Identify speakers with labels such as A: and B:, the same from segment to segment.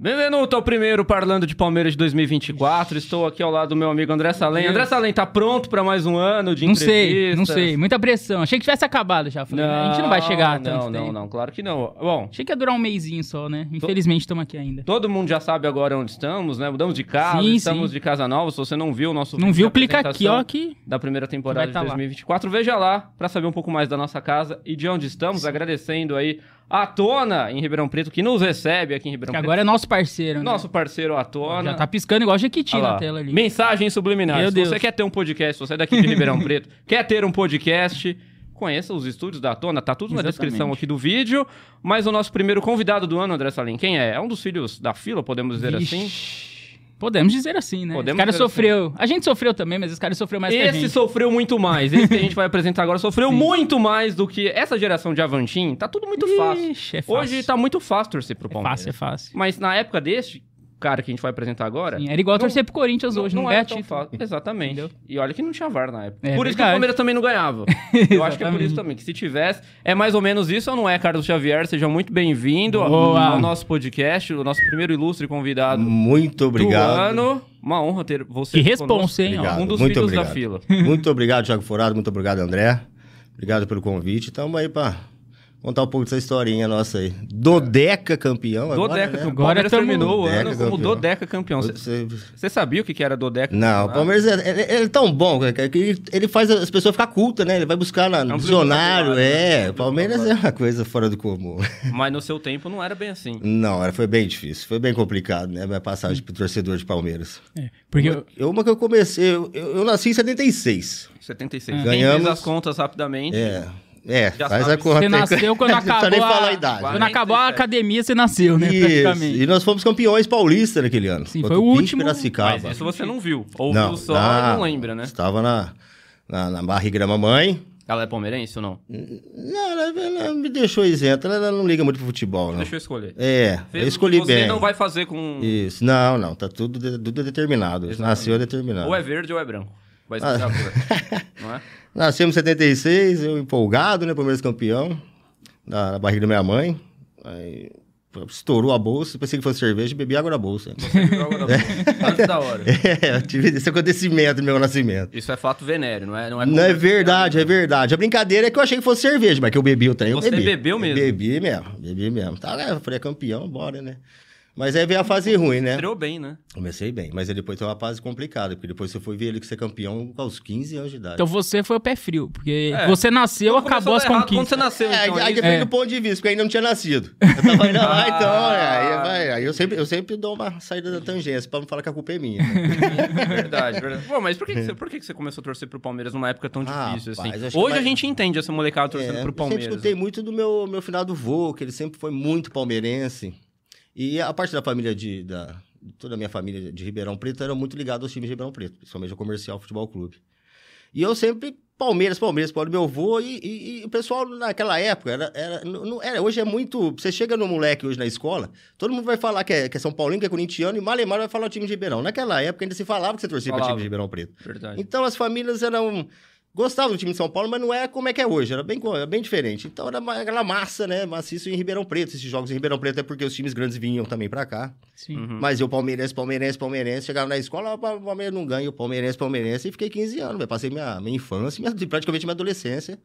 A: Bem-vindo ao primeiro Parlando de Palmeiras de 2024. Estou aqui ao lado do meu amigo André Salem. André Salem tá pronto para mais um ano de
B: Não sei, não
A: entrevistas?
B: sei. Muita pressão. Achei que tivesse acabado já. Falei, né? a gente não vai chegar a tanto
A: Não, não,
B: tempo.
A: não, claro que não. Bom,
B: Achei que ia durar um mêsinho só, né? Infelizmente estamos aqui ainda.
A: todo mundo já sabe agora onde estamos, né? Mudamos de casa,
B: Sim,
A: estamos
B: sim.
A: de casa nova. Se você não viu o nosso
B: Não
A: vídeo
B: viu?
A: de
B: Clica aqui,
A: apresentação
B: ó, que...
A: Da primeira temporada
B: Vai tá
A: de
B: lá.
A: 2024. Veja lá para saber um pouco mais da nossa casa e de onde estamos. Agradecendo aí a Tona em Ribeirão Preto, que nos recebe aqui em Ribeirão
B: que
A: Preto.
B: agora é nosso parceiro, né?
A: Nosso parceiro a Tona.
B: Já tá piscando igual Jequiti
A: Olha lá.
B: na tela ali.
A: Mensagem subliminar.
B: Meu
A: se
B: Deus.
A: você quer ter um podcast, se você é daqui de Ribeirão Preto, quer ter um podcast, conheça os estúdios da Tona, tá tudo na
B: Exatamente.
A: descrição aqui do vídeo. Mas o nosso primeiro convidado do ano, André Salim, quem é? É um dos filhos da fila, podemos dizer assim.
B: Ixi. Podemos dizer assim, né?
A: Podemos
B: esse cara
A: dizer
B: sofreu. A gente sofreu também, mas esse cara sofreu mais que a
A: Esse
B: gente.
A: sofreu muito mais. Esse que a gente vai apresentar agora sofreu muito mais do que essa geração de Avantim. Tá tudo muito fácil.
B: Ixi, é fácil.
A: Hoje tá muito fácil torcer pro
B: é
A: Palmeiras.
B: fácil, é fácil.
A: Mas na época deste cara que a gente vai apresentar agora,
B: Sim, era igual
A: É. Não-
B: torcer pro Corinthians hoje, não,
A: era
B: ganha
A: tão
B: título.
A: fácil. Exatamente.
B: Entendeu?
A: E olha que não tinha VAR na época.
B: É
A: por isso que o
B: verdade.
A: Palmeiras também não ganhava. Eu acho que é por isso
B: Exatamente.
A: também. Que se tivesse, é mais ou menos isso ou não é, Carlos Xavier? Seja muito bem-vindo ao
B: Boa.
A: ao nosso podcast, o nosso primeiro ilustre convidado
C: Muito
A: do
C: obrigado.
A: ano. Uma honra ter você
B: Que
A: conosco.
B: responsa, hein? ó.
C: Obrigado.
A: Um dos
C: muito
A: filhos
C: obrigado.
A: da fila.
C: Muito obrigado, Thiago Furado. Muito obrigado, André. Obrigado pelo convite. Estamos aí para contar um pouco dessa historinha nossa aí. Dodeca campeão agora,
A: Dodeca,
C: né?
A: o Palmeiras
B: tamo-
A: terminou o ano
C: Dodeca
A: como
C: campeão.
A: Dodeca campeão. Você
C: Você-
A: você sabia o que que era Dodeca?
C: Não, o
A: Ah,
C: Palmeiras é, ele, ele é tão bom cara, que ele- ele faz as pessoas ficar cultas, né? Ele vai buscar na- no
A: Ampliou o
C: dicionário.
A: vocabulário, um né?
C: É, o Palmeiras é uma coisa fora do comum.
A: Mas no seu tempo não era bem assim.
C: Não, era, foi bem difícil, foi bem complicado, né? Minha passagem para torcedor de Palmeiras.
B: É, porque eu-
C: Eu, uma que eu comecei, eu, eu- eu nasci em 76.
A: 76. Quem
C: Ganhamos.
A: fez as contas rapidamente.
C: É, é,
A: Já
C: faz
A: sabe.
C: a conta.
B: você
C: aí.
B: nasceu quando
C: Não precisa
B: acabou
C: nem falar a
B: a...
C: idade.
B: Quando acabou a academia, você nasceu, né?
C: Isso.
B: Praticamente.
C: E nós fomos campeões paulistas naquele ano.
B: Sim,
C: Contra
B: foi o
C: Pinto
B: último,
C: Piracicaba.
A: Mas isso você não viu. Ou
C: Não, Ah.
A: viu só
C: na-
A: e não lembra, né?
C: Estava na, na, na barriga da mamãe.
A: Ela é palmeirense ou não?
C: Não, ela, ela me deixou isenta. Ela, ela não liga muito pro futebol, não.
A: Deixa eu escolher.
C: É,
A: Fez
C: eu
A: o
C: escolhi
A: que
C: bem.
A: Você não vai fazer com...
C: Isso. Não, não. Tá tudo, de- tudo determinado.
A: Exatamente.
C: Nasceu determinado.
A: Ou é verde ou é branco. Vai
C: Ah.
A: escolher a cor. Não é?
C: Nascemos em 76, eu empolgado, né? Palmeiras campeão, na, na barriga da minha mãe. Aí pô, estourou a bolsa, pensei que fosse cerveja e bebi água na bolsa.
A: Você viu agora da- Antes da hora.
C: é, eu tive esse acontecimento do meu nascimento.
A: Isso é fato venéreo, não é? Não é,
C: Não é verdade, é verdade. A brincadeira é que eu achei que fosse cerveja, mas que eu bebi o trem. eu
A: Você
C: bebi.
A: bebeu
C: Eu
A: mesmo?
C: Bebi mesmo, bebi mesmo. Tá, né? Eu falei, é campeão, bora, né? Mas aí veio a fase ruim, né?
A: Estreou bem, né?
C: Comecei bem, mas aí depois teve uma fase complicada, porque depois eu fui ver ele que ser campeão aos 15 anos de idade.
B: Então você foi o pé frio, porque
A: É.
B: você nasceu,
A: Então começou
B: acabou
A: a
B: as
A: dar errado Quando
B: conquistas.
A: você nasceu,
C: É,
A: então,
C: aí, aí
A: é isso?
C: depende do ponto de vista, porque ainda não tinha nascido. Eu tava indo lá, então, né? aí,
A: Ah.
C: vai, aí eu, sempre, eu sempre dou uma saída da tangência pra não falar que a culpa é minha. né?
A: Verdade, verdade. Pô, mas por que, que você, por que que você começou a torcer pro Palmeiras numa época tão
C: Ah,
A: difícil, assim?
C: rapaz, acho que
A: Hoje a
C: vai-
A: gente entende essa molecada torcendo
C: É,
A: pro
C: Eu
A: Palmeiras. né?
C: sempre escutei muito do meu, meu finado vô, que ele sempre foi muito palmeirense. E a parte da família de. Da, toda a minha família de Ribeirão Preto era muito ligada aos times de Ribeirão Preto, principalmente ao Comercial Futebol Clube. E eu sempre. Palmeiras, Palmeiras, Palmeiras, meu avô e, e- e o pessoal naquela época era, era, não, não era- Hoje é muito. Você chega no moleque hoje na escola, todo mundo vai falar que é, que é São Paulino, que é corintiano, e Malemar vai falar o time de Ribeirão. Naquela época ainda se falava que você torcia para
A: Falava.
C: time de Ribeirão Preto.
A: Verdade.
C: Então as famílias eram. Gostavam do time de São Paulo, mas não era como é que é hoje, era bem, co- era bem diferente. Então era ma- aquela massa, né? Maciço em Ribeirão Preto. Esses jogos em Ribeirão Preto é porque os times grandes vinham também pra cá.
B: Sim.
A: Uhum.
C: Mas eu, palmeirense, palmeirense, palmeirense, chegava na escola, o Pa- Palmeiras não ganha, o palmeirense, palmeirense, e fiquei 15 anos, velho. Passei minha, minha infância, minha, praticamente minha adolescência,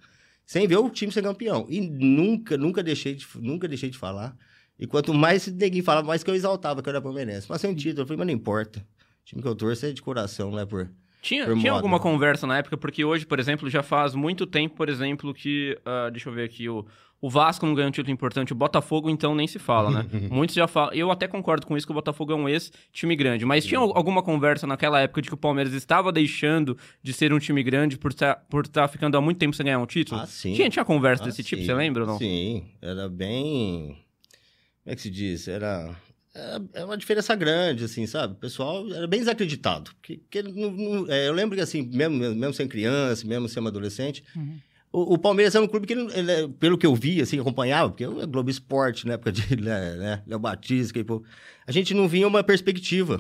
C: sem ver o time ser campeão. E nunca, nunca deixei de, nunca deixei de falar. E quanto mais ninguém falava, mais que eu exaltava que eu era palmeirense. Passei um título, eu falei, mas não importa. O time que eu torço é de coração, não é por.
A: Tinha,
C: Por
A: tinha
C: moda. né?
A: alguma conversa na época, porque hoje, por exemplo, já faz muito tempo, por exemplo, que. ah, deixa eu ver aqui, o, o Vasco não ganhou um título importante, o Botafogo, então, nem se fala, né? Muitos já falam. Eu até concordo com isso que o Botafogo é um ex-time grande. Mas tinha al- alguma conversa naquela época de que o Palmeiras estava deixando de ser um time grande por estar por tá ficando há muito tempo sem ganhar um título?
C: Ah, sim.
A: Tinha, tinha conversa
C: Ah,
A: desse tipo,
C: sim.
A: você lembra ou não?
C: Sim, era bem. Como é que se diz? Era. era- Era uma diferença grande, assim, sabe? O pessoal era bem desacreditado. Porque, porque não- não- é, eu lembro que, assim, mesmo, mesmo sendo criança, mesmo sendo adolescente,
B: Uhum.
C: o, o Palmeiras era um clube que, ele não- ele é- pelo que eu via, assim, acompanhava, porque eu Globo Esporte, na época de né, né, Léo Batista, que, pô, a gente não vinha uma perspectiva.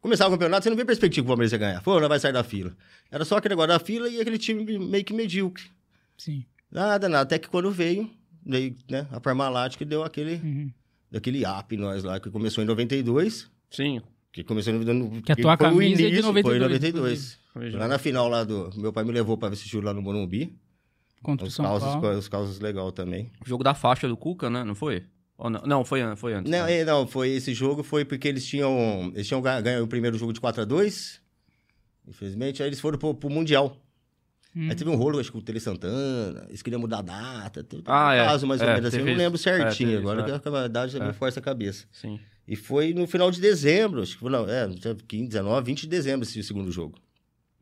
C: Começava o campeonato, você não via perspectiva que o Palmeiras ia ganhar. Pô, não vai sair da fila. Era só aquele negócio da fila e aquele time meio que medíocre.
B: Sim.
C: Nada, nada. Até que quando veio, veio né, a Parmalat que deu aquele,
B: Uhum.
C: daquele app nós lá, que começou em 92,
A: Sim.
C: que começou em...
B: Que a tua
C: foi o
B: camisa é de
C: início,
B: 92,
C: Foi em 92.
A: veja.
C: Lá na final lá do... Meu pai me levou pra assistir lá no Morumbi.
B: Contra o
C: Os
B: São
C: causas,
B: Paulo.
C: os causas legal também.
A: O jogo da faixa do Cuca, né? Não foi? Ou não? Não, foi, an- foi antes.
C: Não,
A: né?
C: é, não, foi esse jogo foi porque eles tinham, eles tinham ga- ganho o primeiro jogo de 4 a 2 Infelizmente, aí eles foram pro, pro Mundial.
B: Hum.
C: Aí teve um rolo, acho que com o Tele Santana, eles queriam mudar a data, teve teve
A: Ah,
C: um
A: é,
C: caso mais
A: é,
C: ou menos assim, eu
A: teve
C: não lembro
A: isso. É,
C: certinho
A: teve
C: agora,
A: isso,
C: que a verdade também
A: É.
C: força a cabeça.
A: Sim.
C: E foi no final de dezembro, acho que foi, não, é, 15, 19, 20 de dezembro esse segundo jogo.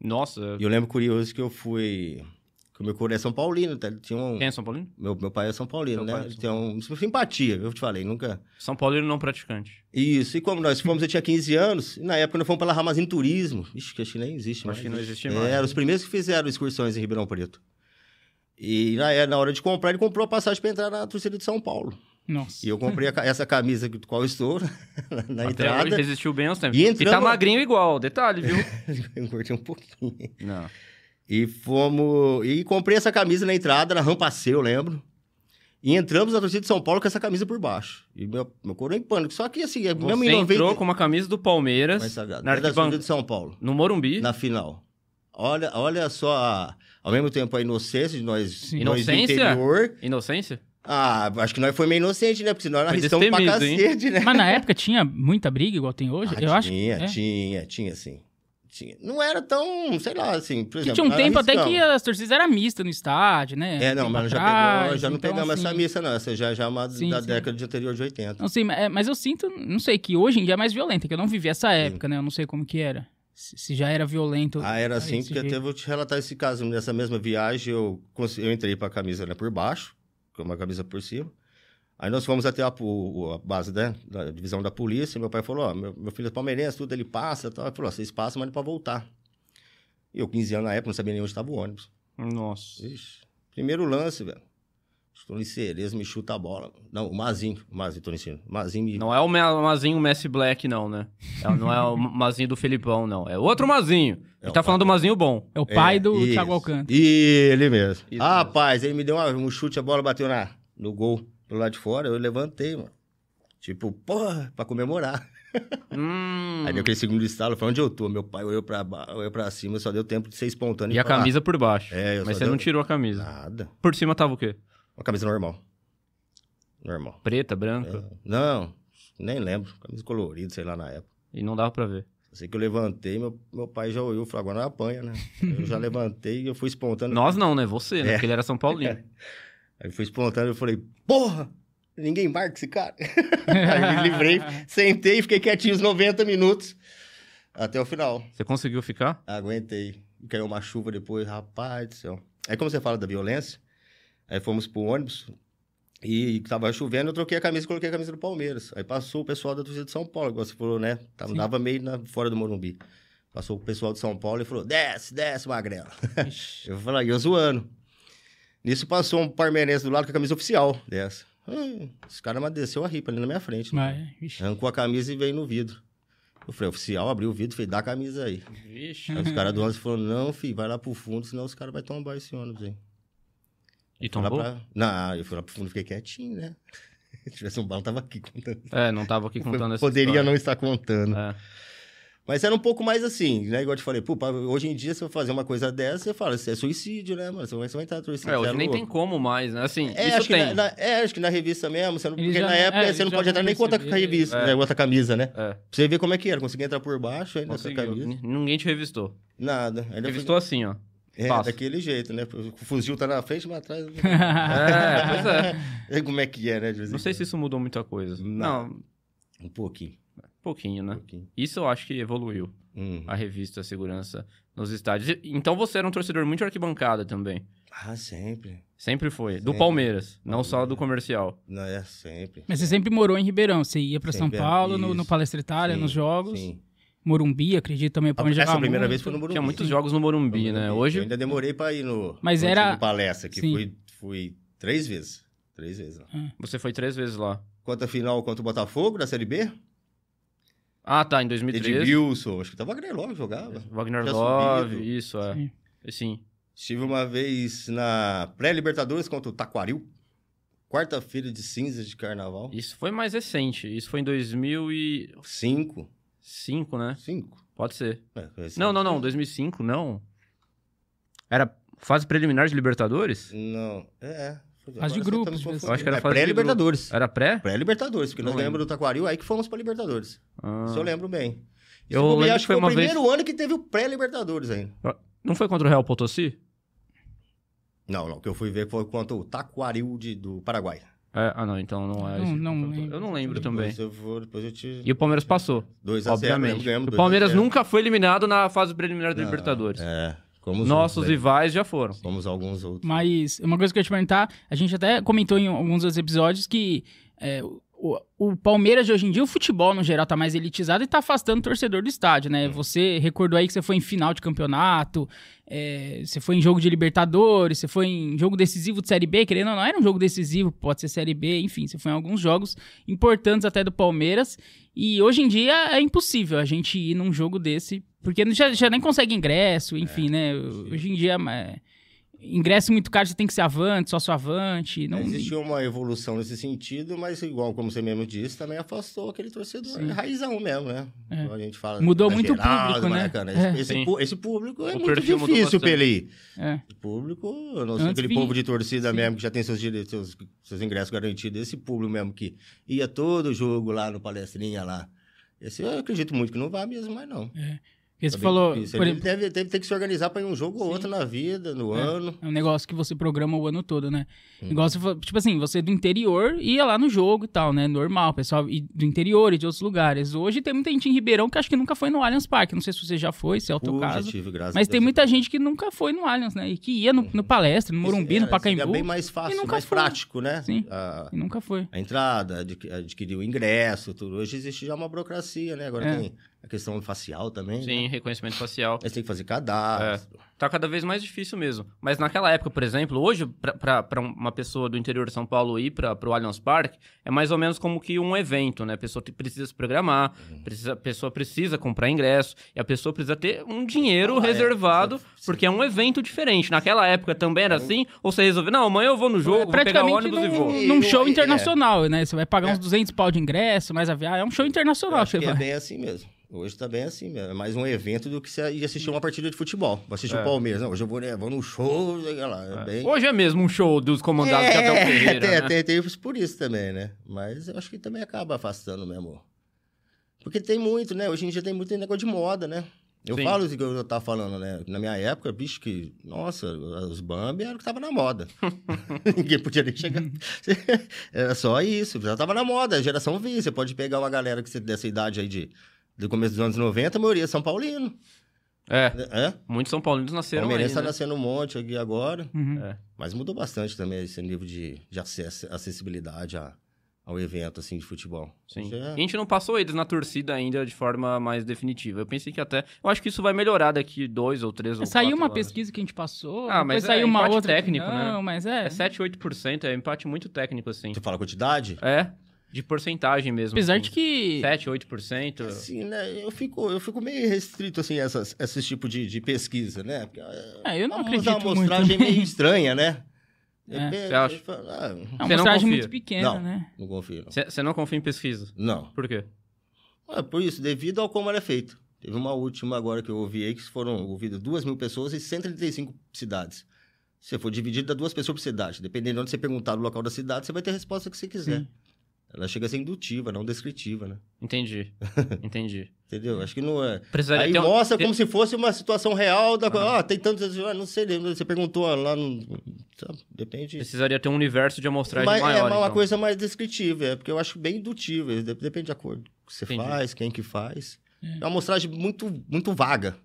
A: Nossa.
C: E eu lembro curioso que eu fui, que o meu coro é São Paulino, tá? Ele tinha um...
A: Quem é São Paulino?
C: Meu, meu pai é São
A: Teu
C: Paulino, né?
A: pai é São
C: Ele Tem um, simpatia, eu te falei, nunca...
A: São Paulino não praticante.
C: Isso, e como nós fomos, eu tinha 15 anos, e na época nós fomos pela Ramazim Turismo. Ixi, que acho que nem existe mais.
A: Acho que não existe
C: É,
A: mais.
C: Eram os primeiros que fizeram excursões em Ribeirão Preto. E na, é- na hora de comprar, ele comprou a passagem para entrar na torcida de São Paulo.
B: Nossa.
C: E eu comprei a ca- essa camisa do qual eu estou na, na
A: Até hoje
C: entrada.
A: resistiu bem aos tempos.
C: E
A: E,
C: entrando-
A: tá magrinho igual, detalhe, viu?
C: Eu engordei um pouquinho.
A: não.
C: E fomos. E comprei essa camisa na entrada, na rampa C, eu lembro. E entramos na torcida de São Paulo com essa camisa por baixo. E meu, meu coro em pânico. Só que assim, é
A: Você
C: mesmo em 90.
A: entrou com uma camisa do Palmeiras
C: mais sagrado.
A: na
C: Era da
A: arquibancada
C: torcida de São Paulo.
A: no Morumbi.
C: na final. Olha, olha só, a- ao mesmo tempo a inocência de nós,
B: Sim.
C: nós do
A: Inocência?
C: interior.
A: Inocência?
C: Ah, acho que nós foi meio inocente, né? Porque nós
A: Foi
C: arriscamos pra
A: destemido, hein?
C: cacete, né?
B: Mas na época tinha muita briga, igual tem hoje?
C: Ah,
B: eu acho que
C: tinha,
B: é.
C: tinha, tinha, sim. Tinha. Não era tão, sei lá, assim, por
B: Que
C: exemplo...
B: tinha um
C: nós
B: tempo até que
C: arriscamos.
B: as torcidas eram mistas no estádio, né?
C: É, não,
B: Tempo
C: mas nós já,
B: atrás,
C: pegamos, já não
B: então,
C: pegamos essa
B: assim,
C: missa, não. Essa já, já é uma
B: Sim,
C: da
B: sim.
C: década de anterior de 80.
B: Não sei, mas- é, mas eu sinto, não sei, que hoje em dia é mais violenta, que eu não vivi essa época, né? Eu não sei como que era. Se, se já era violento.
C: Ah, era assim,
B: desse
C: porque até
B: jeito.
C: vou te relatar esse caso. Nessa mesma viagem, eu, cons- eu entrei pra camisa né, por baixo, com uma camisa por cima. Aí nós fomos até a, pu- a base né, da divisão da polícia. Meu pai falou: Ó, meu, meu filho é palmeirense, tudo, ele passa. Tal. Ele falou: ó, vocês passam, mas não pode voltar. E eu, 15 anos na época, não sabia nem onde estava o ônibus.
A: Nossa.
C: Ixi, primeiro lance, velho. Tony Cerezo me chuta a bola. Não, o Mazinho. O Mazinho, Tony Cerezo. O Mazinho me.
A: Não é o Ma- Mazinho Messi Black, não, né? É, não é o Mazinho do Felipão, não. É outro Mazinho. A
C: É o
A: gente tá falando do Mazinho bom.
B: É o pai
C: É,
B: do
C: isso.
B: Thiago Alcântara.
C: E ele mesmo.
A: Isso
C: Rapaz, ele me deu uma- um chute, a bola bateu na, no gol pelo lado de fora, eu levantei, mano. Tipo, porra, pra comemorar.
A: Hum.
C: Aí deu aquele segundo estalo, foi onde eu tô. Meu pai olhou pra, ba- olhou pra cima, só deu tempo tá de ser espontâneo.
A: E a
C: falar
A: camisa por baixo.
C: É, eu Ah.
A: Mas
C: só
A: você
C: deu-
A: não tirou a camisa.
C: Nada.
A: Por cima tava o quê?
C: Uma camisa normal. Normal. É,
A: Preta, branca.
C: Não, nem lembro. Camisa colorida, sei lá, na época.
A: E não dava pra ver.
C: Eu Sei que eu levantei, meu, meu pai já olhou e falou, agora não apanha, né? eu já levantei e eu fui espontâneo.
A: Nós não, né? Você, né?
C: É.
A: Porque ele era São Paulino.
C: Aí foi espontâneo, eu falei, porra, ninguém marca esse cara. Aí me livrei, sentei, fiquei quietinho os 90 minutos até o final.
A: Você conseguiu ficar?
C: Aguentei. Caiu uma chuva depois, rapaz do céu. Aí como você fala da violência, aí fomos pro ônibus e tava chovendo, eu troquei a camisa e coloquei a camisa do Palmeiras. Aí passou o pessoal da torcida de São Paulo, igual você falou, né? Tava,
B: Sim.
C: dava meio na- fora do Morumbi. Passou o pessoal de São Paulo e falou, desce, desce, magrela.
B: Ixi.
C: Eu falei, eu zoando. Nisso passou um parmeirense do lado com a camisa oficial dessa. Hum, esse cara mas desceu a ripa ali na minha frente. né?
B: Mas, ixi.
C: Arrancou a camisa e veio no vidro. Eu falei, oficial, abriu o vidro, falei, dá a camisa aí.
A: Vixe.
C: Aí os caras do ônibus falaram, não, filho, vai lá pro fundo, senão os caras vão tombar esse ônibus aí.
A: E
C: Fui lá
A: tombou?
C: pra- Não, eu fui lá pro fundo, fiquei quietinho, né? Se tivesse um bala, tava aqui contando.
A: É, não tava aqui contando essa
C: Poderia
A: história.
C: não estar contando.
A: É.
C: Mas era um pouco mais assim, né? Igual eu te falei, pô, pá, hoje em dia, se eu fazer uma coisa dessa, você fala, isso é suicídio, né, mano? Você vai, você vai entrar suicídio.
A: É, hoje
C: você
A: nem
C: louco.
A: tem como mais, né? Assim,
C: É,
A: isso
C: acho
A: tem.
C: Que na, na- é, acho que na revista mesmo, você não,
B: Eles
C: porque
B: já
C: na
B: não-
C: época
B: é,
C: você não
B: eles já
C: pode
B: não
C: entrar nem com outra
B: recebiam,
C: revista,
A: é.
C: né, outra camisa, né?
A: É,
C: Pra você ver como é que era, consegui entrar por baixo ainda com a
A: conseguiu.
C: camisa.
A: N- Ninguém te revistou.
C: Nada. Ainda
A: Revistou assim, ó.
C: fui- é,
A: fácil.
C: daquele jeito, né? O fuzil tá na frente, mas atrás.
A: É, pois é.
C: É como é que é, né? de vez em
A: Não sei se
C: quando.
A: isso mudou muita coisa.
C: Não.
A: Não,
C: Um pouquinho.
A: pouquinho,
C: Um
A: né?
C: pouquinho.
A: Isso eu acho que evoluiu,
C: Hum.
A: a revista Segurança nos estádios. E- Então você era um torcedor muito de arquibancada também.
C: Ah, sempre.
A: Sempre foi. Do
C: Sempre.
A: Palmeiras, não só
C: Palmeiras.
A: do comercial.
C: Não, é sempre.
B: Mas você sempre morou em Ribeirão. Você ia pra São
C: Sempre, é,
B: Paulo, no, no
C: isso.
B: Palestra Itália,
C: Sim,
B: nos jogos.
C: Sim.
B: Morumbi, acredito também. pra onde
C: Essa é
B: jogava
C: primeira
B: muito.
C: vez foi no Morumbi.
A: Tinha muitos jogos no Morumbi,
C: No
A: né?
C: Morumbi. Eu
A: Hoje.
C: ainda demorei pra ir no.
B: Mas
C: no
B: era-
C: antigo palestra, que
B: Sim.
C: fui, fui três vezes. Três vezes. Ó.
A: Você foi três vezes lá.
C: Quanto a final contra o Botafogo da Série B?
A: Ah, tá, em
C: Edmilson,
A: 2013.
C: acho que tava Grelov, jogava.
A: Wagner
C: Já
A: Love,
C: subido.
A: isso, é. Sim.
C: Estive uma vez na pré-Libertadores contra o Taquaril. quarta-feira de cinzas de carnaval.
A: Isso foi mais recente. Isso foi em 2005,
C: Cinco.
A: né?
C: Cinco?
A: Pode ser.
C: É, é cinco.
A: Não, não, não. 2005, não. Era fase preliminar de Libertadores?
C: Não. É, é.
B: As de
C: Agora você
B: grupos
C: tá me
B: mesmo.
C: confundindo.
A: Eu acho que era
C: é
A: fase de
C: pré-Libertadores. É.
A: Era pré?
C: Pré-Libertadores, porque nós
A: Não
C: ganhamos do Taquaril, aí que fomos pra Libertadores.
A: Ah.
C: Se eu lembro bem. Se
A: Eu
C: bobear,
A: lembro
C: acho
A: que
C: que
A: foi
C: foi o
A: uma vez-
C: primeiro ano que teve o pré-Libertadores ainda.
A: Não foi contra o Real Potosí?
C: Não, não, o que eu fui ver foi quanto o Taquaril de- do Paraguai.
A: É, ah, não. Então não é.
B: Não,
A: esse.
B: não lembro.
A: Eu não lembro também.
C: Depois é, eu, vou, depois eu te...
A: E o Palmeiras passou,
C: 2 a 0,
A: obviamente.
C: lembro, ganhamos
A: o
C: 2 a
A: Palmeiras
C: 0.
A: nunca foi eliminado na fase preliminar da
C: Não,
A: Libertadores.
C: É, como os
A: Nossos
C: outros,
A: rivais já foram.
C: né? Como os alguns outros.
B: Mas uma coisa que eu ia te perguntar, a gente até comentou em alguns dos episódios que é, o, o Palmeiras de hoje em dia, o futebol no geral tá mais elitizado e tá afastando o torcedor do estádio, né? Você recordou aí que você foi em final de campeonato, é, você foi em jogo de Libertadores, você foi em jogo decisivo de Série B, querendo ou não, era um jogo decisivo, pode ser Série B, enfim, você foi em alguns jogos importantes até do Palmeiras. E hoje em dia é impossível a gente ir num jogo desse, porque já, já nem consegue ingresso, enfim,
C: É,
B: né? Hoje em dia é, ingresso muito caro, você tem que ser avante, sócio avante.
C: É,
B: Não...
C: Existiu uma evolução nesse sentido, mas igual como você mesmo disse, também afastou aquele torcedor
B: Sim.
C: raizão mesmo, né?
B: É.
C: Igual A gente fala
B: Mudou muito o
C: exagerado,
B: público, né?
C: Maracanã.
B: É.
C: Esse,
A: Sim.
C: pu- esse público é
A: O
C: muito
A: perfil mudou
C: difícil
A: bastante.
C: pra ele ir.
B: É.
C: O público, eu não sei
B: Antes
C: aquele
B: vi-
C: povo de torcida
B: Sim.
C: mesmo que já tem seus direitos, seus, seus ingressos garantidos, esse público mesmo que ia todo jogo lá no palestrinha lá. Esse eu acredito muito que não vai mesmo mais não.
B: Porque
C: Tá
B: É, você
C: bem
B: falou,
C: difícil.
B: por
C: Ele
B: exemplo,
C: deve, deve ter que se organizar para ir um jogo ou
B: Sim.
C: outro na vida, no
B: É.
C: ano.
B: é um negócio que você programa o ano todo, né?
C: Hum.
B: Igual você falou, tipo assim, você do interior ia lá no jogo e tal, né? Normal, pessoal e do interior e de outros lugares. Hoje tem muita gente em Ribeirão que acho que nunca foi no Allianz Parque. Não sei se você já foi, se é o teu
C: Pô, já
B: caso.
C: tive, graças a
B: Mas tem
C: Deus.
B: muita gente que nunca foi no Allianz, né? E que ia no, no palestra, no Morumbi,
C: É. Esse-
B: no
C: é, seria
B: Pacaembu.
C: bem mais
B: e
C: fácil,
B: nunca
C: mais
B: foi.
C: prático, né?
B: Sim.
C: A,
B: E nunca foi.
C: a entrada, adqu- adquirir o ingresso, tudo. Hoje existe já uma burocracia, né? Agora
B: É.
C: tem a questão facial também. né?
A: Sim, reconhecimento facial.
C: Aí você tem que fazer
B: É.
C: cadastro.
A: Tá cada vez mais difícil mesmo. Mas naquela época, por exemplo, hoje, pra- pra pra uma pessoa do interior de São Paulo ir pra, pro Allianz Parque, é mais ou menos como que um evento, né? A pessoa te- precisa se programar,
C: Uhum.
A: precisa, a pessoa precisa comprar ingresso, e a pessoa precisa ter um dinheiro
C: Ah, é.
A: reservado,
C: Sim. É.
A: porque é um evento diferente. Naquela época também era assim, ou você resolveu, não, amanhã eu vou no jogo, vou pegar o
B: É praticamente
A: ônibus e vou.
B: num,
C: vou.
B: num show
C: Eu- é.
B: internacional, né? Você vai pagar
C: É.
B: uns 200 pau de ingresso, mais a viagem. É um show
C: Eu
B: internacional.
C: acho
B: você
C: que é
B: vai.
C: bem assim mesmo. Hoje tá bem assim mesmo. É mais um evento do que você ir
B: Hum.
C: assistir uma partida de futebol. Vou assistir
A: É.
C: o Palmeiras. Não, hoje eu vou, né, vou num show, sei lá. É, bem... É.
A: Hoje é mesmo um show dos comandados de Abel Ferreira,
C: tem,
A: né?
C: tem, tem isso por isso também, né? Mas eu acho que também acaba afastando mesmo. Porque tem muito, né? Hoje em dia tem muito negócio de moda, né? Eu
A: Sim.
C: falo isso que eu tava falando, né? Na minha época, bicho, que. Nossa, os Bambi era o que tava na moda. Ninguém podia nem chegar. era só isso, já tava na moda, a geração V. Você pode pegar uma galera que você, dessa idade aí de. Do começo dos anos 90, a maioria é São Paulino.
A: É,
C: É?
A: muitos São Paulinos nasceram aí,
C: Palmeirense tá
A: né?
C: nascendo um monte aqui agora.
B: Uhum.
C: Mas mudou bastante também esse nível de, de acesso, acessibilidade a- ao evento, assim, de futebol.
A: Sim.
C: Isso é-
A: A gente não passou eles na torcida ainda de forma mais definitiva. Eu pensei que até. Eu acho que isso vai melhorar daqui dois ou três ou
C: um
B: Saiu
A: quatro
B: uma
A: anos.
B: pesquisa que a gente passou,
A: Ah,
B: depois
A: mas é
B: saiu uma
A: empate
B: outra.
A: técnico,
B: não,
A: né?
B: mas é.
A: É 7, 8%, é um empate muito técnico, assim.
C: Você fala quantidade?
A: É, de porcentagem mesmo.
B: Tipo- Apesar
A: assim.
B: de que.
A: 7, 8%.
C: Sim, né? Eu fico, eu fico meio restrito, assim, a essas, esses tipos de, de pesquisa, né? Porque, ah,
B: É, eu não
C: vamos
B: acredito
C: usar uma amostragem
B: muito.
C: meio estranha, né?
B: É.
C: Eu penso,
A: Você acha?
C: eu falo, ah,
B: É uma
A: Você não
B: amostragem
A: confia?
B: muito pequena,
C: Não.
B: né?
C: não confio, não.
A: Você não confia em pesquisa?
C: Não.
A: Por quê?
C: É por isso, devido ao como ela é feita. Teve uma última agora que eu ouvi aí, que foram ouvidas duas mil pessoas e 135 cidades. Se você for dividido, dá duas pessoas por cidade. Dependendo de onde você perguntar do local da cidade, você vai ter a resposta que você quiser.
B: Sim.
C: Ela chega a ser indutiva, não descritiva, né?
A: Entendi. Entendi.
C: Entendeu? Acho que não é.
A: Precisaria
C: Aí
A: ter um-
C: mostra
A: ter-
C: como se fosse uma situação real da coisa. Ah, tem tantos. Ah, não sei, lembra? Você perguntou lá no. sabe? Depende.
A: Precisaria ter um universo de amostragem
C: Mas
A: maior.
C: é uma
A: então.
C: coisa mais descritiva, é porque eu acho bem indutiva. de- Depende da cor que você
A: Entendi.
C: faz, quem que faz. É uma amostragem muito, muito vaga.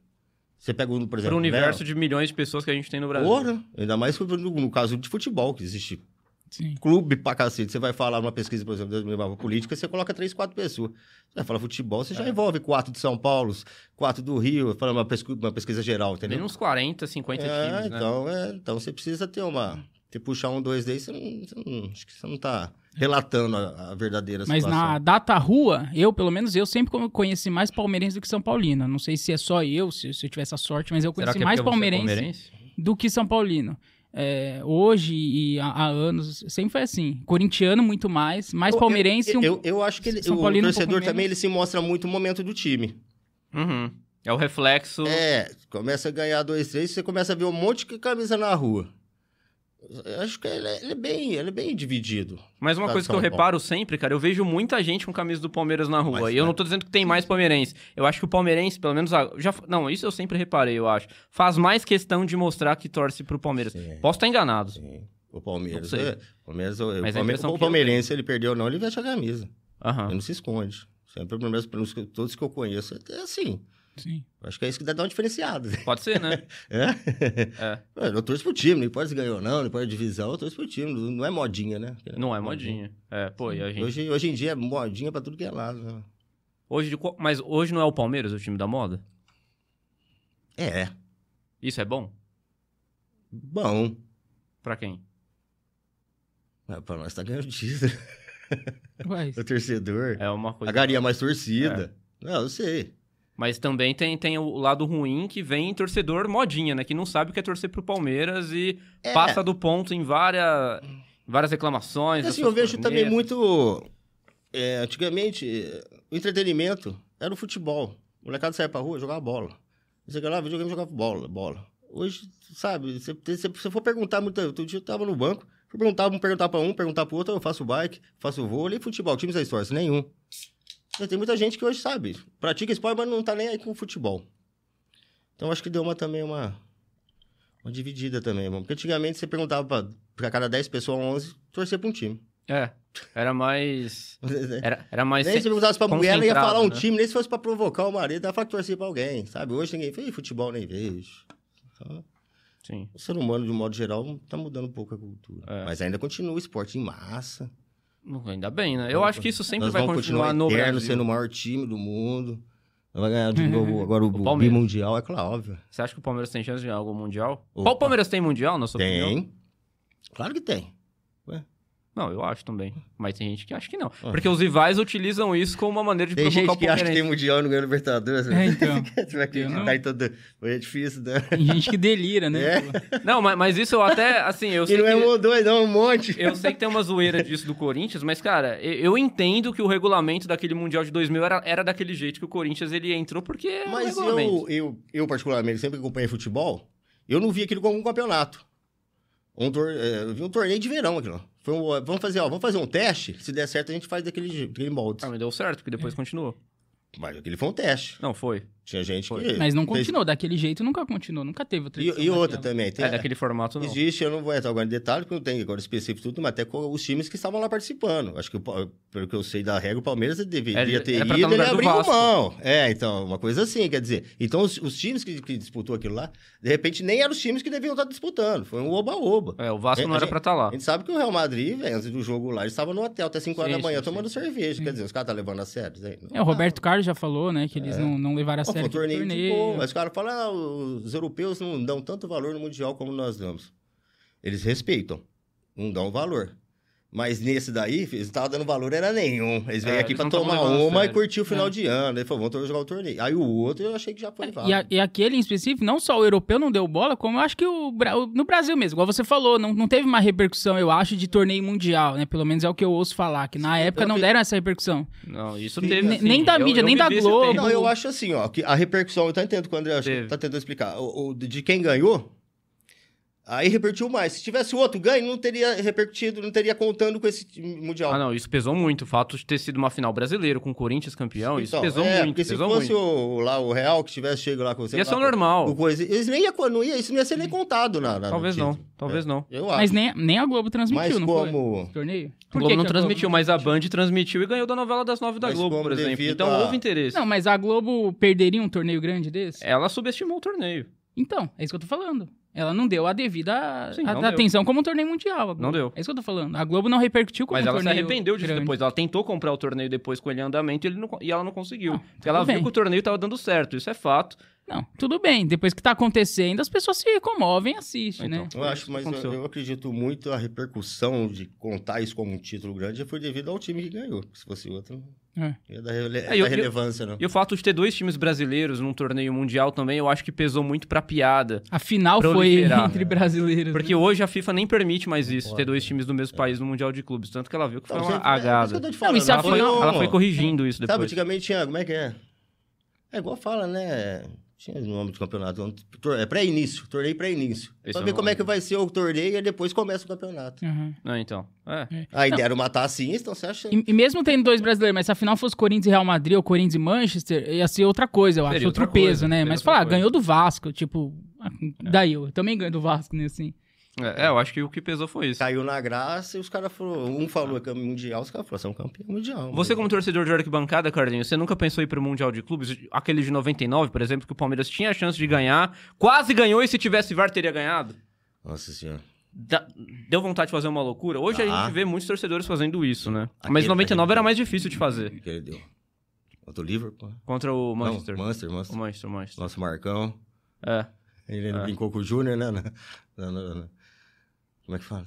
C: Você pega, um, por exemplo.
A: Para o universo
C: né?
A: de milhões de pessoas que a gente tem no Brasil.
C: Ora, ainda mais no, no caso de futebol, que existe
B: Sim.
C: clube pra cacete. Você vai falar numa pesquisa, por exemplo, de política, você coloca três, quatro pessoas. Você vai falar futebol,
A: É.
C: você já envolve quatro de São Paulo, quatro do Rio, falando uma pesquisa, uma pesquisa geral,
A: Tem
C: entendeu?
A: uns 40, 50
C: é,
A: times, né?
C: então, é, então você precisa ter uma. Você puxar um, dois daí, você não, você não, acho que você não tá relatando a, a verdadeira
B: Mas
C: situação.
B: na data rua, eu, pelo menos, eu sempre co- conheci mais palmeirense do que São Paulino. Não sei se é só eu, se, se eu tivesse a sorte, mas eu
A: Será
B: conheci
A: que é
B: mais
A: porque você é
B: palmeirense,
A: palmeirense?
B: do que São Paulino. é, hoje e há, há anos, sempre foi assim. Corintiano muito mais, mais
C: Eu-
B: palmeirense.
C: Eu,
B: um-
C: eu, eu acho que ele-
B: São
C: o
B: Paulino um
C: torcedor
B: pouco
C: também
B: menos.
C: ele se mostra muito o momento do time.
A: Uhum. É o reflexo.
C: É, começa a ganhar dois, três, você começa a ver um monte de camisa na rua. Eu acho que ele é, ele é bem, ele é bem dividido.
A: Mas uma
C: Tá,
A: coisa que
C: tá
A: eu
C: bom.
A: reparo sempre, cara, eu vejo muita gente com camisa do Palmeiras na rua.
C: Mas,
A: e eu
C: né?
A: não tô dizendo que tem mais palmeirense. Eu acho que o palmeirense, pelo menos. a- Já, não, isso eu sempre reparei, eu acho. Faz mais questão de mostrar que torce pro Palmeiras.
C: Sim.
A: Posso estar enganado.
C: Sim. O Palmeiras,
A: Não sei.
C: é, o Palmeiras, o,
A: Mas a
C: Palme-
A: impressão
C: o
A: que eu
C: palmeirense, ele perdeu ou não, ele veste a camisa.
B: Ah.
A: Aham.
C: Ele não se esconde. Sempre, pelo menos, pelos que- todos que eu conheço, é assim.
B: Sim.
C: Eu Acho que é isso que dá dá uma diferenciada.
A: Pode ser, né?
C: É?
A: É.
C: Eu torço pro time, não importa se ganhou ou não, não importa a divisão, eu torço pro time. Não é modinha, né?
A: Não é modinha. É, pô, e a gente.
C: Hoje, hoje em dia é modinha pra tudo que é lado. né?
A: Hoje de qual- Mas hoje não é o Palmeiras o time da moda?
C: É,
A: Isso é bom?
C: bom.
A: Pra quem?
C: Mas pra nós tá ganhando dinheiro.
B: Ué,
C: O torcedor.
A: É uma coisa.
C: Pagaria mais torcida. Não, eu sei.
A: Mas também tem, tem o lado ruim que vem torcedor modinha, né? Que não sabe o que é torcer pro Palmeiras e
C: É.
A: passa do ponto em várias, várias reclamações. das
C: Assim, eu
A: suas
C: vejo também
A: cornetas.
C: muito. é, antigamente, é, o entretenimento era o futebol. O molecada saia pra rua, jogava bola. Você ia lá, videogame jogava bola, bola. Hoje, sabe, se você, se você for perguntar muito. Outro dia eu tava no banco, fui perguntar, perguntar pra um, perguntar pro outro, eu faço bike, faço vôlei, futebol, times da história, nenhum. Mas Tem muita gente que hoje, sabe, pratica esporte, mas não tá nem aí com o futebol. Então acho que deu uma também uma. Uma dividida também, irmão. Porque antigamente você perguntava pra, pra cada 10 pessoas, 11, torcer pra um time. Né?
A: É. Era mais. Era, era mais.
C: Nem se perguntasse pra mulher, ela ia
A: concentrado,
C: falar um
A: né?
C: time, nem se fosse pra provocar o marido, ela fala que torcia pra alguém, sabe? Hoje ninguém fez futebol, nem vejo. Então,
A: Sim.
C: o ser humano, de um modo geral, tá mudando um pouco a cultura.
A: É.
C: Mas ainda continua o esporte em massa.
A: Não, Ainda bem, né? Eu acho que isso sempre
C: Nós
A: vai
C: vamos
A: continuar,
C: continuar
A: no
C: eterno,
A: Brasil.
C: sendo o maior time do mundo. Nós Vai ganhar de novo agora o, o
A: Palmeiras.
C: bimundial, é claro, óbvio.
A: Você acha que o Palmeiras tem chance de ganhar algum mundial?
C: Opa.
A: O Palmeiras tem mundial, na sua opinião? Tipo,
C: Tem. Claro que tem.
A: Não, eu acho também. Mas tem gente que acha que não.
C: Ah.
A: Porque os rivais utilizam isso como uma maneira de
C: Tem
A: provocar
C: gente
A: o
C: que acha que
A: Palmeiras.
C: tem mundial e não ganha Libertadores. né?
B: É, então.
C: Você vai
B: Eu
C: acreditar
B: não.
C: em todo... É difícil, né?
B: Tem gente que delira, né?
C: É.
B: Pô.
A: Não, mas, mas isso eu até, assim, eu
C: E
A: sei
C: não é um
A: que...
C: ou dois, não, é um monte.
A: Eu sei que tem uma zoeira disso do Corinthians, mas, cara, eu eu entendo que o regulamento daquele Mundial de 2000 era, era daquele jeito que o Corinthians ele entrou, porque é um
C: Mas
A: regulamento.
C: eu, eu, eu, particularmente, sempre que acompanhei futebol, eu não vi aquilo como um campeonato. Um tor- eh, eu vi um torneio de verão aquilo. Foi um- vamos, fazer, ó, vamos fazer um teste. Se der certo, a gente faz daquele, je- daquele molde.
A: Ah, mas deu certo, porque
C: É.
A: depois continuou.
C: Mas aquele foi um teste.
A: Não, foi.
C: Tinha gente
A: Foi.
C: que.
B: Mas não
C: fez-
B: continuou, daquele jeito nunca continuou, nunca teve outra edição
C: E, e outra
B: daquela.
C: também. Tem,
A: É daquele formato, não.
C: Existe, eu não vou entrar agora em detalhe, porque não tem agora específico tudo, mas até com os times que estavam lá participando. Acho que, o Pa- pelo que eu sei da regra, o Palmeiras deveria
A: Era-
C: ter
A: era É, pra
C: ido,
A: estar no
C: ele
A: lugar do Vasco.
C: abriu mão. É, então, uma coisa assim, quer dizer. Então, os, os times que, que disputou aquilo lá, de repente, nem eram os times que deviam estar disputando. Foi um oba-oba.
A: É, o Vasco
C: A
A: não era
C: gente-
A: pra estar lá.
C: A gente sabe que o Real Madrid, velho, antes do jogo lá, eles estavam no hotel até 5 horas
A: Sim,
C: da manhã
A: sim,
C: tomando cerveja.
B: Sim.
C: Quer dizer, os caras estão levando a sério. isso aí. Não
B: É, o
C: tá.
B: Roberto Carlos já falou, né, que eles não, não levaram a
C: Ó, Foi
B: sério
C: um
B: aquele
C: torneio, de
B: torneio.
C: boa, mas o cara fala, ah, os europeus não dão tanto valor no Mundial como nós damos. Eles respeitam, não dão valor. Mas nesse daí, eles não estavam dando valor, era nenhum. Eles vêm
A: É,
C: aqui
A: eles
C: pra
A: não tavam
C: tomar
A: levando a
C: uma e
A: sério.
C: curtir o final
B: É.
C: de ano. Ele falou, vamos jogar o torneio. Aí o outro eu achei que já foi válido.
B: E, a- e aquele em específico, não só o europeu não deu bola, como eu acho que o, Bra- o- no Brasil mesmo, igual você falou, não, não teve uma repercussão, eu acho, de torneio mundial, né? Pelo menos é o que eu ouço falar, que na época
C: eu
B: não
C: vi-
B: deram essa repercussão.
A: Não, isso
C: Sim,
A: teve.
B: nem- nem da mídia, nem da
A: vivi esse
B: Globo.
A: tempo.
B: Não,
C: Não, eu acho assim, ó, que a repercussão, eu tô entendendo quando eu acho que
A: Teve.
C: tá tentando explicar. O, o de quem ganhou, aí repercutiu mais. Se tivesse outro ganho, não teria repercutido, não teria contando com esse Mundial.
A: Ah, não, isso pesou muito. O fato de ter sido uma final brasileira com o Corinthians campeão, isso
C: Então,
A: pesou
C: é,
A: muito.
C: Porque se
A: Pesou
C: fosse
A: muito.
C: O, lá o Real que tivesse chego lá com você.
A: Ia ser o normal. Hum.
C: O coisa, eles nem ia, não ia, isso não ia ser nem contado na, na
A: Talvez
C: notícia.
A: não, talvez não.
C: Eu
B: Mas
C: acho.
B: nem, nem a Globo transmitiu,
C: Mas
B: não foi?
C: como.
B: Esse torneio?
A: A
B: Por
A: Globo
B: que
A: não
B: que a
A: transmitiu, mas a Band transmitiu e ganhou da novela das nove da
C: Mas
A: Globo,
C: como
A: por exemplo.
C: devido
A: Então
C: a-
A: houve interesse.
B: Não, mas a Globo perderia um torneio grande desse?
A: Ela subestimou o torneio.
B: Então, é isso que eu tô falando. Ela não deu a devida
A: Sim,
B: a-
A: não deu.
B: atenção como um torneio mundial. a Globo.
A: Não deu.
B: É isso que eu tô falando. A Globo não repercutiu como
A: Mas
B: um
A: ela se
B: torneio
A: arrependeu disso
B: grande.
A: depois. Ela tentou comprar o torneio depois com ele em andamento e, ele não con- e ela não conseguiu.
B: Ah,
A: Porque ela
B: tudo
A: viu
B: bem.
A: que o torneio estava dando certo. Isso é fato.
B: Não, tudo bem. Depois que tá acontecendo, as pessoas se comovem e assistem,
A: Então.
B: né?
C: Eu acho, mas eu,
A: Aconteceu.
C: eu acredito muito a repercussão de contar isso como um título grande foi devido ao time que ganhou. Se fosse outro. não-
B: É.
C: Ia dar, rele-
A: É, eu-
C: dar relevância, não.
A: E o fato de ter dois times brasileiros num torneio mundial também, eu acho que pesou muito pra piada.
B: A final foi
A: Proliferar,
B: entre
A: né?
B: brasileiros.
A: Porque hoje a FIFA nem permite mais isso, ter
C: Concordo.
A: dois times do mesmo país no Mundial de Clubes. Tanto que ela viu que foi
C: Não,
A: uma
C: você- é isso que
A: agada.
C: eu tô te
B: Não, e se
C: falando,
B: a
A: Ela foi,
B: final-
C: um-
A: ela foi corrigindo isso
C: Sabe,
A: depois.
C: antigamente tinha, como é que é? É igual fala, né? Tinha o nome do campeonato. um tor- É pré-início, torneio pré-início.
A: Esse
C: Pra
A: eu
C: ver
A: não
C: como é
A: lembro.
C: que vai ser o torneio e depois começa o campeonato.
B: né? Aham.
A: Não, então. É.
C: Aí deram uma tacinha, então você acha.
B: E, e mesmo tendo dois brasileiros, mas se a final fosse Corinthians e Real Madrid ou Corinthians e Manchester, ia ser outra coisa, eu acho.
A: Seria
B: outro
A: outra coisa,
B: peso, né?
A: seria
B: Mas
A: outra
B: falar, ah,
A: coisa.
B: ganhou do Vasco, tipo. ah, Daí eu, eu também ganho do Vasco, né? Assim.
A: É, é, eu acho que o que pesou foi isso.
C: Caiu na graça e os caras falaram. Um falou que é mundial, os caras falaram, você é um campeão mundial.
A: Você,
C: mano."
A: como torcedor de arquibancada, Carlinhos, você nunca pensou em ir pro Mundial de Clubes? Aquele de 99, por exemplo, que o Palmeiras tinha a chance de ganhar, quase ganhou e se tivesse VAR teria ganhado?
C: Nossa senhora.
A: Dá- Deu vontade de fazer uma loucura? Hoje a
C: Tá.
A: gente vê muitos torcedores fazendo isso, né? Mas
C: Aquele-
A: 99 era
C: aquele-
A: mais difícil de fazer.
C: Que ele deu. Contra o Liverpool? né?
A: Contra o
C: Não,
A: Manchester.
C: Manchester,
A: o
C: Manchester.
A: Manchester, o Manchester.
C: Nosso Marcão.
A: É.
C: Ele ainda
A: É.
C: brincou com o Júnior, né? Na, na- na- na- como é que fala?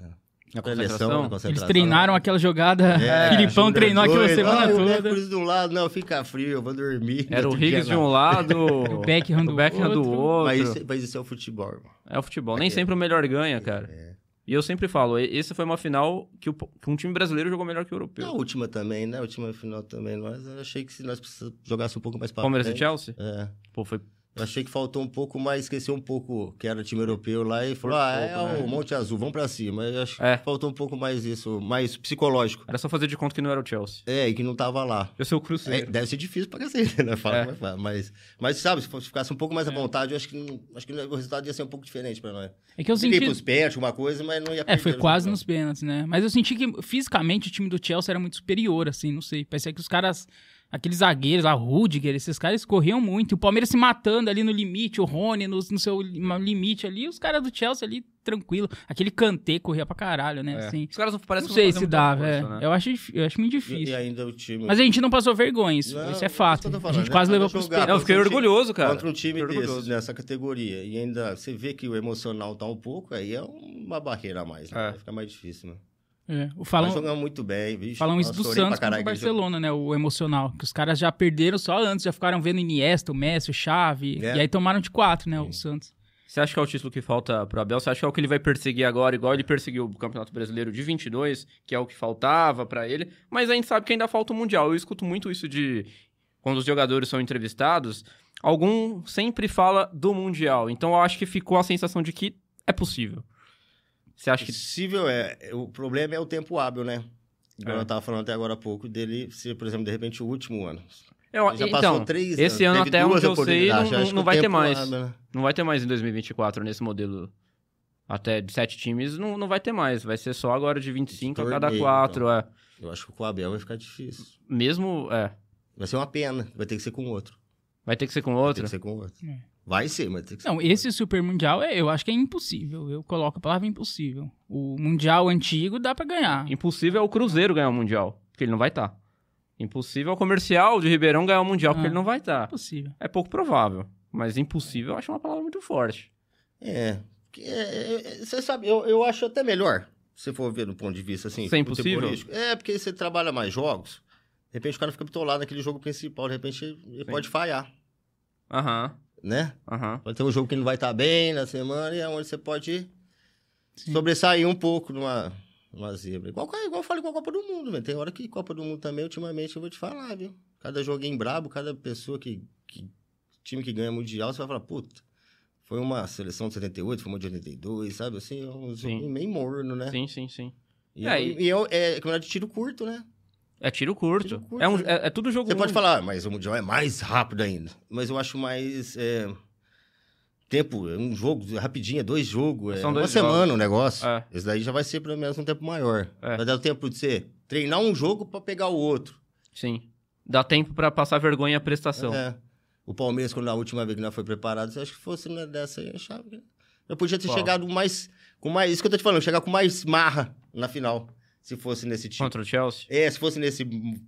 A: Na
C: Preleção,
A: concentração.
B: Eles
C: concentração.
B: treinaram aquela jogada.
C: tá É,
B: Filipão
C: Júnior
B: treinou aquela
C: doido.
B: semana
C: Ah, eu pego
B: toda.
C: por isso de um lado, não, fica frio, eu vou dormir.
A: Era o
C: Outro dia
A: Higgs de
C: lá.
A: um lado,
B: O Beckham do
A: o Beckham do
B: outro.
A: outro.
C: Mas isso, mas isso é o futebol, irmão.
A: É o futebol. Nem sempre o melhor ganha, cara.
C: É.
A: E eu sempre falo, e- essa foi uma final que, o- que um time brasileiro jogou melhor que o europeu.
C: Na última também, né? A última final também. Nós, eu achei que se nós precisa- jogássemos um pouco mais pra
A: Palmeiras e
C: frente-
A: Chelsea?
C: É.
A: Pô, foi
C: Eu achei que faltou um pouco, mas esqueceu um pouco que era time europeu lá e falou: ah, é
A: pouco, né?
C: o Monte Azul, vamos pra cima. Eu acho
A: É.
C: que faltou um pouco mais isso, mais psicológico.
A: Era só fazer de conta que não era o Chelsea.
C: É, e que não tava lá.
A: Eu sou o
C: É,
A: Cruzeiro.
C: deve ser difícil pra cacete, né? Fala,
A: É.
C: mas fala. mas, mas, sabe, se fosse- ficasse um pouco mais à vontade, eu acho que, não- acho que o resultado ia ser um pouco diferente pra nós.
B: É
A: Então,
B: que eu
C: Fiquei
B: senti.
C: pros pés, uma coisa, mas não ia
B: É,
C: perder
B: foi
C: o
B: quase
C: resultado.
B: nos pênaltis, né? Mas eu senti que fisicamente o time do Chelsea era muito superior, assim, não sei. Parecia que os caras, aqueles zagueiros, a Rudiger, esses caras corriam muito. E o Palmeiras se matando ali no limite, o Rony no, no seu li- limite ali, os caras do Chelsea ali tranquilo. Aquele Kanté corria pra caralho, né?
A: É.
B: Assim.
A: Os caras não parecem
B: não
C: tá
B: sei se é. dá, velho.
A: Né?
B: Eu, acho, dif- eu acho muito
C: E, e
B: difícil.
C: ainda o time.
B: Mas a gente não passou vergonha, isso,
C: Não,
B: isso é
C: isso que
B: fato.
C: eu tô
B: a
C: falando,
B: gente
C: né?
B: quase levou
C: Mas
B: pros
C: jogar-
B: pênaltis.
A: Não, eu fiquei
C: contra um time-
A: orgulhoso, cara.
C: Contra um time
A: Fiquei
C: desse,
A: orgulhoso.
C: nessa categoria. E ainda você vê que o emocional tá um pouco, aí é uma barreira a mais, né?
A: É.
C: Fica mais difícil, né?
B: É, o
C: Falam...
B: Falam,
C: Nós jogamos muito bem, vixe.
B: Falam isso
C: Nós
B: do
C: chorei pra
B: Santos contra
C: caralho
B: o
C: aquele jogo.
B: Barcelona, né? O emocional. Que os caras já perderam só antes, já ficaram vendo Iniesta, o Messi, o Xavi.
C: É.
B: E aí tomaram de quatro, né? O
C: Sim.
B: Santos.
A: Você acha que é o título que falta pro Abel? Você acha que é o que ele vai perseguir agora, igual ele perseguiu o Campeonato Brasileiro de 22, que é o que faltava pra ele? Mas a gente sabe que ainda falta o Mundial. Eu escuto muito isso de quando os jogadores são entrevistados, algum sempre fala do Mundial. Então eu acho que ficou a sensação de que é possível. Você acha que
C: Possível é. O problema é o tempo hábil, né? Igual
A: É.
C: eu tava falando até agora há pouco, dele ser, por exemplo, de repente, o último ano.
A: Eu-
C: Ele já
A: então,
C: passou três
A: esse ano
C: anos, teve
A: até
C: duas
A: onde eu sei, não,
C: oportunidades, acho
A: não,
C: que
A: não
C: o
A: vai ter
C: tempo
A: mais.
C: hábil, né?
A: Não vai ter mais em 2024 nesse modelo até de sete times, não, não vai ter mais. Vai ser só agora de 25 a cada
C: Torneio, então.
A: quatro. É.
C: Eu acho que com o Abel vai ficar difícil.
A: Mesmo, é.
C: Vai ser uma pena. Vai ter que ser com outro.
A: Vai ter que ser com
C: Vai ter
A: outro.
C: que ser com outro.
B: É.
C: Vai ser, mas tem que ser.
B: Não,
C: com
B: esse Super Mundial é- eu acho que é impossível. Eu coloco a palavra impossível. O Mundial antigo dá pra ganhar.
A: Impossível é o Cruzeiro ganhar o Mundial, porque ele não vai estar. Impossível é o comercial de Ribeirão ganhar o Mundial, porque
B: Ah.
A: ele não vai estar.
B: Impossível.
A: É pouco provável. Mas impossível eu acho uma palavra muito forte.
C: É. Porque é- é- Você sabe, eu, eu acho até melhor, se for ver do ponto de vista assim.
A: Ser impossível?
C: futebolístico. É, porque você trabalha mais jogos, de repente o cara fica bitolado naquele jogo principal, de repente ele pode falhar,
A: Aham,
C: né?
A: aham.
C: Pode ter um jogo que não vai estar bem na semana e é onde você pode
B: Sim.
C: sobressair um pouco numa, numa zebra. Igual, igual eu falo com a Copa do Mundo, velho. Tem hora que Copa do Mundo também, ultimamente, eu vou te falar, viu? Cada joguinho brabo, cada pessoa que. que- time que ganha mundial, você vai falar, puta, foi uma seleção de 78, foi uma de 82, sabe? Assim, é um
A: Sim.
C: joguinho meio morno, né?
A: Sim, sim, sim.
C: E,
A: É,
C: é, e eu- é campeonato de tiro curto, né?
A: É tiro curto.
C: Tiro curto,
A: É, um-
C: né?
A: é- é tudo jogo
C: Você pode
A: único.
C: falar, "Ah, mas o Mundial é mais rápido ainda. Mas eu acho mais. é, tempo, é um jogo, é rapidinho, é dois jogos. É
A: São
C: uma
A: dois jogos.
C: semana o negócio.
A: É.
C: Esse daí já vai ser pelo menos um tempo maior.
A: É.
C: Vai dar tempo de você treinar um jogo pra pegar o outro.
A: Sim. Dá tempo pra passar vergonha e a prestação.
C: É. O Palmeiras, quando na última vez que nós foi preparado, eu acho que fosse né, dessa aí, eu achava que. Eu podia ter
A: Qual?
C: chegado mais. Com mais. Isso que eu tô te falando, chegar com mais marra na final. Se fosse nesse time.
A: Contra o Chelsea?
C: É, se fosse nesse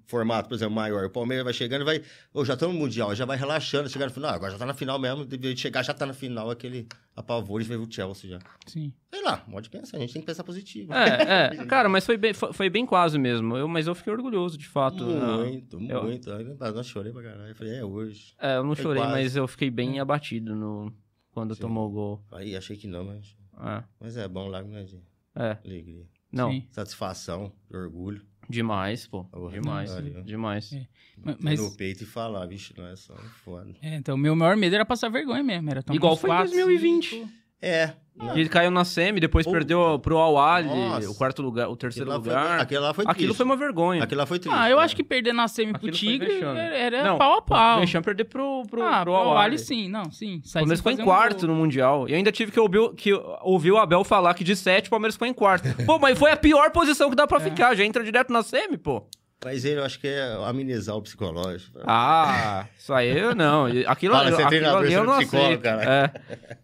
C: formato, por exemplo, maior, o Palmeiras vai chegando e vai. Ô, já estamos no Mundial, já vai relaxando, chegando no tá final. Ah, Agora já tá na final mesmo, deveria chegar, já tá na final aquele. apavores ver o Chelsea já.
B: Sim.
C: Sei lá, pode pensar, a gente tem que pensar positivo.
A: É, é. Cara, mas foi bem, fo- foi bem quase mesmo. Eu, mas eu fiquei orgulhoso, de fato. né?
C: Muito,
A: Eu-
C: muito. Eu... Nós chorei pra caralho. Eu falei, é hoje.
A: É, eu não
C: Foi
A: chorei,
C: quase. É.
A: mas eu fiquei bem abatido no... quando
C: Sim.
A: tomou o gol.
C: Aí achei que não, mas.
A: É,
C: Mas é bom lágrimas de
A: é.
C: alegria.
A: não,
B: Sim.
C: Satisfação, orgulho.
A: demais, pô.
C: Porra,
A: Demais,
C: valeu.
A: demais.
B: É. Ma-
C: bater
B: Mas,
C: No peito e falar, vixe, não é só foda.
B: é, então, meu maior medo era passar vergonha mesmo. Era tomar
A: Igual
B: uns
A: foi em
B: quatro,
A: 2020.
B: cinco.
C: É.
A: Ele caiu na semi, depois
C: Pô.
A: perdeu pro Al Ahly,
C: Nossa.
A: o quarto lugar, o terceiro
C: Aquilo lá, foi,
A: lugar.
C: aquilo lá foi triste.
A: Aquilo foi uma vergonha.
C: Aquilo lá foi triste.
B: Ah, eu
C: né?
B: acho que perder na semi pro
A: Aquilo foi
B: Tigre
A: vexame.
B: era, era
A: Não,
B: pau a pau.
A: O Deschamps perder pro, pro,
B: ah,
A: pro
B: pro
A: Al
B: Awali
A: Ahly.
B: sim, não, sim. Sai
A: Palmeiras ficou
B: sem
A: em
B: fazer um
A: quarto
B: gol.
A: no Mundial. E eu ainda tive que ouvir, o- que ouvir o Abel falar que de 7 o Palmeiras ficou em quarto. Pô, mas foi a pior posição que dá
B: É.
A: pra ficar. Já entra direto na semi, pô.
C: Mas ele, eu acho que é amenizar o psicológico.
A: Ah, isso aí eu não. E Aquilo,
C: Fala,
A: eu-
C: você é
A: aquilo
C: treinador,
A: ali eu
C: você é
A: não
C: psicólogo,
A: aceito. É.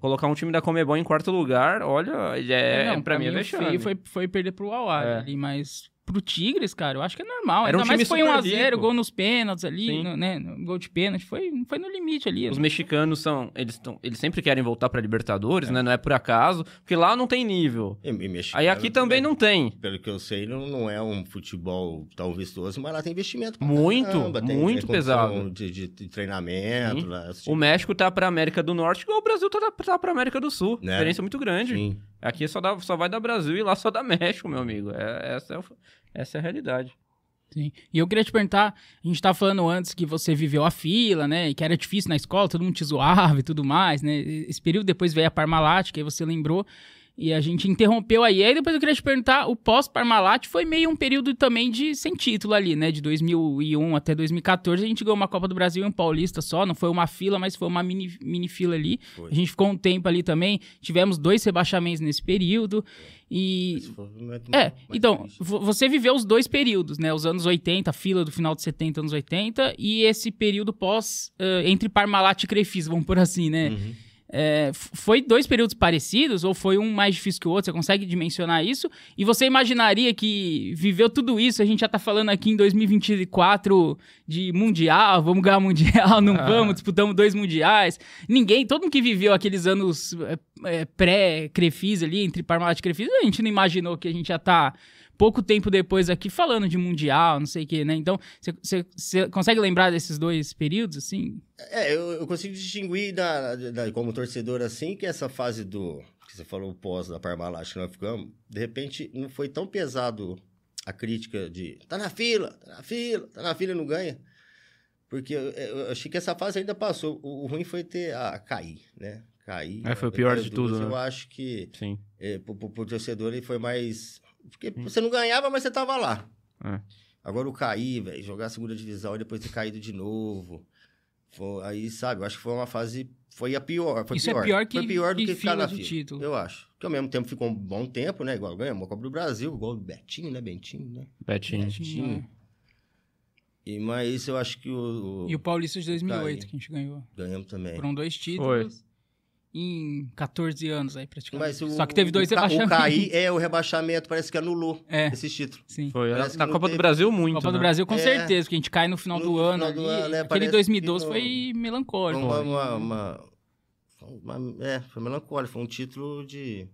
A: Colocar um time da Comebol em quarto lugar, olha, ele é,
B: não,
A: pra, mim é
B: o
A: vexame.
B: feio foi, foi perder pro Awali
A: É.
B: ali, mas pro Tigres, cara, eu acho que é normal.
A: Era um
B: Ainda mais
A: time
B: que foi
A: super
B: 1x0,
A: rico.
B: gol nos pênaltis ali,
A: Sim.
B: no, né? no Gol de pênalti, foi, foi no limite ali. né?
A: Os mexicanos são. Eles, tão, eles sempre querem voltar pra Libertadores, né? Não é por acaso. Porque lá não tem nível.
C: E, e mexicano
A: Aí aqui também não tem.
C: Pelo que eu sei, não, não é um futebol tão vistoso, mas lá tem investimento. pra
A: Muito,
C: caramba, tem-
A: muito
C: tem
A: pesado.
C: condição De, de- de treinamento,
A: Sim.
C: lá, esse
A: O México tá pra América do Norte, igual o Brasil tá, tá pra América do Sul.
C: Né?
A: Diferença muito grande.
C: Sim.
A: Aqui só, dá, só vai dar Brasil e lá só dá México, meu amigo. É- essa, é, o- essa é a realidade.
B: Sim. E eu queria te perguntar, a gente tava falando antes que você viveu a fila, né? E que era difícil na escola, todo mundo te zoava e tudo mais, né? Esse período depois veio a Parmalat, que aí você lembrou. E a gente interrompeu aí. Aí depois eu queria te perguntar, o pós-Parmalat foi meio um período também de sem título ali, né? De 2001 até 2014, a gente ganhou uma Copa do Brasil e um Paulista só. Não foi uma fila, mas foi uma mini, mini fila ali.
C: Foi.
B: A gente ficou um tempo ali também. Tivemos dois rebaixamentos nesse período. E
C: Esse foi o momento
B: é,
C: mais
B: então,
C: triste.
B: vo- você viveu os dois períodos, né? Os anos 80, a fila do final de 70, anos 80, e esse período pós, eh, entre Parmalat e Crefis, vamos por assim, né?
C: Uhum.
B: É, f- foi dois períodos parecidos, ou foi um mais difícil que o outro? Você consegue dimensionar isso? E você imaginaria que viveu tudo isso, a gente já tá falando aqui em 2024 de Mundial, vamos ganhar Mundial, não
A: Ah.
B: vamos, disputamos dois Mundiais. Ninguém, todo mundo que viveu aqueles anos é, é, pré-Crefis ali, entre Parmalat e Crefis, a gente não imaginou que a gente já tá pouco tempo depois aqui falando de Mundial, não sei o que, né? Então, você- você você consegue lembrar desses dois períodos, assim?
C: É, eu, eu consigo distinguir da, da- como torcedor assim que essa fase do. que você falou pós da Parmalat que nós ficamos, de repente não foi tão pesado a crítica de tá na fila, tá na fila, tá na fila e não ganha. Porque eu, eu- eu achei que essa fase ainda passou. O, o ruim foi ter a cair, né? Cair.
A: É, foi o pior de tudo,
C: Eu
A: né?
C: acho que
A: Sim.
C: é, pro, pro- pro torcedor ele foi mais. Porque
B: Hum.
C: você não ganhava, mas você tava lá.
A: É.
C: Agora o cair, velho, jogar a segunda divisão e depois ter caído de novo. Foi- aí, sabe, eu acho que foi uma fase. Foi a pior. Foi
B: Isso é
C: pior.
B: pior que-
C: foi pior do
B: que
C: que, ficar
B: fila
C: na
B: de
C: fila.
B: título.
C: Eu acho. Que ao mesmo tempo ficou um bom tempo, né? Igual ganhamos a Copa do Brasil, igual o Betinho, né? Bentinho, né?
A: Betinho.
C: Sim. E, mas eu acho que o. o-
B: E o Paulista de 2008
C: Daí.
B: que a gente ganhou.
C: Ganhamos também.
B: Foram dois títulos em 14 anos aí, praticamente.
C: Mas o-
B: Só que teve dois
C: o, ca-
B: rebaixamentos.
C: O cair é o rebaixamento, parece que anulou
B: É,
C: esse título.
B: sim.
A: Foi.
C: Parece que
A: Na
C: não
A: Copa do
C: teve-
A: Brasil, muito.
B: Copa do
A: né?
B: Brasil com
C: É.
B: certeza, porque a gente cai no final
C: No
B: do ano
C: final do
B: ali.
C: ano, né?
B: Aquele
C: Parece que
B: 2012
C: não- ah,
B: foi
C: Foi
B: melancólico.
C: uma,
B: né?
C: uma, uma- uma- É, foi melancólico. Foi um título de.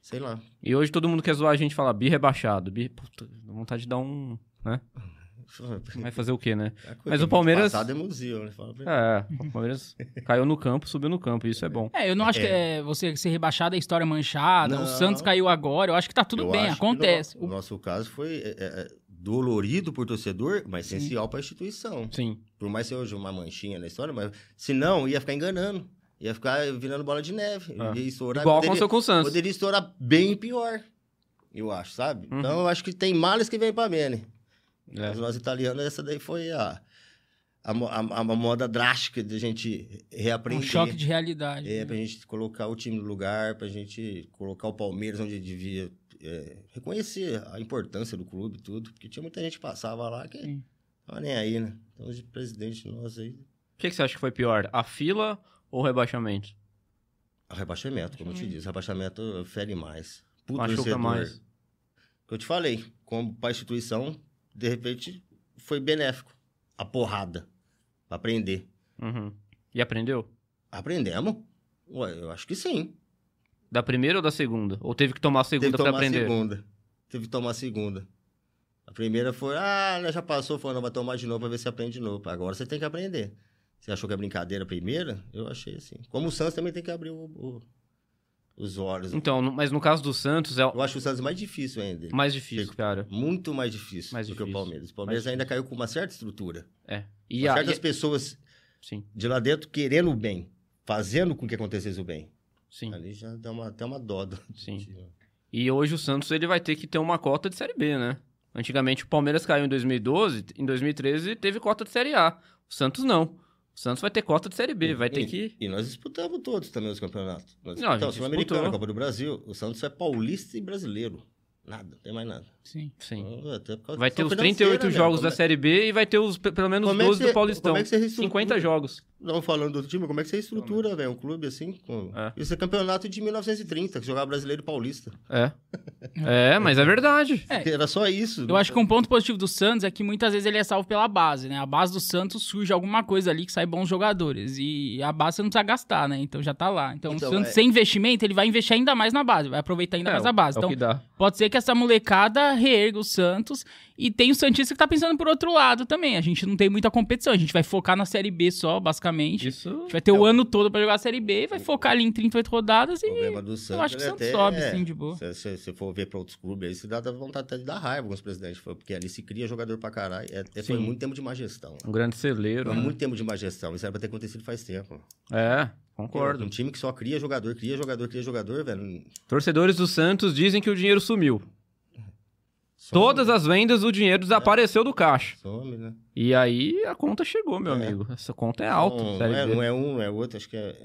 C: Sei lá.
A: E hoje todo mundo quer zoar a gente e falar bi rebaixado. Bi, puta, dá vontade de dar um. Né? Vai fazer o quê, né?
C: A coisa
A: Mas o
C: do
A: Palmeiras-
C: Passado é museu, né? Fala pra ele.
A: É, o Palmeiras caiu no campo, subiu no campo. Isso é bom.
B: É, eu não acho que é você ser rebaixado é história manchada. O
C: Não.
B: Santos caiu agora. Eu acho que tá tudo
C: Eu
B: bem,
C: acho que
B: acontece.
C: no- O nosso caso foi é, é, é, dolorido por torcedor, mas
B: Sim.
C: essencial para a instituição.
A: Sim.
C: Por mais que seja uma manchinha na história, mas se não, ia ficar enganando. Ia ficar virando bola de neve.
A: Ah.
C: Ia estourar.
A: Igual
C: poderia,
A: aconteceu com o Santos.
C: poderia estourar bem pior, eu acho, sabe?
A: Uhum.
C: Então eu acho que tem males que vêm para Mene.
A: É.
C: Mas nós italianos, essa daí foi a, a, mo- a, a moda drástica de a gente
B: Um
C: reaprender.
B: choque de realidade.
C: É,
B: né?
C: pra gente colocar o time no lugar, pra gente colocar o Palmeiras onde devia. é, reconhecer a importância do clube e tudo, porque tinha muita gente que passava lá que
B: Sim.
C: tava nem aí, né? Então, os presidente nosso aí,
A: O que, que você acha que foi pior? A fila ou o rebaixamento?
C: rebaixamento, como eu te
B: Rebaixamento.
C: disse, rebaixamento fere mais. Pro
A: Machuca
C: torcedor.
A: mais.
C: Eu te falei, como pra instituição, de repente, foi benéfico. A porrada. Pra aprender.
A: Uhum. E aprendeu?
C: Aprendemos. Ué, eu acho que sim.
A: Da primeira ou da segunda? Ou teve que tomar a segunda
C: Teve que
A: pra
C: tomar a
A: aprender?
C: segunda. Teve que tomar a segunda. A primeira foi, ah, né, já passou, foi, não, vai tomar de novo pra ver se aprende de novo. Agora você tem que aprender. Você achou que é brincadeira a primeira? Eu achei assim. Como o Santos também tem que abrir o- o- os olhos.
A: Então, no- mas no caso do Santos é o
C: Eu acho o Santos mais difícil ainda.
A: mais difícil, cara.
C: Muito mais difícil
A: Mais
C: do que o
A: difícil.
C: Palmeiras. O Palmeiras
A: Mais
C: ainda caiu com uma certa estrutura.
A: É. E a,
C: certas
A: e-
C: pessoas
A: Sim,
C: de lá dentro querendo o bem, fazendo com que acontecesse o bem.
A: sim,
C: Ali já dá uma, até uma dó. do-
A: sim.
C: de-
A: E hoje o Santos ele vai ter que ter uma cota de Série B, né? Antigamente o Palmeiras caiu em 2012, em 2013 teve cota de Série A. O Santos não. O Santos vai ter cota de Série B, vai ter
C: e,
A: que.
C: E nós disputamos todos também os campeonatos. Nós
A: Não, a
C: disputamos
A: gente
C: Sul-Americana,
A: disputou.
C: Copa do Brasil. O Santos é paulista e brasileiro. Nada, não tem mais nada.
B: Sim.
A: Sim.
C: Então, até por causa
A: Vai
C: da
A: ter os
C: questão
A: 38
C: financeira
A: jogos
C: mesmo.
A: da Série B e vai ter os pe- pelo menos
C: é Como é que
A: 12
C: você-
A: do Paulistão.
C: como é que você reestrutura?
A: 50 jogos.
C: Não falando do outro time, como é que você estrutura, velho, um clube assim? Com...
A: É.
C: Isso é campeonato de 1930, que jogava brasileiro e paulista.
A: É. É, mas é verdade.
B: É.
C: Era só isso.
B: Eu acho que um ponto positivo do Santos é que muitas vezes ele é salvo pela base, né? A base do Santos surge alguma coisa ali que sai bons jogadores. E a base você não precisa gastar, né? Então já tá lá. Então,
C: Então,
B: o Santos
C: é-
B: sem investimento, ele vai investir ainda mais na base, vai aproveitar ainda
A: É,
B: mais a base.
A: é o
B: Então,
A: que dá.
B: pode ser que essa molecada reerga o Santos. E tem o Santista que tá pensando por outro lado também. A gente não tem muita competição, a gente vai focar na Série B só, basicamente. A
A: Isso.
B: gente tipo, vai ter o ano todo pra jogar a Série B, vai focar ali em 38 rodadas
C: O
B: e
C: problema do Santos.
B: acho que o
C: é
B: Santos
C: até-
B: sobe,
C: é,
A: assim,
B: sim, de boa.
C: Se se- se você for ver para outros clubes aí, se dá dá vontade até de dar raiva alguns presidentes. foi, Porque ali se cria jogador pra caralho. É, é- foi
A: Sim.
C: muito tempo de má gestão.
A: Um grande celeiro.
C: Foi
A: né?
C: É muito tempo de má gestão. Isso era pra ter acontecido faz tempo.
A: É,
C: Um
A: concordo.
C: time que só cria jogador, cria jogador, cria jogador, velho.
A: Torcedores do Santos dizem que o dinheiro sumiu.
C: some,
A: Todas as vendas, o dinheiro desapareceu do caixa.
C: Some, né?
A: E aí a conta chegou, meu
C: É.
A: amigo. Essa conta é alta.
C: Não, não,
A: Série
C: é,
A: B.
C: não é um, não é outro. Acho que é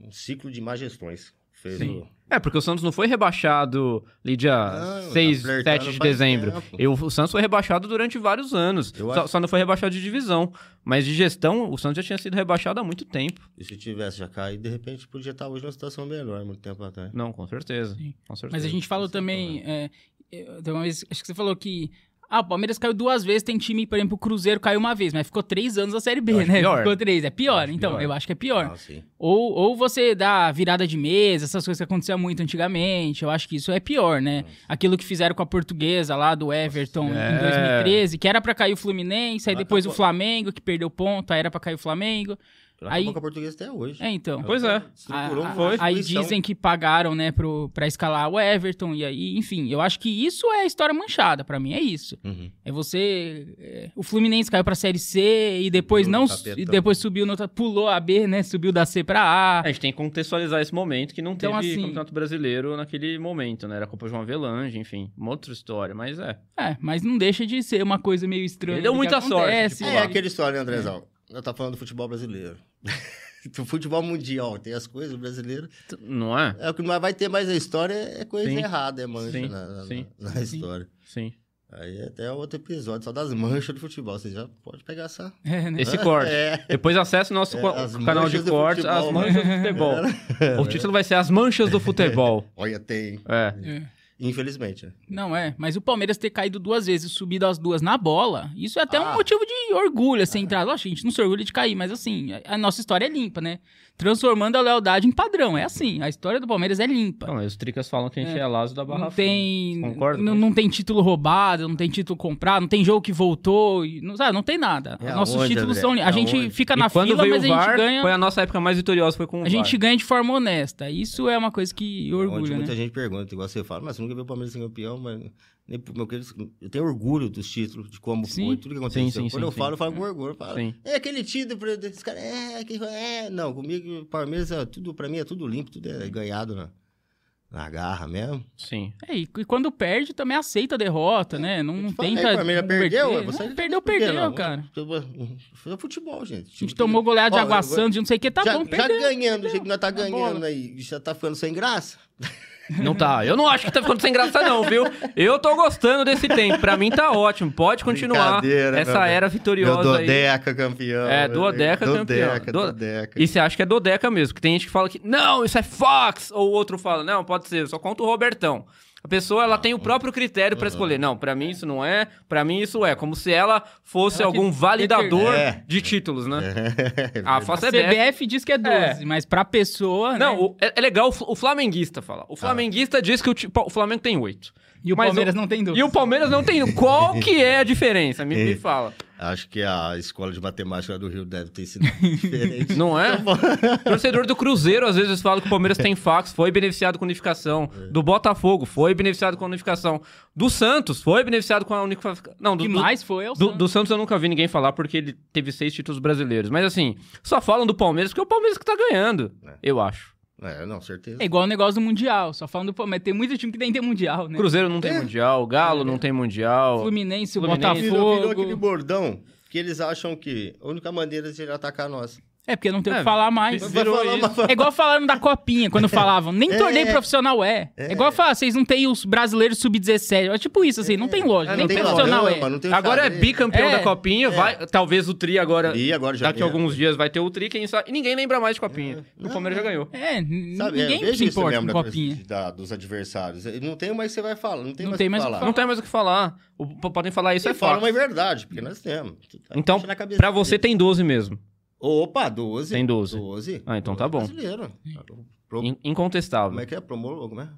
C: um ciclo de má gestões. Fez
A: Sim.
C: o-
A: É, porque o Santos não foi rebaixado ali dia
C: Não, tá
A: 6,
C: flertando
A: 7 de
C: faz
A: dezembro.
C: tempo.
A: Eu, o Santos foi rebaixado durante vários anos.
C: Eu
A: Só,
C: acho-
A: só não foi rebaixado de divisão. Mas de gestão, o Santos já tinha sido rebaixado há muito tempo.
C: E se tivesse já caído, de repente podia estar hoje numa situação melhor, muito tempo atrás.
A: Não, com certeza.
B: Sim.
A: Com certeza.
B: Mas a gente falou
C: com certeza,
B: também.
A: né?
B: é, eu- tem uma vez, acho que você falou que. Ah, o Palmeiras caiu duas vezes, tem time, por exemplo, o Cruzeiro caiu uma vez, mas ficou três anos a Série B,
A: Eu acho
B: né?
A: pior.
B: Ficou três, é
A: Eu
B: pior.
A: acho
B: então,
A: pior. Tá.
B: eu acho que é pior.
C: Ah, sim.
B: Ou, ou você dá virada de mesa, essas coisas que acontecia muito antigamente, eu acho que isso é pior, né? Aquilo que fizeram com a portuguesa lá do Everton
A: É.
B: em 2013, que era pra cair o Fluminense, aí
C: Lá
B: depois o
C: acabou.
B: Flamengo, que perdeu ponto, aí era pra cair o Flamengo.
C: Ela
B: Aí-
C: acabou com a portuguesa até hoje.
B: É, então.
A: Pois é.
C: Estruturou um
B: Ah,
C: uma
A: foi.
B: Aí
C: instituição.
B: dizem que pagaram, né, pro, pra escalar o Everton, e aí, enfim, eu acho que isso é a história manchada, pra mim, é isso.
C: Uhum.
B: É você. é, o Fluminense caiu pra Série C e depois
C: Subiu
B: não.
C: no tapetão.
B: E depois subiu no. ta- Pulou a B, né? Subiu da C pra A.
A: A gente tem que contextualizar esse momento que não
B: tá Então,
A: teve
B: assim-
A: campeonato brasileiro naquele momento, né? Era a Copa João Avelange, enfim, uma outra história, mas é.
B: É, mas não deixa de ser uma coisa meio estranha.
A: Ele deu
B: do que
A: muita sorte,
B: acontece,
A: tipo,
B: né?
C: É aquela história, né, Andrezão.
A: É.
C: Nós tá falando do futebol brasileiro. do futebol mundial, tem as coisas brasileiras.
A: T- Não é?
C: É o que mais vai ter mais a história é coisa
A: Sim.
C: errada, é mancha
A: Sim,
C: na, na-
A: sim,
C: na história.
A: Sim.
C: Aí é até outro episódio, só das manchas do futebol. Você já pode pegar essa.
B: É, né?
A: Esse corte.
C: É.
A: Depois acesse o nosso
C: É,
A: co-
C: as
A: canal
C: manchas
A: de
C: do
A: cortes,
C: futebol,
A: As
C: né?
A: Manchas do Futebol. O título vai ser As Manchas do Futebol.
C: Olha, tem.
A: É.
B: É.
C: Infelizmente. né?
B: Não é, mas o Palmeiras ter caído duas vezes e subido as duas na bola, isso é até um
C: Ah.
B: motivo de orgulho, assim, entrar. Lógico, a gente não se orgulha de cair, mas assim, a- a nossa história é limpa, né? Transformando a lealdade em padrão, é assim, a história do Palmeiras é limpa.
A: Não, mas os tricas falam que a gente é, Lazo da Barra
B: Não
A: Funda.
B: tem,
A: Concordo
B: não,
A: com
B: não tem título roubado, não tem título comprado, não tem jogo que voltou, e não, sabe, não tem nada.
C: É
B: Nossos
C: aonde,
B: títulos
C: André?
B: são. li- A
C: É
B: gente
C: aonde?
B: fica
A: E
B: na
A: quando
B: fila,
A: veio
B: mas
A: o
B: a
A: VAR,
B: gente ganha.
A: foi a nossa época mais vitoriosa, foi com o
B: A gente
A: VAR.
B: ganha de forma honesta. Isso é uma coisa que orgulha,
C: Onde
B: né?
C: muita gente pergunta, igual você fala, mas você nunca viu o Palmeiras ser campeão, mas nem por- meu querido, eu tenho orgulho dos títulos, de como
B: Sim.
C: foi, tudo que aconteceu.
A: Sim, sim,
C: Quando
A: sim,
C: eu
A: sim.
C: falo, eu falo com orgulho, eu falo,
A: Sim.
C: é aquele título, pra- esse cara, é, que, é, não, comigo, Palmeiras, é tudo, pra mim é tudo limpo, tudo é ganhado na, na garra mesmo.
A: Sim.
B: É, e e quando perde, também aceita a derrota, né? Não, não
C: Falei,
B: tenta.
C: Palmeiras
B: converter.
C: perdeu,
B: Não,
C: você-
B: perdeu,
C: por que
B: perdeu,
C: não?
B: cara.
C: Foi Tipo, é, futebol, gente.
B: A gente tomou goleada de
C: Ó,
B: Água
C: eu vou-
B: Santa, de não sei o que, tá
C: já,
B: bom,
C: já
B: perdeu.
C: ganhando, do jeito que nós tá
B: Tá
C: ganhando
B: bola.
C: aí, já tá ficando sem graça.
A: Não tá. Eu não acho que tá ficando sem graça, não, viu? Eu tô gostando desse tempo. Pra mim tá ótimo. Pode continuar
C: Brincadeira, meu
A: essa
C: Deus.
A: era vitoriosa aí.
C: campeão.
A: É,
C: meu
A: duodeca
C: amigo.
A: campeão.
C: Duodeca,
A: Do-
C: duodeca.
A: E você acha que é Dodeca mesmo, que tem gente que fala que, não, isso é Fox, ou o outro fala, não, pode ser, só conta o Robertão. A pessoa
C: Ah,
A: ela tem o próprio critério
C: Uhum.
A: pra escolher. Não, pra mim isso não é, pra mim isso é. Como se ela fosse
B: Ela que
A: algum validador
C: É.
A: de títulos, né?
C: É,
A: A FACEBF.
B: CBF diz que é 12, mas pra pessoa.
A: Não,
B: né? Ah.
A: o- é, é legal o fl- o flamenguista falar. O flamenguista diz que o, ti- pa- o Flamengo tem oito.
B: e o
A: mas
B: Palmeiras
A: o-
B: não tem 12.
A: E o Palmeiras não tem. Qual que é a diferença? Me, me fala.
C: Acho que a escola de matemática do Rio deve ter sido diferente.
A: Não é? Torcedor do Cruzeiro às vezes fala que o Palmeiras tem fax, foi beneficiado com unificação. Do Botafogo, foi beneficiado com a unificação. Do Santos, foi beneficiado com a unificação. Não, do,
B: que
A: do,
B: mais foi é o
A: do,
B: Santos.
A: do Santos eu nunca vi ninguém falar porque ele teve seis títulos brasileiros. Mas assim, só falam do Palmeiras porque é o Palmeiras que tá ganhando,
C: É.
A: eu acho.
C: É, não, certeza.
B: É igual o negócio do Mundial. Só falando do Palmeiras. Tem muito time que nem tem Mundial, né? É.
A: Cruzeiro não tem Mundial, Galo não tem Mundial.
B: Fluminense, o
A: Fluminense.
B: Botafogo.
C: Virou, virou aquele bordão que eles acham que a única maneira de ele atacar nós.
B: É, porque não tem o
A: É,
B: que falar mais.
A: Virou
C: Vai falar
A: isso.
C: uma-
B: É igual falaram da copinha, quando falavam, nem
C: É.
B: torneio profissional é. É,
C: É.
B: igual falar, vocês não têm os brasileiros sub-17. É tipo isso, assim, não tem lógica.
A: É,
B: nem
A: não tem
B: profissional
C: lama,
B: é.
C: não tem
A: Agora é
C: xadrez.
A: bicampeão
B: É.
A: da Copinha, vai, talvez o Tri agora.
C: E agora já
A: daqui a alguns dias vai ter o Tri, quem sabe. E ninguém lembra mais de Copinha. o Palmeiras já ganhou.
B: É, n-
C: Sabe, é,
B: ninguém
C: vejo
B: se
C: isso
B: importa
C: mesmo
B: com
C: da-
B: copinha.
C: da- dos adversários. Não tem mais o que você vai falar. Não tem
B: Não
C: mais
B: tem
C: o que
B: mais o que
C: falar.
A: Não tem mais o que falar. O- p- podem falar isso,
C: Você
A: é
C: fala
A: fato.
C: uma verdade, porque nós temos. Tu tá
A: Então,
C: mexendo na cabeça
A: pra você
C: dele.
A: tem 12 mesmo.
C: Opa, 12.
A: Tem 12.
C: 12.
A: Ah, então tá bom.
C: Brasileiro. Pro-
A: In-
C: Como
A: Incontestável.
C: é que é? Promolo, como é?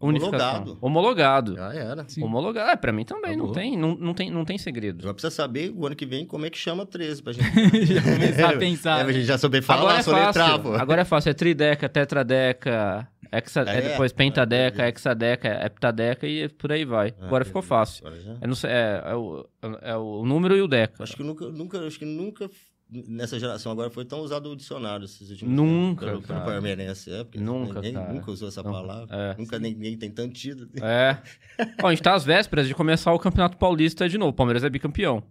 A: Unificação.
C: Homologado. Tá
A: Homologado.
C: Já era.
B: Sim.
A: Homologado. É, pra mim também, não
C: Acabou.
A: tem, não, não tem, não tem segredo.
C: Já precisa saber o ano que vem como é que chama 13 pra gente.
B: Já começar a
C: É,
B: pensar.
C: a gente já souber
A: Agora
C: falar, Ah,
A: é
C: sobre
A: fácil.
C: travo.
A: Agora é fácil. É trideca, tetradeca, hexa... é
C: É.
A: depois pentadeca, hexadeca, é heptadeca e por aí vai.
C: Ah,
A: Agora ficou
C: beleza.
A: fácil.
C: Agora já.
A: É, não sei- é- é o, é o número e o deca.
C: Acho que nunca, nunca, acho que nunca nessa geração agora foi tão usado o dicionário esses últimos
A: Nunca,
C: anos, pelo- pelo
A: cara.
C: palmeirense, é, porque
A: Nunca,
C: ninguém
A: cara.
C: nunca usou essa
A: Nunca.
C: palavra.
A: É.
C: Nunca ninguém tem tanto tido.
A: É. Ó, a gente tá às vésperas de começar o Campeonato Paulista de novo. O Palmeiras é bicampeão.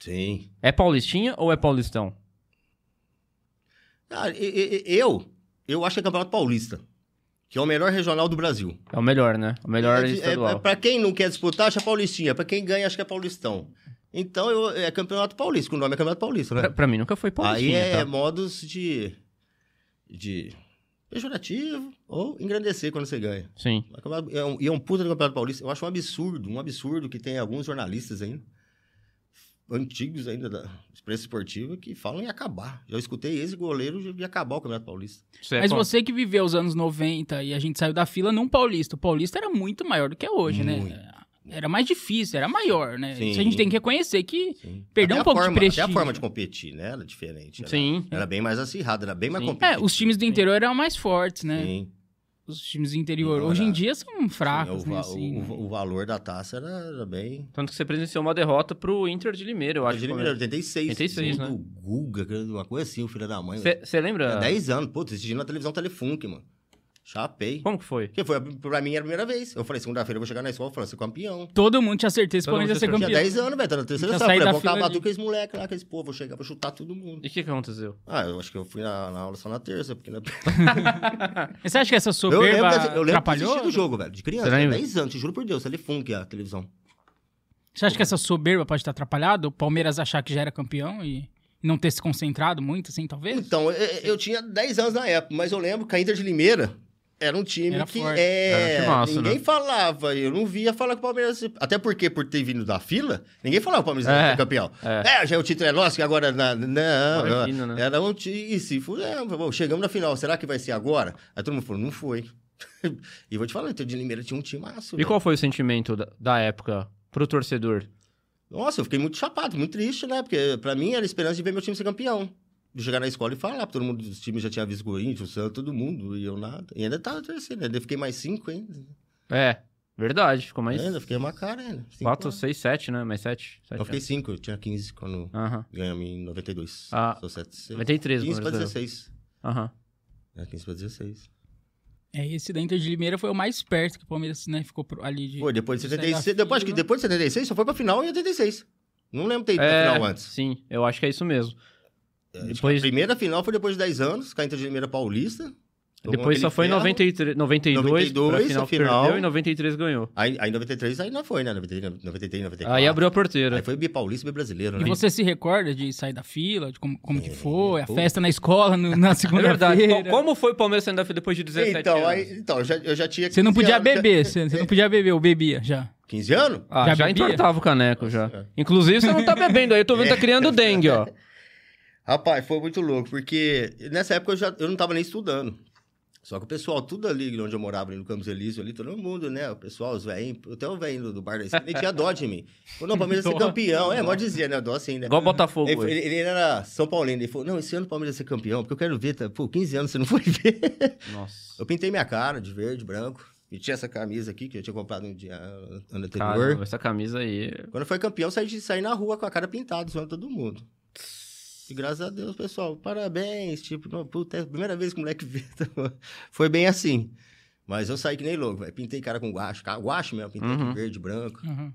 C: Sim.
A: É paulistinha ou é paulistão?
C: Cara, Ah, e- e- e- eu, eu acho que é Campeonato Paulista, que é o melhor regional do Brasil.
A: É o melhor, né? O melhor
C: é,
A: estadual.
C: pra quem não quer disputar, acha Paulistinha. Pra quem ganha, acha que é Paulistão. Então, eu- é Campeonato Paulista, que o nome é Campeonato Paulista, né?
A: Pra, pra mim nunca foi
C: Aí
A: paulistinha.
C: é
A: tá?
C: modos de, de pejorativo ou engrandecer quando você ganha.
A: Sim.
C: Acabado- é um- E é um puta do Campeonato Paulista. Eu acho um absurdo, um absurdo que tem alguns jornalistas ainda, antigos ainda da imprensa esportiva, que falam em acabar. Já escutei ex-goleiro de de acabar o Campeonato Paulista.
A: Isso é
B: Mas
A: pau-
B: você que viveu os anos 90 e a gente saiu da fila num paulista. O paulista era muito maior do que é hoje,
C: Muito.
B: né? Era mais difícil, era maior, né?
C: Sim.
B: Isso a gente tem que reconhecer que Perdeu
C: Perdeu
B: um pouco de prestígio.
C: Até a forma de competir, né? Era diferente. Era,
A: Sim.
C: era bem mais acirrada, era bem mais
A: Sim.
B: é,
C: competitiva.
B: os times do
A: Sim.
B: interior eram mais fortes, né?
C: Sim,
B: Os times do interior.
C: Não,
B: Hoje em
C: era-
B: dia são fracos,
C: sim, é o,
B: né?
C: va-
B: assim,
C: o-
B: né?
C: o valor da taça era, era bem...
A: Tanto que você presenciou uma derrota pro Inter de Limeira, eu acho.
C: de Limeira, 86.
A: 86,
C: gol
A: né?
C: do Guga, que era uma coisa assim, o filho da mãe.
A: Você
B: ah.
A: lembra?
C: Tinha 10 anos, putz, assistindo na televisão Telefunk, mano. Chapei.
A: Como que foi?
C: Porque foi, a- pra mim era a primeira vez. Eu falei, segunda-feira eu vou chegar na escola, eu falei, eu sou campeão.
B: Todo mundo tinha certeza que o
A: Todo mundo
B: Palmeiras ia ser
A: tinha
C: Tinha
B: campeão.
C: 10 anos, velho, tá na terceira
B: Tinha
C: sala. Falei,
B: saído da
C: vou
B: fila
C: acabar
B: de-
C: tudo com esse moleque lá, com esse povo, vou chegar, vou chutar todo mundo.
A: E o que, que aconteceu?
C: Ah, eu acho que eu fui na, na aula só na terça, porque né, na...
B: Você acha que essa
C: eu
B: soberba
C: lembro, de- eu lembro de assistir
B: atrapalhou?
C: do jogo, velho, de criança,
A: Você
C: tinha
A: lembra?
C: 10 anos, te juro por Deus, Telefunk, a televisão.
B: Você acha que essa soberba pode ter atrapalhado? O Palmeiras achar que já era campeão e não ter se concentrado muito, assim, talvez?
C: Então, eu, eu tinha 10 anos na época, mas eu lembro que a Inter de Limeira era um time
B: Era
C: que
B: forte.
C: é,
A: Era um timaço,
C: ninguém
A: né?
C: falava, eu não via falar que o Palmeiras... Até porque, por ter vindo da fila, ninguém falava que o Palmeiras
A: É.
C: era campeão.
A: É.
C: É, já o título é nosso, que agora... na- não,
A: Agora é
C: não.
A: fino, né?
C: era um time... E se for, é, bom, chegamos na final, será que vai ser agora? Aí todo mundo falou, não foi. e vou te falar, o Inter de Limeira tinha um timaço.
A: E
C: velho.
A: qual foi o sentimento da, da época pro torcedor?
C: Nossa, eu fiquei muito chapado, muito triste, né? Porque pra mim era a esperança de ver meu time ser campeão. De chegar na escola e falar, porque todo mundo dos times já tinha visto Corinthians, Santos, todo mundo, e eu nada. E ainda tava terceiro, né? Ainda fiquei mais cinco ainda.
A: É, verdade, ficou mais.
C: Ainda É, fiquei uma cara ainda. Cinco
A: 4,
C: anos.
A: 6, 7, né? Mais 7.
C: Eu fiquei cinco, eu tinha 15 quando
A: Aham,
C: ganhamos em 92.
A: Ah,
C: Sou 7, 6.
A: 93,
C: 15 pra
A: Palmeiras ganhou.
C: 16.
A: Aham.
C: É, 15 pra 16.
B: É, esse da Inter de Limeira foi o mais perto que o Palmeiras né, ficou pro- ali de...
C: Foi, depois de
B: Saí da
C: 76. Depois, acho que
B: fila.
C: depois de 76 só foi pra final em 86. Não lembro ter ido pra final antes.
A: É, Sim, eu acho que é isso mesmo.
C: Acho que
A: Depois-
C: A primeira final foi depois de 10 anos, com a Inter de Limeira Paulista. Tomou
A: Depois só
C: aquele
A: foi em
C: ferro.
A: 93, 92,
C: 92,
A: pra final,
C: a final.
A: perdeu e 93 ganhou.
C: Aí, aí em 93 aí não foi, né? 93, 93 94.
A: Aí abriu a porteira.
C: Aí foi bipaulista e brasileiro,
B: um E
C: né?
B: você se recorda de sair da fila, de como, como que
C: É,
B: foi, a
C: pô.
B: festa na escola, no- na
A: É
B: segunda-feira?
A: verdade. Co- Como foi o Palmeiras saindo da fila depois de 17
C: Então,
A: anos?
C: aí, então eu, já, eu já tinha É.
B: Você não
C: 15
B: podia
C: anos, já-
B: beber, você, você não podia beber, eu bebia já.
C: 15 anos?
A: Ah,
B: Já
A: já,
B: bebia?
A: entortava o caneco já.
C: É.
A: Inclusive, você não tá bebendo aí, eu tô vendo que tá criando dengue, ó.
C: Rapaz, foi muito louco, porque nessa época eu, já, eu não tava nem estudando. Só que o pessoal, tudo ali onde eu morava, ali no Campos Elíseos, ali, todo mundo, né? O pessoal, os velhinhos, até o velhinho um do, do bar da esquina, ele tinha dó de mim. Falou, não, o Palmeiras vai ser
B: Dó.
C: campeão. É, pode dizer, né? Dó assim, né?
A: Igual o Botafogo.
C: Ele, foi-
A: hoje.
C: ele- ele era São Paulino. Ele falou, não, esse ano o Palmeiras vai ser campeão, porque eu quero ver, tá? pô, 15 anos você não foi ver.
A: Nossa.
C: Eu pintei minha cara de verde, branco. E tinha essa camisa aqui, que eu tinha comprado no dia ano anterior.
A: Caramba, essa camisa aí.
C: Quando foi campeão, saí, de- saí na rua com a cara pintada, zoando todo mundo. E graças a Deus, pessoal, parabéns. Tipo, não, puta, é a primeira vez que o moleque vê. então, foi bem assim. Mas eu saí que nem louco, velho. Pintei cara com guache, cara, guache mesmo, pintei
A: Uhum.
C: de verde, branco.
B: Uhum.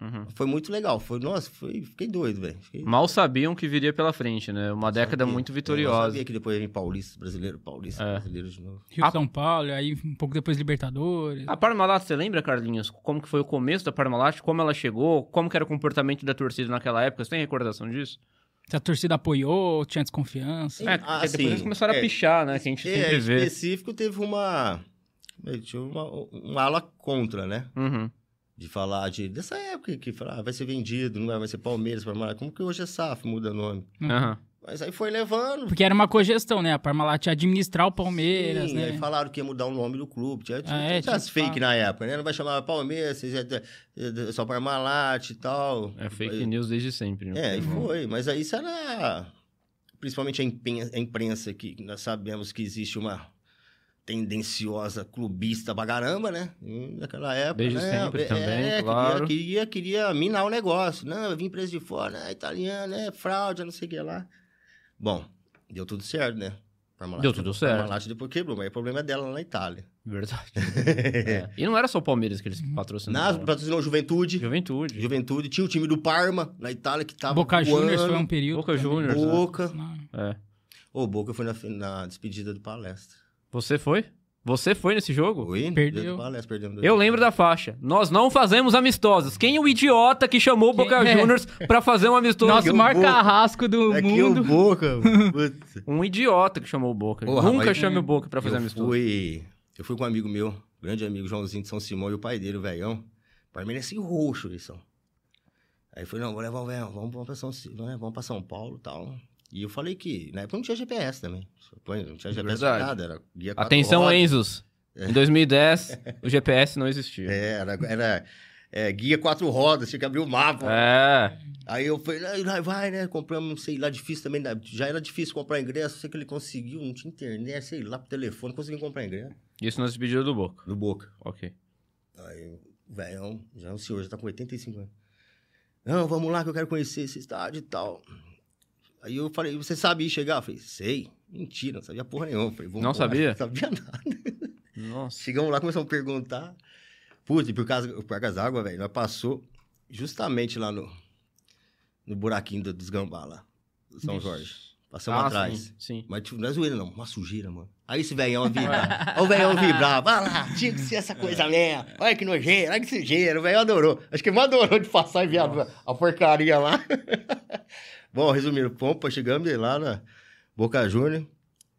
A: Uhum.
C: Foi muito legal. Foi, nossa, foi, fiquei doido, velho. Fiquei-
A: Mal sabiam que viria pela frente, né? Uma década
C: sabia.
A: muito
C: Eu É, não
A: vitoriosa.
C: sabia que depois ia vir paulista, brasileiro, paulista,
A: É.
C: brasileiro de novo.
B: Rio
A: A-
B: São Paulo, aí um pouco depois Libertadores.
A: A Parmalat, você lembra, Carlinhos, como que foi o começo da Parmalat, como ela chegou, como que era o comportamento da torcida naquela época? Você tem recordação disso?
B: Se a torcida apoiou, tinha desconfiança.
C: Sim,
A: é, porque
C: assim,
A: depois eles começaram a
C: é,
A: pichar, né? Que a gente
C: É,
A: sempre
C: em
A: vê.
C: específico, teve uma. Tinha uma, uma ala contra, né?
A: Uhum.
C: De falar de, dessa época que falar, ah, vai ser vendido, não vai, vai ser Palmeiras, Parmalat. Como que hoje é SAF, muda nome.
A: Aham.
C: Mas aí foi levando.
B: Porque era uma cogestão, né? A Parmalat ia administrar o Palmeiras,
C: Sim,
B: né?
C: Aí falaram que ia mudar o nome do clube. Tinha, tinha,
B: Ah, é,
C: tinha
B: tinha
C: as
B: que
C: fake
B: falar.
C: na época, né? Não vai chamar Palmeiras, vocês é, é, é só Parmalat e tal.
A: É fake news desde sempre. né?
C: É, e
B: Uhum.
C: foi. Mas aí isso era. Principalmente a impen- a imprensa, que nós sabemos que existe uma tendenciosa clubista bagaramba, né? E Naquela época.
A: Desde
C: né?
A: sempre
C: é,
A: também,
C: é,
A: claro.
C: Queria, queria, queria minar o negócio. Não, eu vim preso de fora, né? italiano, é fraude, não sei o que lá. Bom, deu tudo certo, né? Parmalat-
A: Deu tudo certo.
C: Parmalat depois quebrou, mas o problema é dela lá na Itália.
A: Verdade. É. E não era só o Palmeiras que eles
C: Na,
A: patrocinavam.
C: patrocinou Juventude.
A: Juventude.
C: Juventude. Tinha o time do Parma, na Itália, que tava
B: Boca Juniors foi um
C: voando.
B: período.
A: Boca
B: também.
A: Juniors, né?
C: Boca.
B: Ah,
A: É.
C: Ô, Boca foi na, fi- na despedida do palestra.
A: Você foi? Você foi nesse jogo?
C: Foi?
B: Perdeu.
C: Do palestra, perdemos dois
A: Eu
C: a
A: lembro da faixa. Nós não fazemos amistosos. Quem é o idiota que chamou o Boca
B: Quem- é.
A: Juniors pra fazer um amistoso?
B: Nosso
C: o
B: maior
C: Boca.
B: carrasco do
C: zero. É que o
B: mundo.
C: Boca. putz.
A: Um idiota que chamou o Boca.
C: Porra,
A: Nunca
C: mas-
A: chame o Boca pra fazer
C: eu
A: amistoso.
C: fui. Eu fui com um amigo meu, grande amigo, Joãozinho de São Simão, e o pai dele, o velhão. Palmeirense assim, roxo, eles são. Aí eu falei, não, vou levar o velhão, vamos, vamos, pra São, Si- né, vamos pra São Paulo e tal. E eu falei que, na época não tinha GPS também. Não tinha GPS
A: Verdade.
C: nada, era guia quatro
A: Atenção,
C: rodas.
A: Enzos. Em 2010, o GPS não existia.
C: É, era, era é, guia quatro rodas, tinha que abrir o mapa.
A: É.
C: Aí eu falei, "Não, vai, vai, né? Compramos, não sei lá, difícil também. né? Já era difícil comprar ingresso, sei que ele conseguiu, não tinha internet, sei lá, pro telefone, consegui comprar ingresso.
A: Isso nós despedimos do Boca.
C: Do Boca.
A: Ok.
C: Aí, o velhão, já é um senhor, já tá com 85 anos. Não, vamos lá que eu quero conhecer esse estádio e tal. Aí eu falei, você sabia chegar? Eu falei, sei. Mentira, não sabia porra nenhuma. Eu Falei, vamos
A: Não
C: lá.
A: sabia?
C: Não sabia nada.
A: Nossa.
C: Chegamos lá, começamos a perguntar. Putz, e por causa, por causa da água, velho, nós passou justamente lá no, no buraquinho do- dos gambá lá, do São Jorge. Passamos
A: Ah,
C: atrás.
A: Sim, sim.
C: Mas tipo, não é zoeira, não. Uma sujeira, mano. Aí esse velhão vibrava. Olha o velhão vibrava. Olha lá, tinha que ser
A: É.
C: essa coisa mesmo. Olha que nojeira, olha que sujeira. O velhão adorou. Acho que ele mais adorou de passar e ver a, a porcaria lá. Bom, resumindo, pompa, chegamos lá na Boca Júnior.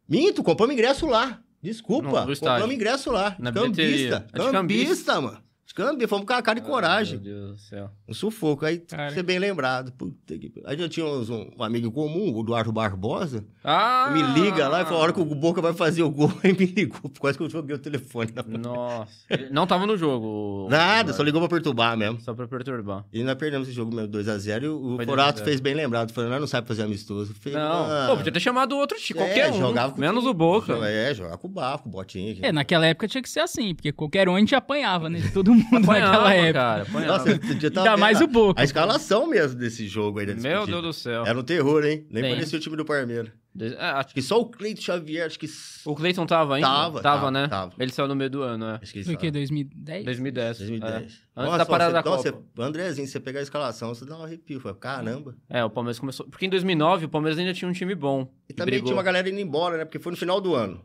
C: Minto, compramos ingresso lá.
A: No-
C: Desculpa,
A: no estádio.
C: compramos ingresso lá.
A: Na bilheteria. É
C: cambista.
A: De
C: Cambista,
A: cambista. Ah,
C: mano. De cambista, fomos com a cara de coragem.
A: Meu Deus do céu.
C: Um sufoco. Aí,
B: Cara.
C: você bem lembrado. Puta que... Aí já tinha uns- um, um amigo em comum, o Eduardo Barbosa.
A: Ah!
C: Me liga lá e fala, a hora que o Boca vai fazer o gol, aí me ligou. Quase que eu joguei o telefone. na mão.
A: Nossa. Ele Não tava no jogo. o-
C: Nada,
A: o-
C: só ligou pra perturbar mesmo.
A: Só pra perturbar.
C: E nós perdemos esse jogo mesmo, 2x0. E o
A: Foi
C: Forato
A: 2x0.
C: fez bem lembrado. Falando, nós não sabe fazer amistoso. Falei,
A: Não.
C: ah,
A: Pô, podia ter chamado outro time,
C: é,
A: qualquer um.
C: jogava com
A: menos
C: time.
A: o Boca.
C: É, jogava com o Bafo, com o Botinha.
B: É, naquela época tinha que ser assim, porque qualquer um a gente apanhava, né? De todo mundo
A: Apanhava,
B: naquela época.
A: cara. apanhava.
C: Nossa, esse
A: Então,
C: dia tava
B: Ainda
C: vendo
B: mais
A: é,
C: a-
B: o Boca.
C: A escalação mesmo desse jogo aí. da
A: Meu
C: despedida.
A: Deus do céu.
C: Era um terror, hein? Nem
A: Sim.
C: parecia o time do Palmeiras.
A: De- é, acho
C: Acho que só o Cleito Xavier, acho que...
A: que O Cleiton tava ainda?
C: Tava, tava,
A: né?
C: tava.
A: Ele saiu no meio do ano, é.
C: Acho que ele
B: Foi o quê?
C: sabe.
B: 2010?
A: 2010.
C: 2010.
A: É. Antes da parada da
C: você, nossa,
A: Copa.
C: você- então Andrezinho, você pegar a escalação, você dá um arrepio. Fala, caramba.
A: É, o Palmeiras começou. Porque em 2009 o Palmeiras ainda tinha um time bom.
C: E
A: que
C: também
A: brigou.
C: tinha uma galera indo embora, né? Porque foi no final do ano.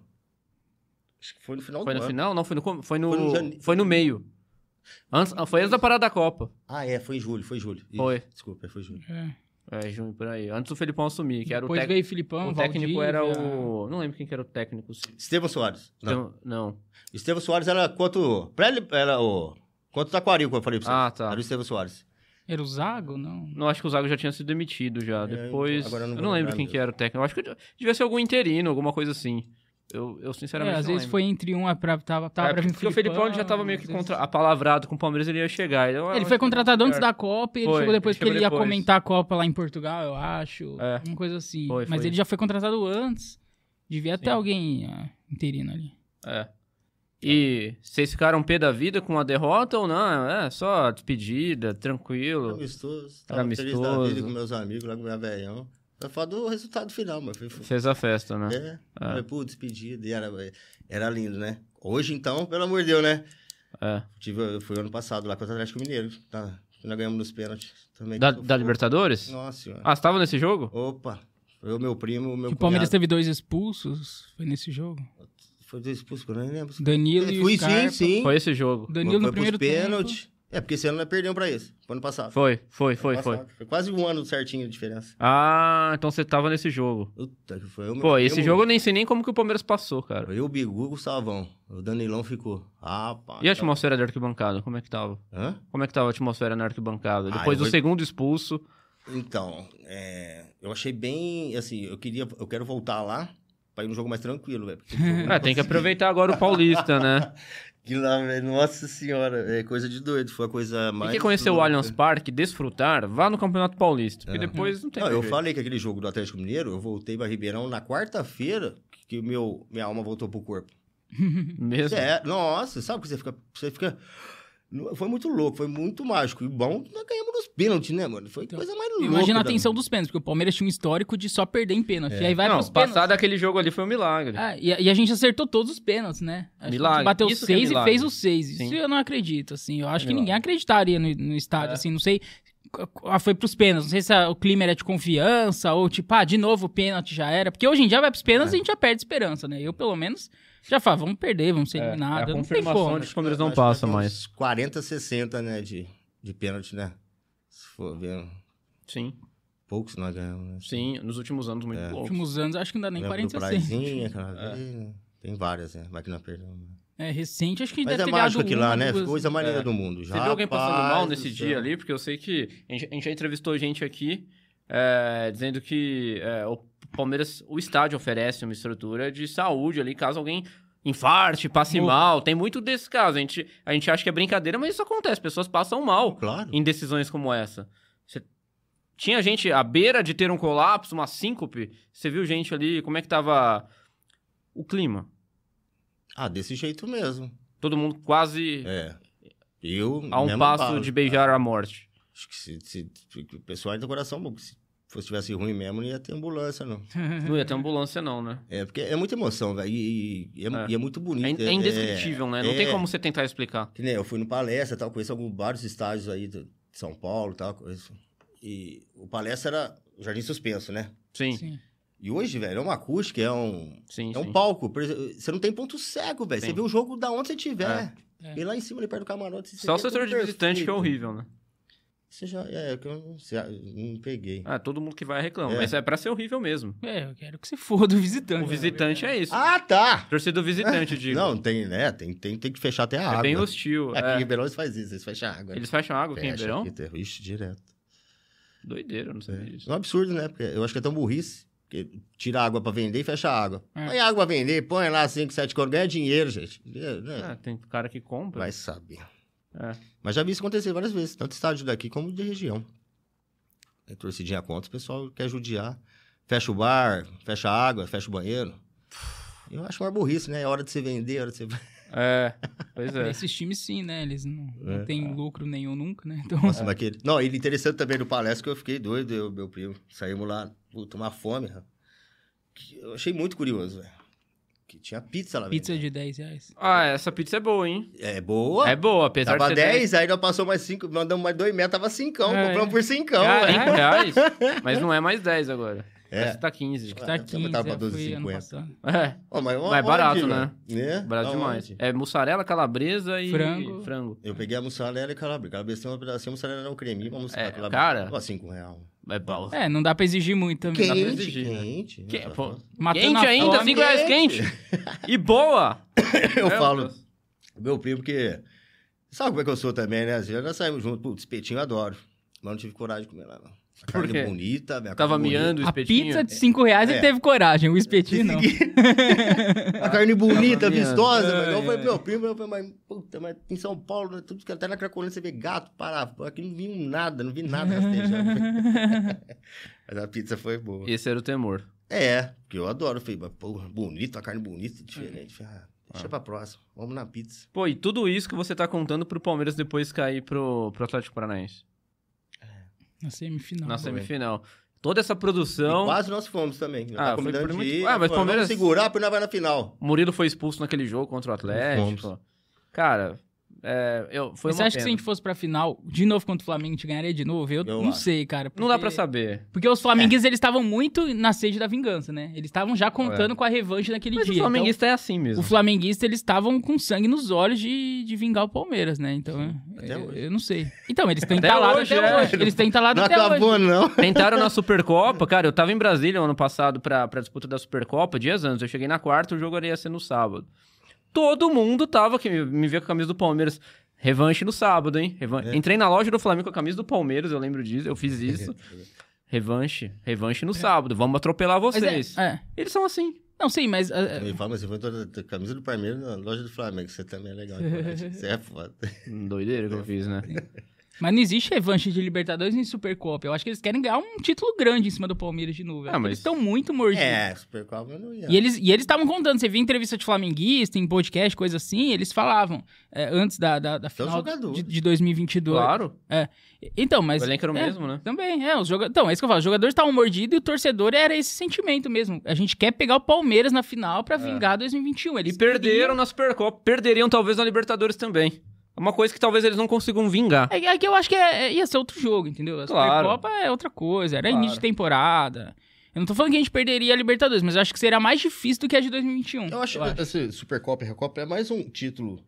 C: Acho que foi no final
A: Foi
C: do
A: no
C: ano.
A: final? Não, foi no, com- foi no,
C: Foi
A: foi
C: no
A: no,
C: jane-
A: meio. Antes, ah, foi antes da parada da Copa.
C: Ah, é, foi em julho, foi em julho. Ih,
A: Foi.
C: Desculpa, foi em julho.
B: É.
A: É, junho, por aí. Antes do Felipão assumir, que era o,
B: Depois
A: tec-
B: veio Filipão,
A: o técnico
B: Valdívia.
A: era o... Não lembro quem que era o técnico. se-
C: Estevam Soares. Não.
A: Então, não.
C: Estevam Soares era quanto. Pra ele, era o. Quanto Taquaril que eu falei pra você.
A: Ah, tá.
C: Era o Estevam Soares.
B: Era o Zago? Não.
A: Não, acho que o Zago já tinha sido demitido já.
C: então,
A: Depois.
C: agora
A: É,
C: eu
A: eu
C: não
A: não,
C: vou
A: lembro
C: lembrar
A: quem
C: mesmo.
A: que era o técnico. Eu acho que devia ser algum interino, alguma coisa assim. Eu, eu
B: É,
A: sinceramente.
B: às
A: não
B: vezes
A: lembro.
B: foi entre um, a pra, tava, tava
A: É,
B: pra vir
A: porque o Felipão já tava meio que
B: às vezes-
A: contra... apalavrado com o Palmeiras, ele ia chegar. Ele,
B: Ele foi contratado antes
A: É.
B: da Copa e ele
A: Foi,
B: chegou depois
A: ele
B: porque
A: chegou
B: ele ia
A: depois.
B: comentar a Copa lá em Portugal, eu acho.
A: É.
B: Uma coisa assim.
A: Foi,
B: Mas
A: foi.
B: ele já foi contratado antes. Devia ter alguém ah, interino ali.
A: É. E vocês ficaram pé da vida com a derrota ou não? É só despedida,
C: Era
A: tranquilo.
C: Amistoso. Tava
A: Era
C: feliz da
A: amistoso.
C: vida com meus amigos, lá com meu velhão. Pra falar do resultado final, mas foi.
A: Fez a festa, né?
C: É, foi pô, despedida. E era, era lindo, né? Hoje, então, pelo amor de Deus, né?
A: É.
C: Tive, eu fui ano passado lá contra o Atlético Mineiro. Tá, nós ganhamos nos pênaltis também.
A: Da,
C: Foi-
A: da Libertadores?
C: Nossa senhora.
A: Ah, você tava nesse jogo?
C: Opa, foi o meu primo, o meu
B: Que o Palmeiras
C: cunhado.
B: teve dois expulsos, foi nesse jogo.
C: Foi dois expulsos, que eu nem lembro.
B: Danilo e
C: Foi,
B: o Scarpa.
C: sim, sim.
A: Foi esse jogo.
B: Danilo
C: foi
B: no primeiro
C: pros
B: tempo.
C: pênalti. É, porque esse ano nós perdemos pra esse. Foi ano passado.
A: Foi, foi, foi,
C: Ano
A: foi.
C: passado. quase um ano certinho de diferença.
A: Ah, então você tava nesse jogo.
C: Puta, que foi o meu
A: Pô, esse
C: primo.
A: jogo eu nem sei nem como que o Palmeiras passou, cara.
C: Foi o Bigu e o Gustavão. O Danilão ficou. Ah, pá.
A: E a atmosfera da arquibancada, como é que tava?
C: Hã?
A: Como é que tava a atmosfera na arquibancada?
C: Ah,
A: Depois do
C: eu vou-
A: segundo expulso.
C: Então, é, eu achei bem, assim, eu queria, eu quero voltar lá pra ir num jogo mais tranquilo, velho. porque esse jogo eu não
A: É, tem que
C: consegui.
A: aproveitar agora o Paulista, né?
C: Que lá, velho, nossa senhora, é coisa de doido, foi a coisa
A: E
C: mais...
A: quem conhecer o
C: louca.
A: Allianz Parque, desfrutar, vá no Campeonato Paulista. Porque
C: É.
A: depois não tem
C: Não, eu
A: jeito.
C: falei que aquele jogo do Atlético Mineiro, eu voltei pra Ribeirão na quarta-feira, que o meu, minha alma voltou pro corpo.
A: Mesmo.
C: É, nossa, sabe que você fica, você fica... Não, Foi muito louco, foi muito mágico. E bom, nós ganhamos nos pênaltis, né, mano? Foi
A: Então,
C: coisa mais louca.
B: Imagina a
C: da-
B: tensão dos pênaltis, porque o Palmeiras tinha um histórico de só perder em pênalti.
C: É.
B: E aí vai
A: não,
B: pros
A: passar
B: pênaltis.
A: daquele jogo ali foi um milagre.
B: Ah, e, a- e a gente acertou todos os pênaltis, né? Acho que a gente
A: Milagre.
B: bateu
A: Isso que é
B: seis e
A: milagre.
B: fez os seis. Isso
A: Sim.
B: eu não acredito, assim. Eu acho que
A: milagre.
B: ninguém acreditaria no, no estádio,
A: É.
B: assim. Não sei. Ah, foi pros pênaltis. Não sei se a- o clima era de confiança ou tipo, ah, de novo o pênalti já era. Porque hoje em dia vai pros
A: É.
B: pênaltis e a gente já perde esperança, né? Eu, pelo menos, já falo, vamos perder, vamos ser
A: É, é a
B: eliminados. não tem
A: confirmação né?
B: como.
A: de- Os Palmeiras não
C: Acho que nós
A: passam
C: temos
A: mais.
C: 40, 60, né, de, de pênalti, né? Se for ver,
A: Sim,
C: poucos nós ganhamos, né?
A: sim. Nos últimos anos,
C: É.
A: muito
B: Nos
A: louco.
B: últimos anos, acho que não dá nem
C: Lembra
B: 40
C: do
B: a 100.
C: Praizinha, aquela
A: É.
C: vez, né? Tem várias, né? Vai que não perdeu. né?
B: É recente, acho que
C: Mas
B: deve
C: é
B: ter
C: mágico
B: dado
C: aquilo lá,
B: uma,
C: né?
B: duas-
C: Coisa mais linda
A: É.
C: do mundo.
A: Você viu alguém passando
C: Rapaz
A: mal
C: do
A: nesse
C: céu.
A: dia ali? Porque eu sei que a gente, a gente já entrevistou gente aqui é, dizendo que é, o Palmeiras, o estádio oferece uma estrutura de saúde ali, caso alguém infarte, passe
B: Morra.
A: mal. Tem muito desse caso. A gente, a gente acha que é brincadeira, mas isso acontece. Pessoas passam mal.
C: Claro.
A: em decisões como essa. Você- Tinha gente à beira de ter um colapso, uma síncope. Você viu gente ali, como é que tava o clima?
C: Ah, desse jeito mesmo.
A: Todo mundo quase
C: É. Eu.
A: a um
C: mesmo
A: passo
C: falo.
A: de beijar a morte.
C: Acho que se, se- se- o pessoal ainda do coração, bom, se fosse tivesse ruim mesmo, não ia ter ambulância, não.
A: Não ia ter ambulância, não, né?
C: É, porque é muita emoção, velho. E, e- e é,
A: É.
C: e é muito bonito.
A: É, in- é indescritível, né? Não
C: é.
A: tem como você tentar explicar.
C: Que nem eu fui no palestra tal, conheço alguns vários estádios aí do- de São Paulo tal, conheço. E o palestra era o Jardim Suspenso, né?
A: Sim, sim,
B: Sim.
C: E hoje, velho, é uma acústica, é um,
A: sim.
C: é um palco. Por exemplo, Você não tem ponto cego, velho. Você
A: Sim.
C: vê o jogo da onde você tiver.
B: É.
C: E lá em cima, ali perto do camarote. você
A: Só o
C: vê tudo
A: setor de visitante que é
C: perfeito.
A: horrível, né?
C: Você já. É, que eu não, sei, eu não peguei.
A: Ah, todo mundo que vai reclama.
C: É.
A: Mas é pra ser horrível mesmo.
B: É, eu quero que você foda o visitante.
A: O
B: né?
A: visitante é isso.
C: Ah, tá!
A: Torcida do visitante, eu digo.
C: Não, tem, né? Tem, tem, tem que fechar até a
A: é
C: água.
A: bem hostil.
C: Aqui
A: é.
C: em Ribeirão eles fazem isso, eles fecham a água. né?
A: Eles fecham água aqui em
C: Fecha
A: Ribeirão?
C: aqui, tem- Ixi, direto.
A: Doideira, eu não sabia disso.
C: É um absurdo, né? Porque eu acho que é tão burrice. Porque tira a água pra vender e fecha a água.
B: É.
C: Põe água pra vender, põe lá 5, 7 conto, ganha dinheiro, gente. Dinheiro, né?
A: Ah, tem cara que compra.
C: Vai saber.
A: É.
C: Mas já vi isso acontecer várias vezes, tanto estádio daqui como de região. É torcidinha contra, o pessoal quer judiar. Fecha o bar, fecha a água, fecha o banheiro. Eu acho uma burrice, né? É hora de se vender, é hora de se.
A: É, pois é.
B: Esses times, sim, né? Eles não, não
C: É.
B: têm lucro nenhum nunca, né? Então,
C: Nossa, mas aquele... Não, e interessante também no palestra que eu fiquei doido, eu, meu primo. Saímos lá, puta, uma fome, rapaz. Que Eu achei muito curioso, velho. Que tinha pizza lá,
B: pizza
C: velho.
B: de 10 reais.
A: Ah, essa pizza é boa, hein?
C: É boa.
A: É boa, apesar
C: tava
A: de
C: 10, aí nós passou mais 5, mandamos mais 2 metros, tava 5,
B: É,
C: compramos por 5,
A: Não,
C: velho.
A: reais, mas não é mais 10 agora. Parece que tá 15.
B: que tá
C: Ah, eu também
B: 15,
C: tava pra
B: eu fui ano
C: 12,50.
B: passado.
A: É,
C: Ó, mas
A: Mas é
C: onde,
A: barato,
C: velho? Né?
A: barato demais.
C: Aonde?
A: É mussarela, calabresa e
B: Frango.
A: frango.
C: Eu peguei a mussarela e calabresa. Calabresa tem uma pedacinha, a mussarela era um creminho, uma mussarela.
A: É,
C: calabresa.
A: cara.
C: Ó, cinco real.
A: É bala.
B: É, não dá pra exigir muito também.
A: Dá pra
C: Quente,
A: exigir, né?
C: quente.
A: Que-
C: Nossa,
A: pô,
B: Matando
A: É quente
B: a
A: ainda,
B: fome.
A: 5 reais quente. E boa! É,
C: Eu
A: Meu
C: falo,
A: Deus.
C: meu primo, que. Sabe como é que eu sou também, né? Já nós saímos juntos. Putz, espetinho eu adoro. Mas não tive coragem de comer lá, não. A carne
A: quê?
C: bonita, minha
A: Tava
C: carne bonita.
A: miando o
B: A
A: espetinho.
B: pizza de 5 reais ele
C: É.
B: teve coragem, o espetinho não.
C: A carne bonita,
A: Tava miando.
C: vistosa.
B: Ai,
C: mas não foi
B: ai.
C: meu primo, eu falei, mas puta, mas em São Paulo, né, tudo que até na Cracolândia você vê gato, pará. Aqui não vi um nada, não vi nada rastejando. mas a pizza foi boa.
A: Esse era o temor.
C: É, porque eu adoro. Falei, mas, porra, bonito, a carne bonita, diferente. Falei, ah, deixa pra próxima. Vamos na pizza.
A: Pô, e tudo isso que você tá contando pro Palmeiras depois cair pro, pro Atlético Paranaense.
B: Na semifinal.
A: na
C: foi.
A: semifinal. Toda essa produção.
C: E quase nós fomos também. né? Tá Nós
A: Então- Ah,
C: tava
A: foi
C: combinando
A: por
C: de
A: muito-
C: ir,
A: Ah, mas
C: falou,
A: Palmeiras-
C: Vamos segurar, porque nós vai na final.
A: O Murilo foi expulso naquele jogo contra o Atlético.
C: Fomos.
A: Cara, é, eu, foi
B: Mas você
A: uma
B: acha que se a
A: pena.
B: gente fosse pra final de novo contra o Flamengo, a gente ganharia de novo? Eu,
C: Eu
B: não
C: acho.
B: sei, cara.
A: Não dá
B: porque-
A: pra saber.
B: Porque os flamenguistas,
A: É.
B: eles estavam muito na sede da vingança, né? Eles estavam já contando com a revanche naquele
A: É. Mas o
B: dia. então-
A: flamenguista é assim mesmo.
B: O flamenguista, eles estavam com sangue nos olhos de, de vingar o Palmeiras, né? Então,
C: até
B: eu,
C: hoje.
B: eu não sei. Então, eles estão
A: Até
B: entalados
A: hoje,
B: até
A: é. né?
B: hoje. Eles estão entalados
C: Não
B: até
C: acabou,
B: hoje.
C: não.
A: Tentaram na Supercopa, cara, eu tava em Brasília ano passado pra, pra disputa da Supercopa, dias antes. Eu cheguei na quarta, o jogo ia ser no sábado. Todo mundo tava, que me, me via com a camisa do Palmeiras. Revanche no sábado, hein? Revan-
C: É.
A: Entrei na loja do Flamengo com a camisa do Palmeiras, eu lembro disso, eu fiz isso. Revanche, revanche no sábado, vamos atropelar
B: Mas é-
A: vocês.
B: é.
A: Eles são assim.
B: Não, sim, mas... é,
C: Me fala, mas você foi toda a camisa do Palmeiras na loja do Flamengo. Você também é legal. hein, Você é foda.
A: Doideira que eu fiz, né?
B: Mas não existe revanche de Libertadores nem Supercopa. Eu acho que eles querem ganhar um título grande em cima do Palmeiras de novo.
A: Ah,
B: Eu acho que
A: mas-
B: Eles estão muito mordidos.
C: É, Supercopa eu não ia.
B: E eles e eles estavam contando. Você via entrevista de flamenguista, em podcast, coisa assim. Eles falavam é, antes da, da, da
C: São
B: final
C: jogadores.
B: de, de 2022.
A: Claro,
B: Então, mas...
A: o elenco era o
B: é,
A: mesmo, né?
B: Também, é. Os joga... Então, é isso que eu falo. Os jogadores estavam mordidos e o torcedor era esse sentimento mesmo. A gente quer pegar o Palmeiras na final
C: É.
B: pra vingar 2021. Eles
A: E perderam na Supercopa, perderiam talvez na Libertadores também. É uma coisa que talvez eles não consigam vingar.
B: queriam- É, é que eu acho que é- é- ia ser outro jogo, entendeu? A
A: Claro.
B: Supercopa é outra coisa. Era
A: Claro.
B: início de temporada. Eu não tô falando que a gente perderia a Libertadores, mas eu acho que seria mais difícil do que a de 2021.
C: Eu acho que esse Supercopa e Recopa é mais um título.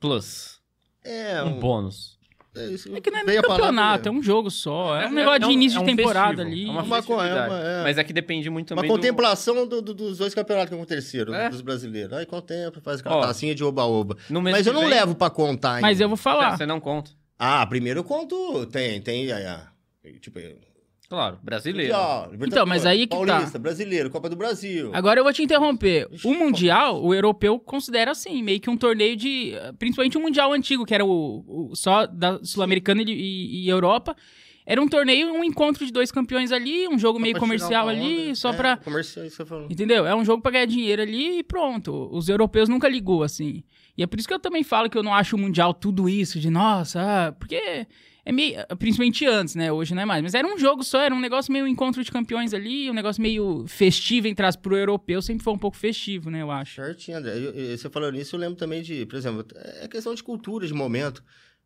A: Plus,
C: É,
A: um bônus.
C: É, isso,
B: É que não é
C: veio
B: nem
C: a palavra-
B: campeonato, é um jogo só. É, um negócio
A: é
B: de início
A: é um
B: de temporada
A: festivo,
B: ali.
A: É uma
C: Uma co- é uma-
A: festividade.
C: é.
A: Mas é que depende muito também
C: Uma contemplação do- do- dos dois campeonatos que aconteceram,
A: É.
C: né, dos brasileiros. Aí contempla, faz aquela
A: Ó.
C: tacinha de oba-oba.
A: do... No mês
C: Mas eu
A: que
C: não
A: vem-
C: levo pra contar
B: Mas
C: ainda.
B: eu
A: Não,
B: vou falar.
A: Você não conta.
C: Ah, primeiro eu conto. Tem, tem. ah, ah, tipo,
A: Claro, brasileiro.
C: Mundial, Libertadores,
B: Então, mas aí que tá.
C: Paulista, brasileiro, Copa do Brasil.
B: Agora eu vou te interromper.
C: Ixi,
B: O Mundial, o europeu considera assim, meio que um torneio de. Principalmente o Mundial antigo, que era o, o- só da Sul-Americana e, e- e Europa. Era um torneio, um encontro de dois campeões ali, um jogo
C: Só
B: meio
C: pra
B: comercial
C: tirar uma
B: ali,
C: onda.
B: só
C: É,
B: pra.
C: Comercial, isso que você falou.
B: Entendeu? É um jogo pra ganhar dinheiro ali e pronto. Os europeus nunca ligou, assim. E é por isso que eu também falo que eu não acho o Mundial tudo isso, de nossa, ah, porque é meio. Principalmente antes, né? Hoje não é mais. Mas era um jogo só, era um negócio meio encontro de campeões ali, um negócio meio festivo, entre aspas, pro europeu, sempre foi um pouco festivo, né? Eu acho.
C: Certinho, André. Eu- eu- você falando isso, eu lembro também de, por exemplo, é questão de cultura, de momento.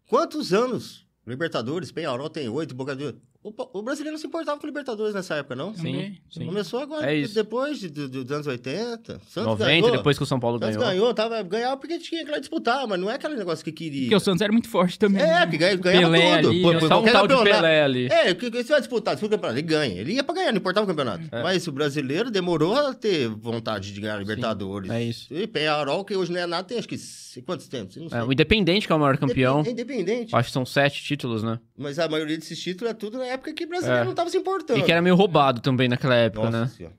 C: Quantos anos? Libertadores, Penharol tem oito, Boca do... O, pa- o brasileiro não se importava com Libertadores nessa época, não?
A: Sim,
B: Sim.
A: sim.
C: Começou agora,
A: É isso.
C: depois de- do- do- dos anos 80. Santos
A: 90,
C: ganhou.
A: depois que o São Paulo
C: Santos
A: ganhou.
C: ganhou, tava, ganhava porque tinha que lá disputar, mas não é aquele negócio que queria.
B: Porque o Santos era muito forte também.
C: É,
B: né?
C: que ganha, ganhava
B: Pelé
C: tudo.
B: ali,
C: Pô,
B: né?
C: pô,
A: Só um
C: qualquer
A: tal de
C: campeonato.
A: Pelé ali.
C: É, o que que você vai disputar? Se for campeonato, ele ganha. Ele ia pra ganhar, não importava o campeonato.
A: É.
C: Mas o brasileiro demorou a ter vontade de ganhar a Libertadores.
A: é isso.
C: E Penharol, que hoje não é nada, tem acho que se- quantos tempos? Eu Não sei.
A: É, o Independente que é o maior campeão.
C: Independente, independente.
A: Acho que são sete títulos, né?
C: Mas a maioria desses títulos é tudo na época que o brasileiro
A: É.
C: não tava se importando.
A: E que era meio roubado também naquela época,
C: Então. Nossa
A: né?
C: senhora.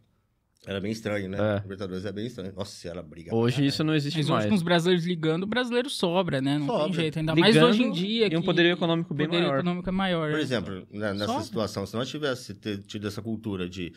C: Era bem estranho, né?
A: É.
C: Libertadores é bem estranho. Nossa senhora, briga.
A: Hoje
C: pra
A: isso não existe
B: Mas hoje com
A: mais.
B: os brasileiros ligando, o brasileiro sobra, né? Não tem
C: Sobra.
B: jeito. Ainda mais
A: Ligando
B: hoje em dia.
A: E um
B: que
A: poderio econômico bem
B: poderio
A: maior.
B: econômico é maior.
C: Por
B: né?
C: exemplo, na- nessa
B: Só?
C: situação, se nós tivesse ter- tido essa cultura de,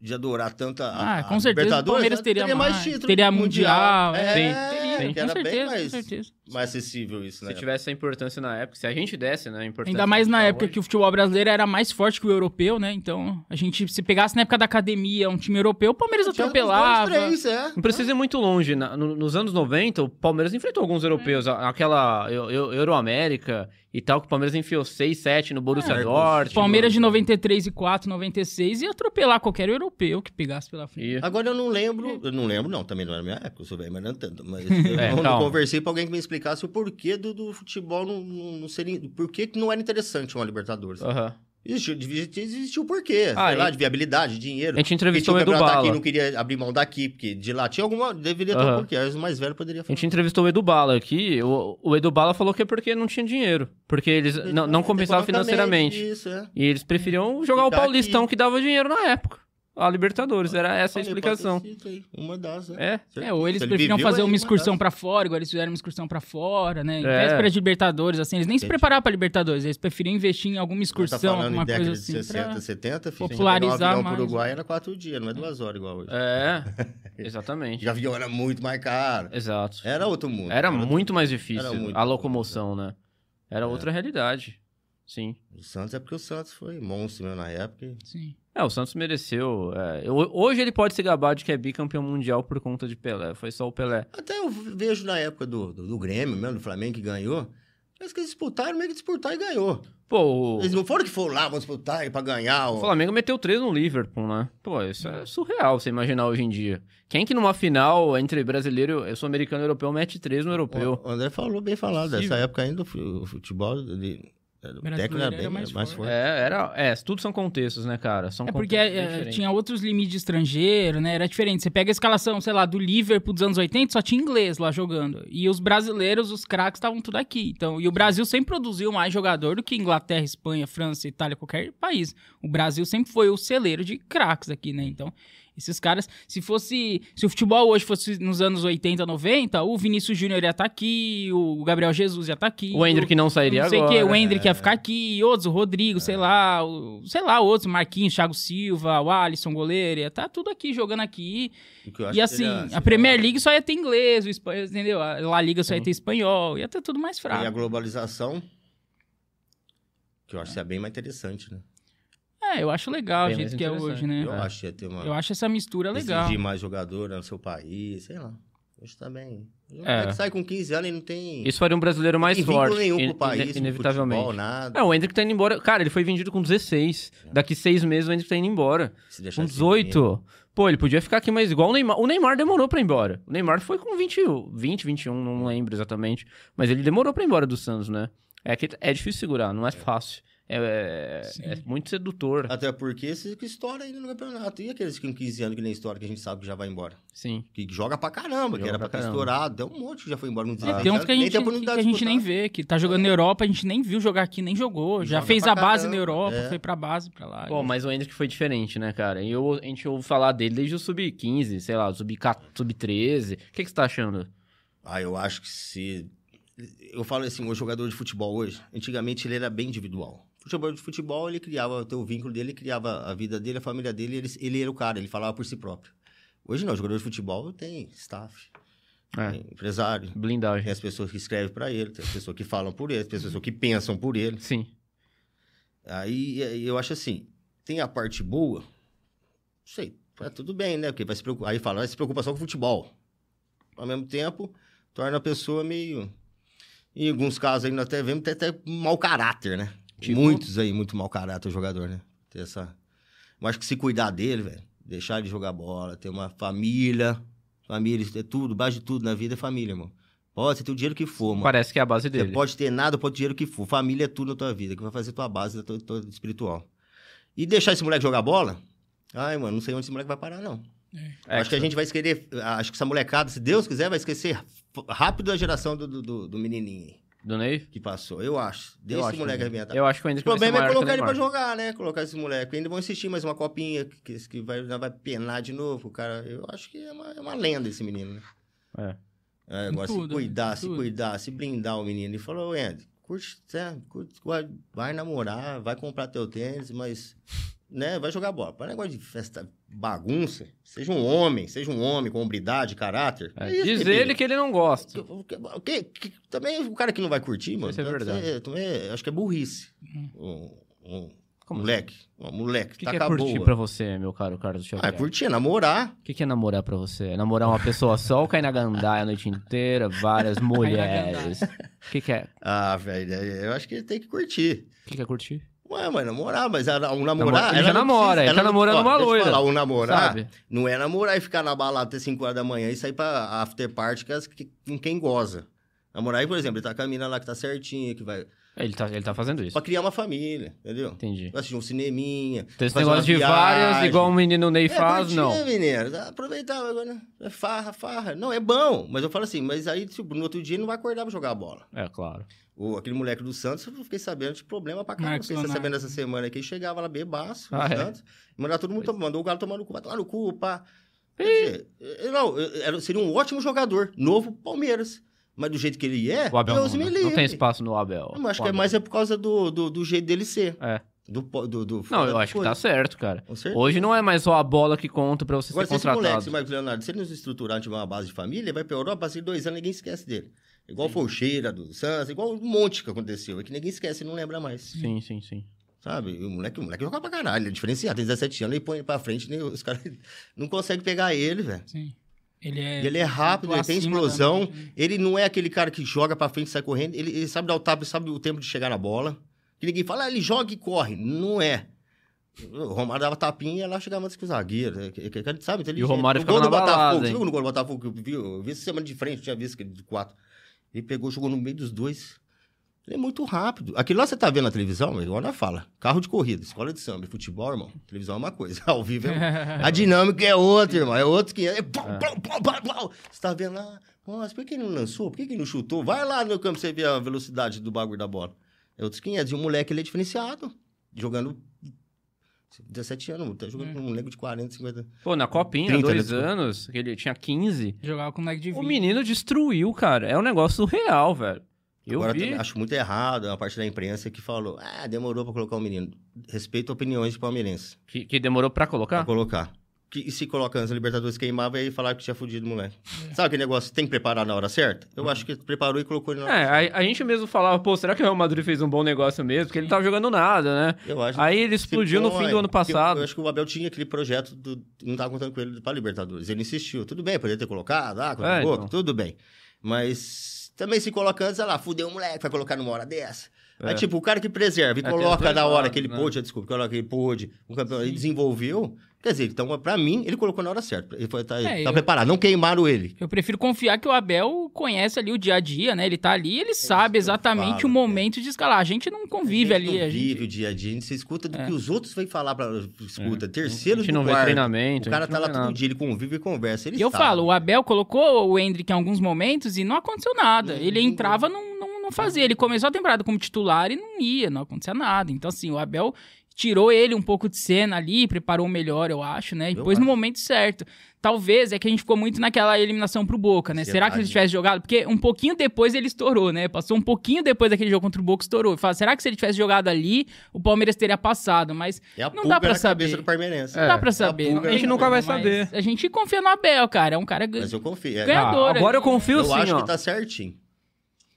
C: de adorar tanta Ah,
B: Ah, com certeza o Palmeiras teria mais,
C: né, título
B: teria
C: mundial.
B: mundial, é.
C: É,
A: Sim.
C: É,
A: Sim.
C: que
B: Com
C: era bem
B: certeza, com
C: mais,
B: certeza.
C: mais acessível isso, né?
A: Se tivesse essa importância na época, se a gente desse, né? a importância
B: Ainda mais na
A: que tá
B: época
A: hoje.
B: que o futebol brasileiro era mais forte que o europeu, né? Então, a gente, se pegasse na época da academia um time europeu, o Palmeiras
C: Tinha uns dois,
B: atropelava.
C: três, é.
A: Não precisa ir muito longe. Na- no- nos anos 90, o Palmeiras enfrentou alguns europeus.
C: Uhum.
A: a- Aquela eu, eu, Euroamérica e tal, que o Palmeiras enfiou 6, 7 no Borussia
C: É,
A: Dortmund.
B: O Palmeiras de 93 e 4, 96 ia atropelar qualquer europeu que pegasse pela frente.
A: E-
C: Agora eu não lembro, eu não lembro, não, também não era minha época, eu sou bem, mas não tanto. Mas eu
A: É,
C: não- não
A: calma.
C: conversei pra alguém que me explicasse o porquê do, do futebol não, não, não seria. Por que que não era interessante uma Libertadores?
B: Ah.
A: Aham.
C: Existiu, devia ter- existia o porquê,
A: Ah,
C: sei lá,
A: e-
C: de viabilidade, dinheiro.
B: É
A: A gente entrevistou o
C: Porque
A: Edu
C: tinha campeonato
A: Bala.
C: tá aqui, não queria abrir mão daqui, porque de lá tinha alguma. Deveria ter
A: Aham.
C: um porquê, aí os mais velhos poderiam
A: A
C: falar.
A: gente entrevistou o Edu Bala aqui. O, o Edu Bala falou que é porque não tinha dinheiro. Porque eles
C: Uhum.
A: não, não compensavam
C: Economicamente,
A: financeiramente.
C: Isso, é.
A: E eles preferiam jogar o
C: Ficar aqui.
A: Paulistão que dava dinheiro na época. A Libertadores. Era essa a
C: Olha,
A: explicação.
C: pode ter sido aí, Uma das, né?
A: É.
B: É, ou eles
C: Se ele
B: preferiam
C: viveu,
B: fazer
C: aí,
B: uma
C: uma
B: excursão
C: das.
B: pra fora, igual eles fizeram uma excursão pra fora, né? Em
A: É.
B: véspera de Libertadores, assim, eles nem se
C: Entendi.
B: prepararam pra Libertadores, eles preferiam investir em alguma
C: Nós tá
B: excursão,
C: falando
B: alguma
C: em década
B: coisa
C: de
B: assim.
C: 60,
B: pra-
C: 70, filho.
B: popularizar
C: Pegar um avião
B: mais,
C: pro
B: né?
C: Uruguai era quatro dias, não é duas horas igual hoje.
A: É. Exatamente.
C: Já avião era muito mais caro.
A: Exato.
C: Era outro mundo.
A: É, Era
C: outro
A: muito mais difícil
C: era muito É.
A: a locomoção, né? Era outra realidade. Sim.
C: mundo. O Santos é porque o Santos foi monstro mesmo na época.
B: Sim.
A: É, o Santos mereceu. é, ho- hoje ele pode se gabar de que é bicampeão mundial por conta de Pelé. Foi só o Pelé.
C: Até eu vejo na época do, do, do Grêmio mesmo, do Flamengo que ganhou. Parece que eles disputaram, meio que disputaram e ganhou.
A: Pô, o,
C: Eles não foram que foram lá, vão disputar e pra ganhar.
A: o
C: Ó.
A: Flamengo meteu três no Liverpool, né? Pô, isso é surreal você imaginar hoje em dia. Quem que numa final entre brasileiro, eu sou americano e europeu, mete três no europeu?
C: O André falou bem falado. Nessa época ainda o fu- o futebol. Ele, o técnico era
B: Brasileiro
C: bem
B: era mais
C: mais,
B: forte.
C: forte.
A: É, era. É, tudo são contextos, né, cara? São
B: É porque
A: contextos bem
B: é,
A: diferentes.
B: tinha outros limites de estrangeiro, né? Era diferente. Você pega a escalação, sei lá, do Liverpool dos anos 80, só tinha inglês lá jogando. E os brasileiros, os craques, estavam tudo aqui. Então, e o Brasil sempre produziu mais jogador do que Inglaterra, Espanha, França, Itália, qualquer país. O Brasil sempre foi o celeiro de craques aqui, né? Então, esses caras, se fosse. Se o futebol hoje fosse nos anos 80, 90, o Vinícius Júnior ia estar aqui, o Gabriel Jesus ia estar aqui.
A: O Hendrick não sairia
B: não sei o
A: agora. é.
B: que, o Hendrick ia ficar aqui, outros, o Rodrigo, sei lá, o, sei lá, outros, Marquinhos, Thiago Silva, o Alisson, goleiro, ia tá tudo aqui, jogando aqui.
C: O que eu acho
B: e
C: que
B: assim,
C: seria- seria-
B: a Premier League só ia ter inglês, o espanhol, entendeu? A La Liga só ia ter espanhol, ia ter tudo mais
C: E a
B: fraco.
C: globalização. Que eu acho que é bem mais interessante, né?
B: É, eu acho legal
A: Bem
B: o jeito
A: mais
B: que é
A: interessante.
B: hoje, né?
C: Eu
A: É.
C: acho que ia ter uma.
B: Eu acho essa mistura legal.
C: Decidir mais jogador no seu país, sei lá. Hoje tá bem. O
A: É.
C: cara que sai com 15 anos e não tem.
A: Isso faria um brasileiro mais
C: tem
A: forte.
C: vínculo nenhum pro
A: ine-
C: país,
A: ine-
C: pro
A: inevitavelmente.
C: futebol, nada.
A: É, o Hendrick tá indo embora. Cara, ele foi vendido com 16. Daqui seis meses o Hendrick tá indo embora.
C: Se deixar
A: Com
C: esse dinheiro.
A: 18. Pô, ele podia ficar aqui, mas igual o Neymar. O Neymar demorou pra ir embora. O Neymar foi com 20, 20 21, não lembro exatamente. Mas ele demorou pra ir embora do Santos, né? É que é difícil segurar, não é fácil. É, é- é muito sedutor.
C: Até porque esse que estoura ainda no campeonato. E aqueles que com 15 anos que nem estoura, que a gente sabe que já vai embora.
A: Sim.
C: Que joga pra caramba,
A: Joga
C: que era
A: pra
C: pra ter
A: caramba.
C: estourado. Tem um monte que já foi embora com 16
B: É, Tem uns
C: anos,
B: que a
C: nem
B: gente,
C: tem
B: que a
C: oportunidade de
B: gente nem
C: disputar.
B: vê, que tá jogando na Europa, a gente nem viu jogar aqui, nem jogou. Já
C: Joga
B: fez
C: pra
B: a base
C: caramba,
B: na Europa,
C: é.
B: foi pra base, pra lá.
A: Pô, mas o Hendrick foi diferente, né, cara? E eu- a gente ouve falar dele desde o sub-15, sei lá, sub-14, sub-13. O que, que você tá achando?
C: Ah, eu acho que se. Eu falo assim, o jogador de futebol hoje, antigamente ele era bem individual. O jogador de futebol, ele criava o vínculo dele, ele criava a vida dele, a família dele, ele, ele era o cara, ele falava por si próprio. Hoje não, o jogador de futebol tem staff,
A: É,
C: tem empresário,
A: blindagem.
C: tem as pessoas que escrevem pra ele, tem as pessoas que falam por ele, tem as pessoas que pensam por ele.
A: Sim.
C: Aí eh, eu acho assim, tem a parte boa, não sei, é tudo bem, né? Porque vai se preocupar, aí fala, "Ah, se preocupa só com o futebol. Ao mesmo tempo, torna a pessoa meio, em alguns casos ainda até vemos, até, até mau caráter, né?
A: Tipo?
C: Muitos aí, muito mau caráter o jogador, né? Tem essa... Eu acho que se cuidar dele, velho, deixar ele jogar bola, ter uma família, família, isso é tudo, base de tudo na vida é família, irmão. Pode ter o dinheiro que for, mano.
A: Parece que é a base
C: Você
A: dele.
C: pode ter nada, pode ter dinheiro que for. Família é tudo na tua vida, que vai fazer tua base tua, tua espiritual. E deixar esse moleque jogar bola? Ai, mano, não sei onde esse moleque vai parar, não.
A: É,
C: acho que a gente vai esquecer. Acho que essa molecada, se Deus quiser, vai esquecer f- rápido a geração do, do- do, do menininho aí
A: Do Ney?
C: que passou. Eu acho. Deixa
A: eu
C: esse
A: acho
C: moleque
A: que-
C: arrebentar.
A: Eu acho que o Hendrick
C: O problema
A: vai
C: é
A: ser maior
C: colocar ele
A: que o
C: pra
A: Neymar.
C: jogar, né? Colocar esse moleque. Ainda vão insistir mais uma copinha, que, que vai, vai penar de novo. O cara, eu acho que é uma, é uma lenda esse menino, né?
A: É.
C: É, agora,
B: Tudo,
C: se cuidar,
B: né?
C: se
B: Tudo.
C: cuidar, se blindar o menino. E falou, Andy, curte, né? curte, vai, vai namorar, vai comprar teu tênis, mas né, vai jogar bola. Para negócio de festa, bagunça, seja um homem, seja um homem com hombridade, caráter.
A: É,
C: isso
A: diz
C: que Tá tem.
A: ele que ele não gosta.
C: Que- que- que- que- também o cara que não vai curtir, mano.
A: Isso é
C: tá-
A: verdade. Hum.
C: é, também é- acho que é burrice. Um, um
A: Como assim?
C: moleque, um moleque,
A: O que,
C: tá
A: que é
C: com a
A: curtir
C: boa.
A: pra você, meu caro Carlos
C: Ah, é
A: Xavier?
C: curtir, é namorar.
A: O que, que é namorar pra você? É namorar uma pessoa só ou cair na gandaia a noite inteira, várias mulheres? O que, que é?
C: Ah, velho, eu acho que ele tem que curtir.
A: O que, que é curtir?
C: Ué, mas namorar, mas a-
A: Namora-
C: o namorar...
A: ele já
C: ela não
A: namora, ele
C: ela
A: tá
C: não-
A: namorando
C: ó,
A: uma
C: deixa eu
A: loira,
C: falar, o namorar
A: Sabe?
C: não é namorar e ficar na balada até 5 horas da manhã e sair pra after party com as que- com quem goza. Namorar, aí, por exemplo, ele tá com a mina lá que tá certinha, que vai...
A: Ele tá, ele tá fazendo isso.
C: Pra criar uma família, entendeu?
A: Entendi.
C: Vai assistir um cineminha,
A: Então esse
C: Fazer
A: negócio de
C: uma
A: várias,
C: viagem.
A: igual o menino Ney
C: É,
A: faz,
C: curtir,
A: não.
C: né, menino? Aproveitar agora, né? É farra, farra. Não, é bom, mas eu falo assim, mas aí tipo, no outro dia ele não vai acordar pra jogar bola.
A: É, claro.
C: O, aquele moleque do Santos, eu fiquei sabendo de problema pra caramba.
B: Marcos
C: Fiquei
B: Leonardo.
C: sabendo essa semana aqui, chegava lá bebaço no
A: Ah, é?
C: Santos, mandava todo mundo, tomar- mandou o Galo tomar no cu, vai tomar no cu, pá. Quer dizer, eu- não, eu- era- seria um ótimo jogador, novo Palmeiras. Mas do jeito que ele é,
A: O Abel não,
C: Deus me
A: né?
C: livre.
A: não tem espaço no Abel.
C: Eu acho
A: O
C: que é
A: Abel.
C: mais é por causa do, do, do jeito dele ser.
A: É.
C: Do, po- do, do,
A: Não, eu acho que tá certo, cara.
C: Com certeza.
A: Hoje não é mais só a bola que conta pra você
C: Agora,
A: ser
C: se esse moleque,
A: contratado.
C: esse Marcos Leonardo, se ele nos estruturar, tiver uma base de família, vai pra Europa, assim, dois anos, ninguém esquece dele. Igual foi o Cheira do Santos, igual um monte que aconteceu. É que ninguém esquece, não lembra mais.
A: Sim, sim, sim.
C: Sabe? E O moleque, o moleque joga pra caralho, ele é diferenciado. Tem 17 anos, ele põe ele pra frente, nem os caras não conseguem pegar ele, velho.
B: Sim. Ele é.
C: E ele é rápido,
B: muito
C: ele tem
B: acima
C: explosão.
B: da média, né?
C: Ele não é aquele cara que joga pra frente e sai correndo. Ele, ele sabe dar o tapa, ele sabe o tempo de chegar na bola. Que ninguém fala, ah, ele joga e corre. Não é. O Romário dava tapinha e ia lá chegava antes que o zagueiro. né? Que- que- que- Sabe? Inteligente.
A: E o Romário
C: no gol
A: ficava
C: do
A: na
C: Botafogo.
A: balada,
C: você
A: hein?
C: viu no gol do Botafogo? que Eu vi, eu vi essa semana de frente, tinha visto aquele de quatro. Ele pegou, jogou no meio dos dois. Ele é muito rápido. Aquilo lá você tá vendo na televisão, igual na fala. Carro de corrida, escola de samba, futebol, irmão. Televisão é uma coisa, ao vivo é outra. A dinâmica é outra, irmão. É outro que é. pau, pau, pau, pau, pau. Você tá vendo lá? Nossa, por que ele não lançou? Por que ele não chutou? Vai lá no campo pra você ver a velocidade do bagulho da bola. É outros 500. E o moleque, ele é diferenciado. Jogando. 17 anos, tá
A: Hum.
C: jogando
B: É.
C: com um moleque de 40, 50 anos.
A: Pô, na copinha,
C: 30,
A: dois
C: né?
A: anos, que ele tinha 15,
B: Jogava com lag de
A: o
B: 20.
A: menino destruiu, cara. É um negócio surreal, velho. Eu
C: Agora,
A: vi.
C: também acho muito errado a parte da imprensa que falou: ah, demorou pra colocar o menino. Respeito opiniões de palmeirense.
A: Que, que demorou pra
C: Pra
A: colocar?
C: colocar. Que, e se coloca antes da Libertadores, queimava e falar que tinha fudido o moleque. Sabe aquele negócio? Tem que preparar na hora certa? Eu acho que preparou e colocou ele na hora
A: Uhum. É, a, a gente mesmo falava, pô, será que o Real Madrid fez um bom negócio mesmo? Porque ele não tava jogando nada, né?
C: Eu acho
A: Aí ele explodiu no
C: Ficou,
A: fim
C: é,
A: do ano
C: porque
A: passado.
C: Eu, acho que o Abel tinha aquele projeto do. Não tava contando com ele para Libertadores. Ele insistiu. Tudo bem, poderia ter colocado, ah, com
A: É,
C: a boca,
A: então.
C: tudo bem. Mas também se coloca antes, olha lá, fudeu o moleque, vai colocar numa hora dessa.
A: É.
C: Aí, tipo, o cara que preserva e
A: É, tem os
C: coloca
A: dois
C: na hora
A: lados,
C: que ele
A: né?
C: pôde, desculpa, coloca que ele pôde, o campeão, ele desenvolveu. Quer dizer, então, pra mim, ele colocou na hora certa. Ele foi, tá,
B: É,
C: tá
B: eu-
C: preparado, não queimaram ele.
B: Eu prefiro confiar que o Abel conhece ali o dia a dia, né? Ele tá ali, ele sabe
C: isso que eu
B: exatamente
C: falo,
B: o momento de escalar. A gente não convive
C: a gente
B: ali.
C: não
B: a gente-
C: vive o dia a dia, a gente se escuta do que os outros vêm falar pra. Escuta,
A: É. a
C: terceiros
A: gente
C: do
A: não vê
C: quarto.
A: treinamento.
C: é O
A: a
C: cara
A: gente
C: tá
A: não
C: lá
A: vê
C: todo
A: nada.
C: dia, ele convive e conversa. Ele
B: E eu
C: sabe.
B: falo, o Abel colocou o Hendrick em alguns momentos e não aconteceu nada.
C: Não,
B: ele
C: não-
B: entrava, não, não, não fazia. Ele começou a temporada como titular e não ia, não acontecia nada. Então, assim, o Abel tirou ele um pouco de cena ali, preparou melhor, eu acho, né? E
C: Eu
B: pôs no
C: acho.
B: momento certo. Talvez é que a gente ficou muito naquela eliminação pro Boca, né? Será que se ele
C: Ansiedade.
B: tivesse jogado? Porque um pouquinho depois ele estourou, né? Passou um pouquinho depois daquele jogo contra o Boca, estourou. Fala, será que se ele tivesse jogado ali, o Palmeiras teria passado? Mas
C: É a
B: Não dá
C: pulga
B: pra
C: na cabeça
B: saber.
C: do Palmeirense.
B: não
A: É,
B: dá pra saber.
C: pulga
A: A
B: tem
A: gente nunca vai
B: como, mas
A: saber.
B: A gente confia no Abel, cara. É um cara
C: né? Mas eu confio. é.
B: Ganha-
A: Ah,
B: Jogador
A: agora eu
B: ali, né?
A: confio
C: eu
A: sim,
C: acho
A: ó.
C: que tá certinho.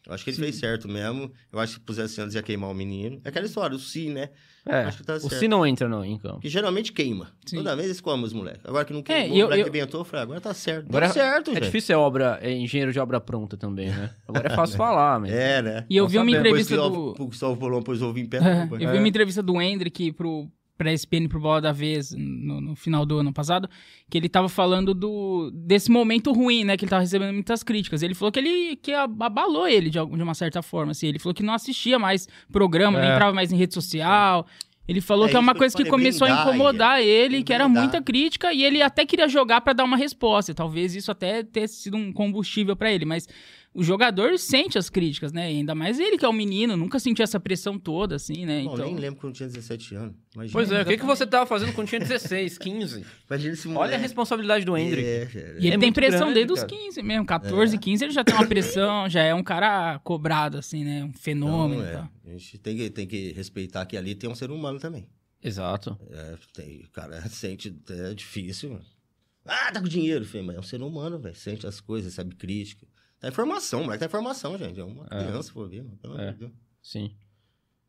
C: Eu acho que ele fez certo mesmo. Eu acho que se pusesse antes ia queimar o menino. É aquela história, o si, né?
A: É,
C: acho que tá
A: o
C: certo. Tá
A: Si não entra não, então. em campo.
C: Que geralmente queima.
B: Sim. É,
C: Toda vez eles comem os moleques. Agora que não
B: eu-
C: queimou, o moleque
B: eu-
C: arrebentou, eu falei, agora tá certo.
A: Agora-
C: Deu certo,
A: É
C: gente.
A: difícil ser obra, é engenheiro de obra pronta também, né? Agora é fácil falar, mas...
C: É, né?
B: E eu
A: Nós
B: vi uma
A: sabemos.
B: entrevista
C: Depois que
B: do.
C: o- o Gustavo Polon pôs o ovo em pé.
B: É, eu vi
A: É.
B: uma entrevista do Hendrick pro, pra SPN pro Bola da Vez no, no final do ano passado, que ele tava falando do, desse momento ruim, né? Que ele tava recebendo muitas críticas. Ele falou que ele que a- abalou ele de, algum- de uma certa forma. Assim. Ele falou que não assistia mais programa, não
A: É.
B: entrava mais em rede social. Ele falou
C: É
B: que é uma
C: isso que eu
B: coisa que
C: falei,
B: começou a
C: blindar, é
B: incomodar ele, que era
C: blindar.
B: muita crítica, e ele até queria jogar pra dar uma resposta. Talvez isso até tenha sido um combustível pra ele, mas o jogador sente as críticas, né? Ainda mais ele que é um menino, nunca sentiu essa pressão toda, assim, né?
C: Bom,
B: Então,
C: nem lembro quando tinha 17 anos. Imagina,
A: Pois é, o que, que você tava fazendo quando tinha 16, 15?
C: Imagina esse moleque.
A: Olha a responsabilidade do Hendrick.
C: É, cara.
B: e ele
A: é
B: tem
A: muito
B: pressão
A: grande,
B: desde os
A: cara.
B: 15 mesmo, 14,
C: É.
B: 15 ele já tem uma pressão, já é um cara cobrado, assim, né? Um
C: Então,
B: fenômeno. e
C: é,
B: tal.
C: A gente tem que, tem que respeitar que ali tem um ser humano também.
A: Exato.
C: É, tem, o cara sente, é difícil. Ah, tá com dinheiro. Falei, mas é um ser humano, velho. Sente as coisas, sabe crítica. Tá informação, moleque, tá informação, gente. É uma
A: É.
C: criança, pô, viu? Pelo amor
A: É.
C: de Deus.
A: Sim.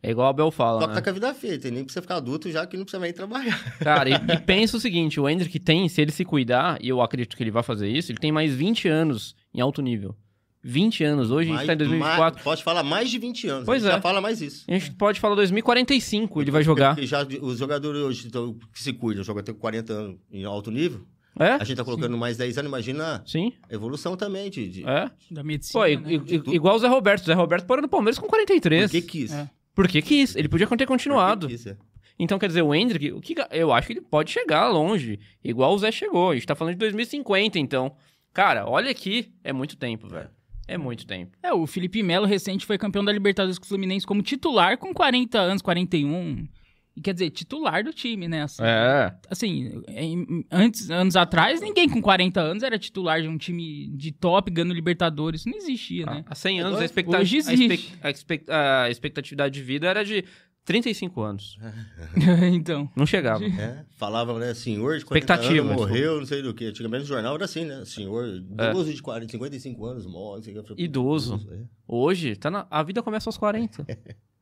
A: É igual a Bel fala,
C: Só
A: né?
C: que tá com a vida feia, tem nem pra você ficar adulto já que não precisa mais ir trabalhar.
A: Cara, e, e pensa o seguinte, o Hendrick tem, se ele se cuidar, e eu acredito que ele vai fazer isso, ele tem mais 20 anos em alto nível. 20 anos, hoje a gente tá em 2024,
C: mais- pode falar mais de 20 anos.
A: Pois
C: a gente
A: é.
C: já fala mais isso.
A: a gente pode falar 2045, ele vai jogar.
C: Porque já os jogadores hoje então, que se cuidam, jogam até com 40 anos em alto nível.
A: É?
C: A gente tá colocando mais 10 anos, imagina
A: Sim,
C: a evolução também de. de...
A: é.
B: Da medicina.
A: Pô, e-
B: né?
A: e-
C: tudo.
A: igual o Zé Roberto. O Zé Roberto parou no Palmeiras com 43.
C: Por que que isso?
B: É.
C: Por
A: Por que que isso? Ele podia ter
C: que
A: continuado.
C: que isso, é?
A: Então, quer dizer, o Hendrick, o que, ga- eu acho que ele pode chegar longe, igual o Zé chegou. A gente tá falando de 2050, então. Cara, olha aqui, é muito tempo, velho. É muito tempo.
B: É, o Felipe Melo recente foi campeão da Libertadores com o Fluminense como titular com 40 anos, 41. E quer dizer, titular do time, né?
A: É.
B: Assim, assim, em- antes, anos atrás, ninguém com 40 anos era titular de um time de top ganhando Libertadores. Isso não existia, né?
A: Há 100 anos,
C: Agora,
A: a, expecta-
B: hoje
A: a
B: existe.
A: expec- a expec- a expectatividade de vida era de 35 anos. Ah.
B: então.
A: Não chegava.
C: É, falavam, né, senhor de 40
A: Expectativa,
C: anos
A: desculpa.
C: morreu, não sei do que. Antigamente no jornal era assim, né? Senhor,
B: É.
C: idoso de 40, 55 anos, morre. não sei o quê. Eu falei,
A: Idoso.
C: "Puta, é."
A: Hoje, tá na- a vida começa aos 40.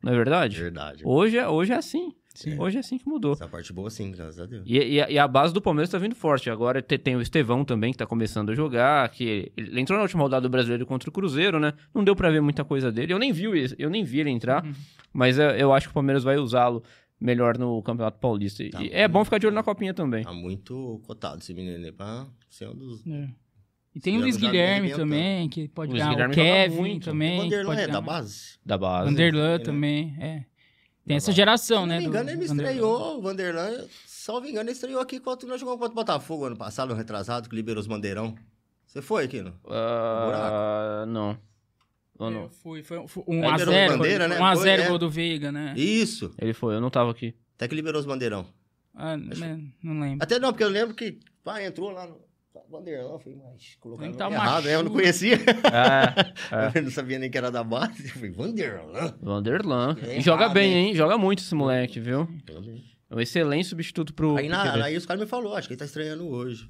A: Não é verdade?
C: Verdade.
A: Hoje é, hoje é assim.
B: Sim.
A: Hoje é assim que mudou.
C: Essa parte boa sim, graças a Deus.
A: E, e a- e a base do Palmeiras tá vindo forte. Agora te- tem o Estevão também, que tá começando a jogar, que ele entrou na última rodada do Brasileiro contra o Cruzeiro, né? Não deu pra ver muita coisa dele. Eu nem vi, o- eu nem vi ele entrar,
B: Uhum.
A: mas é- eu acho que o Palmeiras vai usá-lo melhor no Campeonato Paulista. E
C: Tá
A: é
C: bom.
A: bom ficar de olho na copinha também.
C: Tá muito cotado esse menino aí pra ser um dos...
B: É. E tem
C: Esse
B: o Luiz
C: ano já me
B: Guilherme
C: arrebentando.
B: também, que pode
A: Luiz
B: dar.
A: Guilherme
B: o
A: joga
B: Kevin
A: muito.
C: o
B: também. que
C: Vanderlan
B: pode
C: é
B: dar.
C: da base?
A: Da base.
B: Vanderlan
C: né?
B: também, é.
C: Da
B: Tem essa
C: base.
B: geração,
C: Se
B: né?
C: não me
B: do-
C: engano,
B: do
C: ele
B: Vanderlan.
C: estreou, o Vanderlan, salvo engano, ele estreou aqui quando nós jogamos contra o Botafogo ano passado, ano retrasado, que liberou os bandeirão. Você foi, Kino?
A: Ah, não. Ou não.
B: É, foi, foi, foi um
A: Aí
B: a
A: liberou
B: 0
C: bandeira, né?
B: um a
C: Foi,
B: 0
C: é.
B: gol do Veiga, né?
C: Isso,
A: Ele foi, eu não tava aqui.
C: até que liberou os bandeirão.
B: Ah, né, não lembro.
C: Até não, porque eu lembro que, pá, entrou lá no bandeirão, eu falei, mas colocaram
B: Nem
C: o
B: tá
C: nome errado, né? eu não
B: machuca.
C: conhecia,
A: É, é.
C: eu não sabia nem que era da base, eu falei, Vanderlan?
A: Vanderlan.
C: É
A: E joga
C: errado,
A: bem,
C: hein?
A: hein? Joga muito esse moleque, viu? É um excelente substituto pro.
C: Aí,
A: pro
C: na,
A: Quevedo.
C: aí os caras me falaram, acho que ele tá estranhando hoje.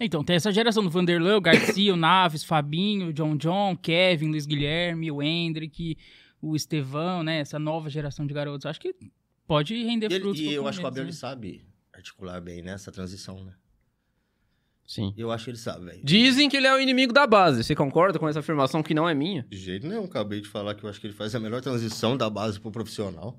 B: Então, tem essa geração do Vanderlan, o Garcia, o Naves, Fabinho, o John John, Kevin, Luiz Guilherme, o Hendrick, o Estevão, né? Essa nova geração de garotos. Acho que pode render
C: E, ele-
B: frutos.
C: e
B: pro
C: eu acho que o Abel ele
B: Palmeiras, né?
C: sabe articular bem nessa transição, né?
A: Sim.
C: Eu acho que ele sabe, velho.
A: Dizem que ele é o inimigo da base. Você concorda com essa afirmação que não é minha?
C: De jeito nenhum, acabei de falar que eu acho que ele faz a melhor transição da base pro profissional.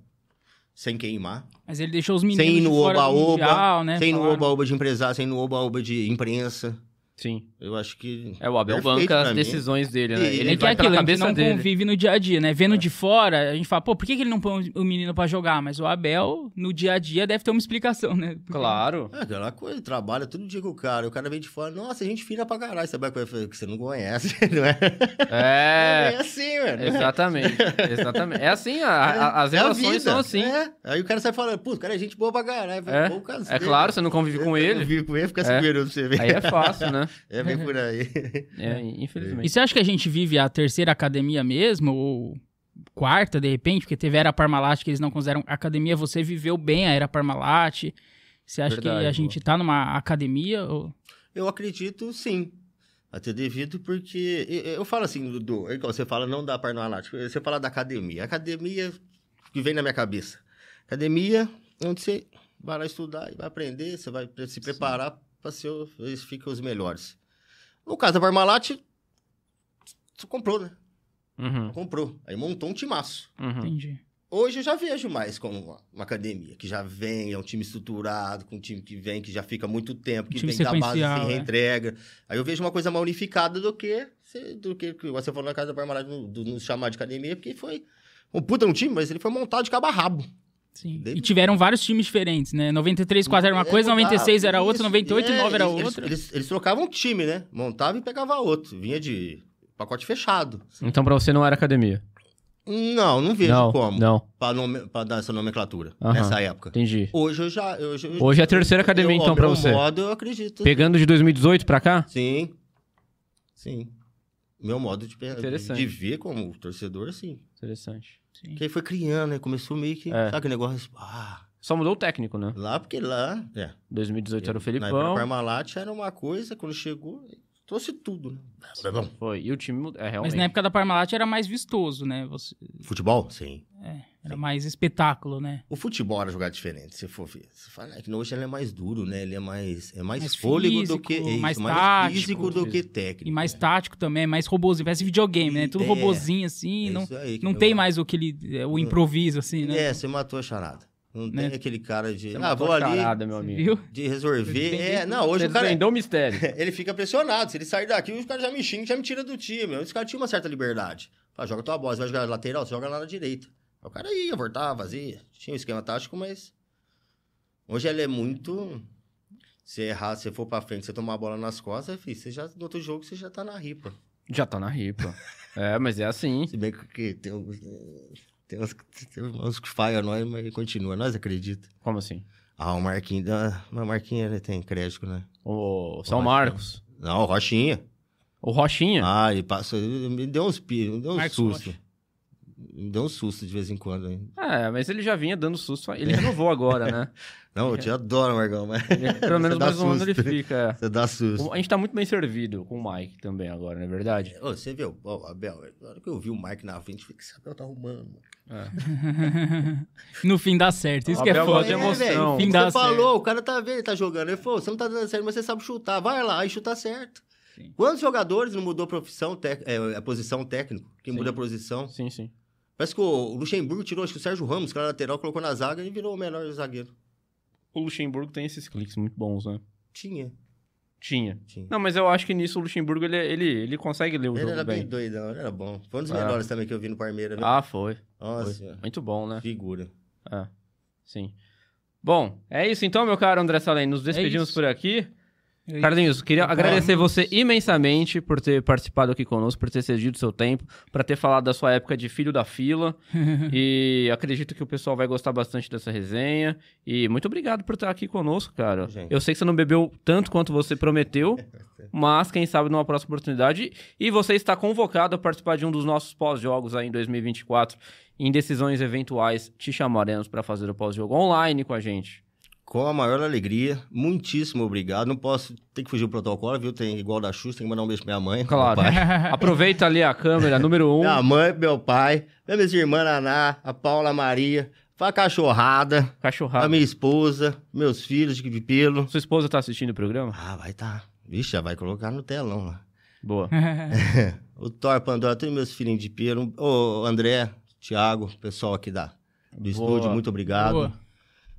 C: Sem queimar.
B: né? Mas ele deixou os meninos
C: sem ir
B: de
C: no
B: fora do
C: oba-oba,
B: mundial, né?
C: sem no
B: Falaram.
C: oba-oba de empresário, sem no oba-oba de imprensa.
A: Sim.
C: Eu acho que.
A: É o Abel
C: Perfeito
A: banca
C: pra
A: as
C: mim.
A: decisões dele, né?
C: E-
A: Ele
B: É que
A: vai
B: é
A: pela
B: aquilo, a gente
A: cabeça
B: não
A: dele. É.
B: convive no dia a dia, né? Vendo de fora, a gente fala, pô, por que, que ele não põe o menino pra jogar? Mas o Abel, no dia a dia, deve ter uma explicação, né? Porque-
A: Claro.
C: É aquela coisa, trabalha todo dia com o cara. E o cara vem de fora, nossa, a gente fina pra caralho. Sabe qual é? Que você não conhece, não é? É,
A: É.
C: bem assim, velho.
A: Exatamente. Exatamente. É assim, a- a- as
C: É a
A: relações
C: vida,
A: são assim.
C: é. Aí o cara sai falando, putz, o cara é gente boa pra caralho. vai,
A: É,
C: pô, o caso
A: é
C: dele.
A: claro, você não convive com
C: Eu
A: ele.
C: vi com ele, fica
A: É.
C: segurando pra você ver.
A: Aí é fácil, né?
C: É, vem por aí.
A: É,
B: E
A: infelizmente.
B: você acha que a gente vive a terceira academia mesmo? Ou quarta, de repente? Porque teve a Era Parmalat que eles não consideram academia. Você viveu bem a Era Parmalat. Você acha
A: Verdade,
B: que a
A: boa.
B: gente tá numa academia? Ou...
C: Eu acredito sim. Até devido porque. e- e- Eu falo assim, Dudu, é igual você fala não da Parnalat, você fala da academia. Academia que vem na minha cabeça. Academia é onde você vai lá estudar e vai aprender, você vai pre- se preparar para ser o- eles ficam os melhores. No caso da Parmalat, você comprou, né?
A: Uhum,
C: Comprou. Aí montou um timaço.
A: uhum.
B: Entendi.
C: Hoje eu já vejo mais como uma, uma academia, que já vem, é um time estruturado, com um time que vem, que já fica muito tempo, que
B: Time
C: vem da base
B: sequencial,
C: sem
B: né?
C: reentrega. Aí eu vejo uma coisa mais unificada do que, se- do que que você falou na casa da Parmalat, no- do nos chamar de academia, porque foi um puta um time, mas ele foi montado de cabo a rabo.
B: Sim.
C: Dei-
B: E tiveram vários times diferentes, né? 93, 4 era uma
C: É,
B: coisa,
C: montava,
B: 96 era outra,
C: isso,
B: 98 e
C: é,
B: 9 era
C: eles-
B: outra.
C: Eles, eles trocavam um time, né? Montava e pegava outro. Vinha de pacote fechado.
A: Então, pra você não era academia.
C: Não, não vejo
A: não,
C: como.
A: não.
C: Pra, nome- pra dar essa nomenclatura,
A: Aham.
C: nessa época.
A: Entendi.
C: Hoje eu já... Hoje, eu-
A: Hoje é a terceira academia,
C: eu,
A: então,
C: ao
A: pra
C: meu
A: você.
C: modo, eu acredito.
A: Pegando de 2018 pra cá?
C: Sim. Sim. Meu modo de, pe-
A: Interessante.
C: de ver como torcedor, sim.
A: Interessante.
B: Sim.
C: Que aí foi criando, aí começou meio que.
A: É.
C: Sabe que negócio. Ah,
A: Só mudou o técnico, né?
C: Lá, porque lá. É.
A: 2018 era o
C: Na época, o
A: Felipão.
C: Parmalat era uma coisa, quando chegou, trouxe tudo, né? Tá bom.
A: Foi. E o time mudou. É, realmente.
B: Mas na época da Parmalat era mais vistoso, né? Você-
C: Futebol? Sim.
B: Era mais espetáculo, né?
C: O futebol era jogar diferente, se for ver. Você fala ah, que hoje ele é mais duro, né? Ele é mais, é mais,
B: Mais
C: fôlego do
B: físico,
C: que. é isso,
B: mais tático,
C: físico
A: é.
C: do que técnico. né?
B: E mais tático também, mais robôzinho. Parece videogame, né? Tudo
C: É.
B: robozinho assim.
C: É
B: não
C: isso aí que
B: não
C: eu-
B: tem mais o que ele, é,
A: Hum.
B: o improviso, assim, né?
C: É, você matou a charada. Não
B: Né?
C: tem aquele cara de.
A: Você
C: ah,
A: matou
C: vou
A: a
C: ali.
A: charada, meu amigo.
B: Viu?
C: De resolver.
B: Ele
C: É,
B: vendeu-
C: não, hoje
A: Você
C: o cara. é,
A: desvendou o mistério.
C: Ele fica pressionado. Se ele sair daqui, os caras já me xingam, já me tira do time. Os caras tinham uma certa liberdade. Fala, joga tua bola, você vai jogar lateral, você joga lá na direita. Aí O cara ia, voltava, fazia. Tinha um esquema tático, mas. Hoje ele é muito. Se errar, se for pra frente, você tomar a bola nas costas, filho, você já, no outro jogo você já tá na ripa.
A: Já tá na ripa. é, mas é assim.
C: Se bem que tem, uns- tem, uns, tem uns que falham nós, mas continua, nós acredita.
A: Como assim?
C: Ah, o Marquinhos, ah, mas o Marquinhos ele tem crédito, né?
A: O São
C: Rocha.
A: Marcos.
C: Não, o Rochinha.
A: O Rochinha.
C: Ah, ele passou. Me deu uns piros, me deu um
B: Marcos
C: susto.
B: Rocha.
C: Me deu um susto de vez em quando. Hein?
A: É, mas ele já vinha dando susto. Ele renovou agora, né?
C: Não, eu te adoro, Margão, mas
A: Ele- pelo menos
C: dá
A: mais um ano
C: susto.
A: ele fica.
C: você dá
A: é.
C: susto.
A: O- A gente tá muito bem servido com o Mike também agora, não é verdade?
C: Ô, você viu, ó, Abel, na hora que eu vi o Mike na frente, eu falei, o que esse Abel tá arrumando? mano?"
A: É.
B: no fim dá certo. Isso que é
A: Abel Agora
B: foda.
A: tem
C: É,
A: emoção.
C: velho,
A: Fim
C: Você
B: dá
C: falou, o cara tá vendo, ele tá jogando. Ele falou, você não tá dando certo, mas você sabe chutar. Vai lá e chuta certo.
B: Sim.
C: Quantos jogadores não mudou a, profissão tec- é, a posição técnica? Quem
A: Sim.
C: muda a posição?
A: É, Sim, sim.
C: Parece que o Luxemburgo tirou, acho que o Sérgio Ramos, que era lateral, colocou na zaga e virou o melhor zagueiro.
A: O Luxemburgo tem esses cliques muito bons, né?
C: Tinha,
A: Tinha.
C: tinha.
A: Não, mas eu acho que nisso o Luxemburgo ele, ele, ele consegue ler o
C: Ele
A: jogo
C: era né? bem
A: bem.
C: doidão, ele era bom. Foi um dos
A: Ah.
C: melhores também que eu vi no Parmeira. viu?
A: Ah, foi.
C: Nossa,
A: foi.
C: senhora,
A: Muito bom, né?
C: figura.
A: É. Sim. Bom, é isso então, meu caro André Salem.
C: É
A: Nos despedimos
B: isso.
A: por aqui.
B: É
A: Carlinhos, queria
B: Então,
A: agradecer
B: vamos.
A: você imensamente por ter participado aqui conosco, por ter cedido seu tempo, para ter falado da sua época de filho da fila. e acredito que o pessoal vai gostar bastante dessa resenha. E muito obrigado por estar aqui conosco, cara.
C: Gente.
A: Eu sei que você não bebeu tanto quanto você prometeu, mas quem sabe numa próxima oportunidade. E você está convocado a participar de um dos nossos pós-jogos aí em 2024, em decisões eventuais. Te chamaremos para fazer o pós-jogo online com a gente.
C: Com a maior alegria, muitíssimo obrigado. Não posso, tem que fugir do protocolo, viu? Tem igual da Xuxa, tem que mandar um beijo pra minha mãe. meu
A: Claro.
C: pai.
A: Aproveita ali a câmera número 1. Um.
C: Minha mãe, meu pai, minhas irmãs Naná, a Paula Maria, a cachorrada, a
A: Cachorrada.
C: minha esposa, meus filhos de pelo.
A: Sua esposa tá assistindo o programa?
C: Ah, vai tá. Vixe, já vai colocar no telão lá.
A: Boa.
C: O Thor, Pandora, todos meus filhinhos de pelo. O André, Thiago, pessoal aqui da,
A: Boa.
C: do estúdio, muito obrigado.
B: Boa.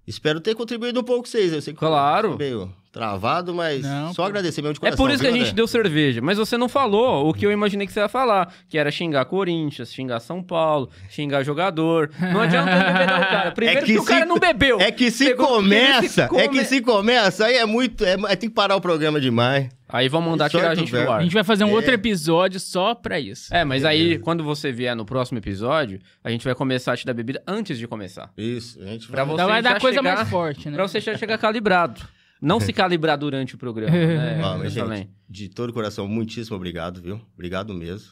C: Espero ter contribuído um pouco com vocês. Eu sei que
A: Claro.
C: foi meio travado, mas
B: Não,
C: só
B: pô.
C: agradecer mesmo de
A: É
C: coração.
A: por isso que a
C: viu,
A: gente
C: André?
A: deu cerveja, mas você não falou o que eu imaginei que você ia falar, que era xingar Corinthians, xingar São Paulo, xingar jogador. Não adianta beber não, cara. Primeiro
C: É
A: que,
C: que
A: o cara
C: se-
A: não bebeu.
C: É que se
A: Pegou-
C: começa,
A: Ele se
C: é
A: come-
C: que se começa, aí é muito, é, é- tem que parar o programa demais.
A: Aí vão mandar
C: Sorte
A: tirar a gente
C: o
A: do
C: verbo.
A: ar.
B: A gente vai fazer um
C: É.
B: outro episódio só pra isso.
A: É, mas aí quando você vier no próximo episódio, a gente vai começar a te dar bebida antes de começar.
C: Isso, a gente
A: Pra
C: vai...
A: você
B: Então vai
A: já
B: dar coisa
A: chegar-
B: mais forte, né?
A: Pra você já chegar calibrado. Não se calibrar durante o programa, né?
C: Ah, mas,
A: também.
C: gente, de todo o coração, muitíssimo obrigado, viu? Obrigado mesmo.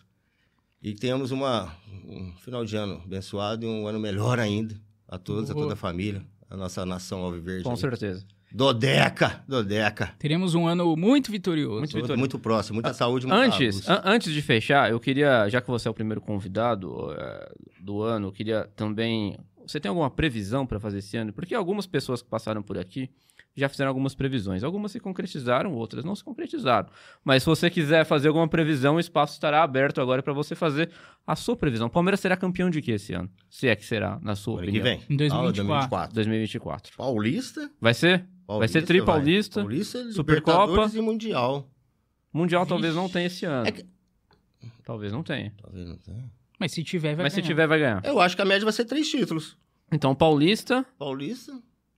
C: E tenhamos uma, um final de ano abençoado e um ano melhor ainda a todos, a
B: Boa.
C: toda a família, a nossa nação alviverde.
A: Com
C: aí.
A: certeza.
C: Dodeca, Dodeca.
B: Teremos um ano muito vitorioso.
A: Muito
C: Muito,
A: vitorioso.
C: muito próximo, muita saúde, muita
A: Ah, Antes, Ah,
C: luz.
A: an- antes de fechar, eu queria, já que você é o primeiro convidado eh, do ano, eu queria também. Você tem alguma previsão para fazer esse ano? Porque algumas pessoas que passaram por aqui já fizeram algumas previsões. Algumas se concretizaram, outras não se concretizaram. Mas se você quiser fazer alguma previsão, o espaço estará aberto agora para você fazer a sua previsão. O Palmeiras será campeão de quê esse ano? Se é que será, na sua
C: Ano que
A: opinião.
C: vem.
B: Em 2024.
C: Ah, 2024.
A: 2024
C: Paulista?
A: Vai ser? Vai ser tri paulista,
C: Paulista,
A: Supercopa.
C: Libertadores e Mundial.
A: Mundial
B: Vixe.
A: talvez não tenha esse ano.
C: É que-
A: Talvez não tenha.
C: Talvez não tenha.
B: Mas se tiver, vai
A: Mas se
B: ganhar.
A: tiver, vai ganhar.
C: Tá Eu acho que a média vai ser três títulos.
A: Então, Paulista,
C: Paulista,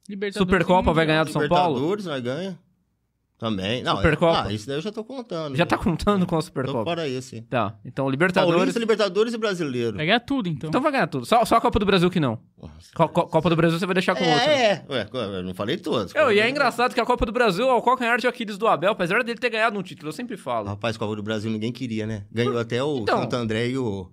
B: Libertadores
A: Supercopa
B: e
A: vai ganhar do
B: Mundial.
A: São Paulo?
C: Libertadores, nós ganha. Também. Não,
A: Supercopa.
C: Ah, isso daí eu já tô contando.
A: Já tá contando com a
C: Então
A: Supercopa.
C: fora esse.
A: Tá, então
C: Libertadores.
A: Libertadores.
C: Paulista, Libertadores e Brasileiro.
B: Vai ganhar tudo, então.
A: Então vai ganhar tudo. Só, só a Copa do Brasil que não.
C: Nossa.
A: Co- co- Copa do Brasil você vai deixar com
C: é,
A: outra.
C: é. Ué, eu não falei todos.
A: Eu, e é engraçado que a Copa do Brasil é o calcanhar de Aquiles do Abel, apesar dele ter ganhado um título, eu sempre falo.
C: Rapaz, Copa do Brasil ninguém queria, né? Ganhou até o
A: Então.
C: Santo André e o,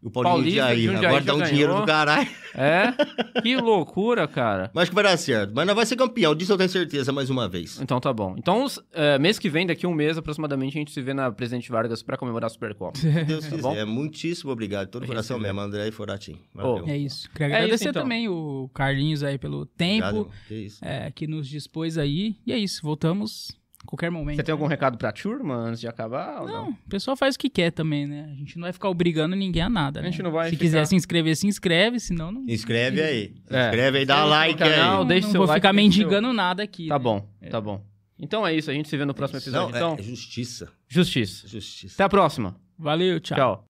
C: E o Paulinho
A: Paulista,
C: de Jundiaí.
A: Jundiaí
C: Agora
A: já
C: dá um
A: ganhou.
C: dinheiro do caralho.
A: É? que loucura, cara.
C: Mas que vai dar certo. Mas não vai ser campeão, disso eu tenho certeza mais uma vez.
A: Então tá bom. Então, s- é, mês que vem, daqui a um mês aproximadamente, a gente se vê na Presidente Vargas pra comemorar a Supercopa.
C: Se Deus
A: Tá bom?
C: quiser. É Muitíssimo obrigado. Todo o coração
A: Recebido.
C: mesmo, André e
B: É
C: Foratim.
B: isso. Queria
A: É isso,
B: agradecer
A: então.
B: também o Carlinhos aí pelo tempo
C: Obrigado. Que isso.
B: é, que nos dispôs aí. E é isso, voltamos a qualquer momento.
A: Você tem algum recado pra turma antes de acabar? ou não?
B: Não, o pessoal faz o que quer também, né? A gente não vai ficar obrigando ninguém a nada,
A: A
B: né?
A: gente não vai
B: Se
A: ficar-
B: quiser se inscrever, se inscreve, senão não,
C: Inscreve aí.
A: É.
C: Inscreve aí, dá
A: Inscreve-se no
C: like
A: canal.
C: aí.
A: Não, deixa
B: não
A: seu
B: vou
A: like,
B: ficar
A: deixa seu-
B: mendigando nada aqui.
A: Tá
B: né?
A: bom, tá bom. Então é isso, a gente se vê no próximo episódio.
C: Não,
A: Então,
C: é- é justiça.
A: justiça.
C: Justiça.
A: Até a próxima.
B: Valeu, tchau.
A: Tchau.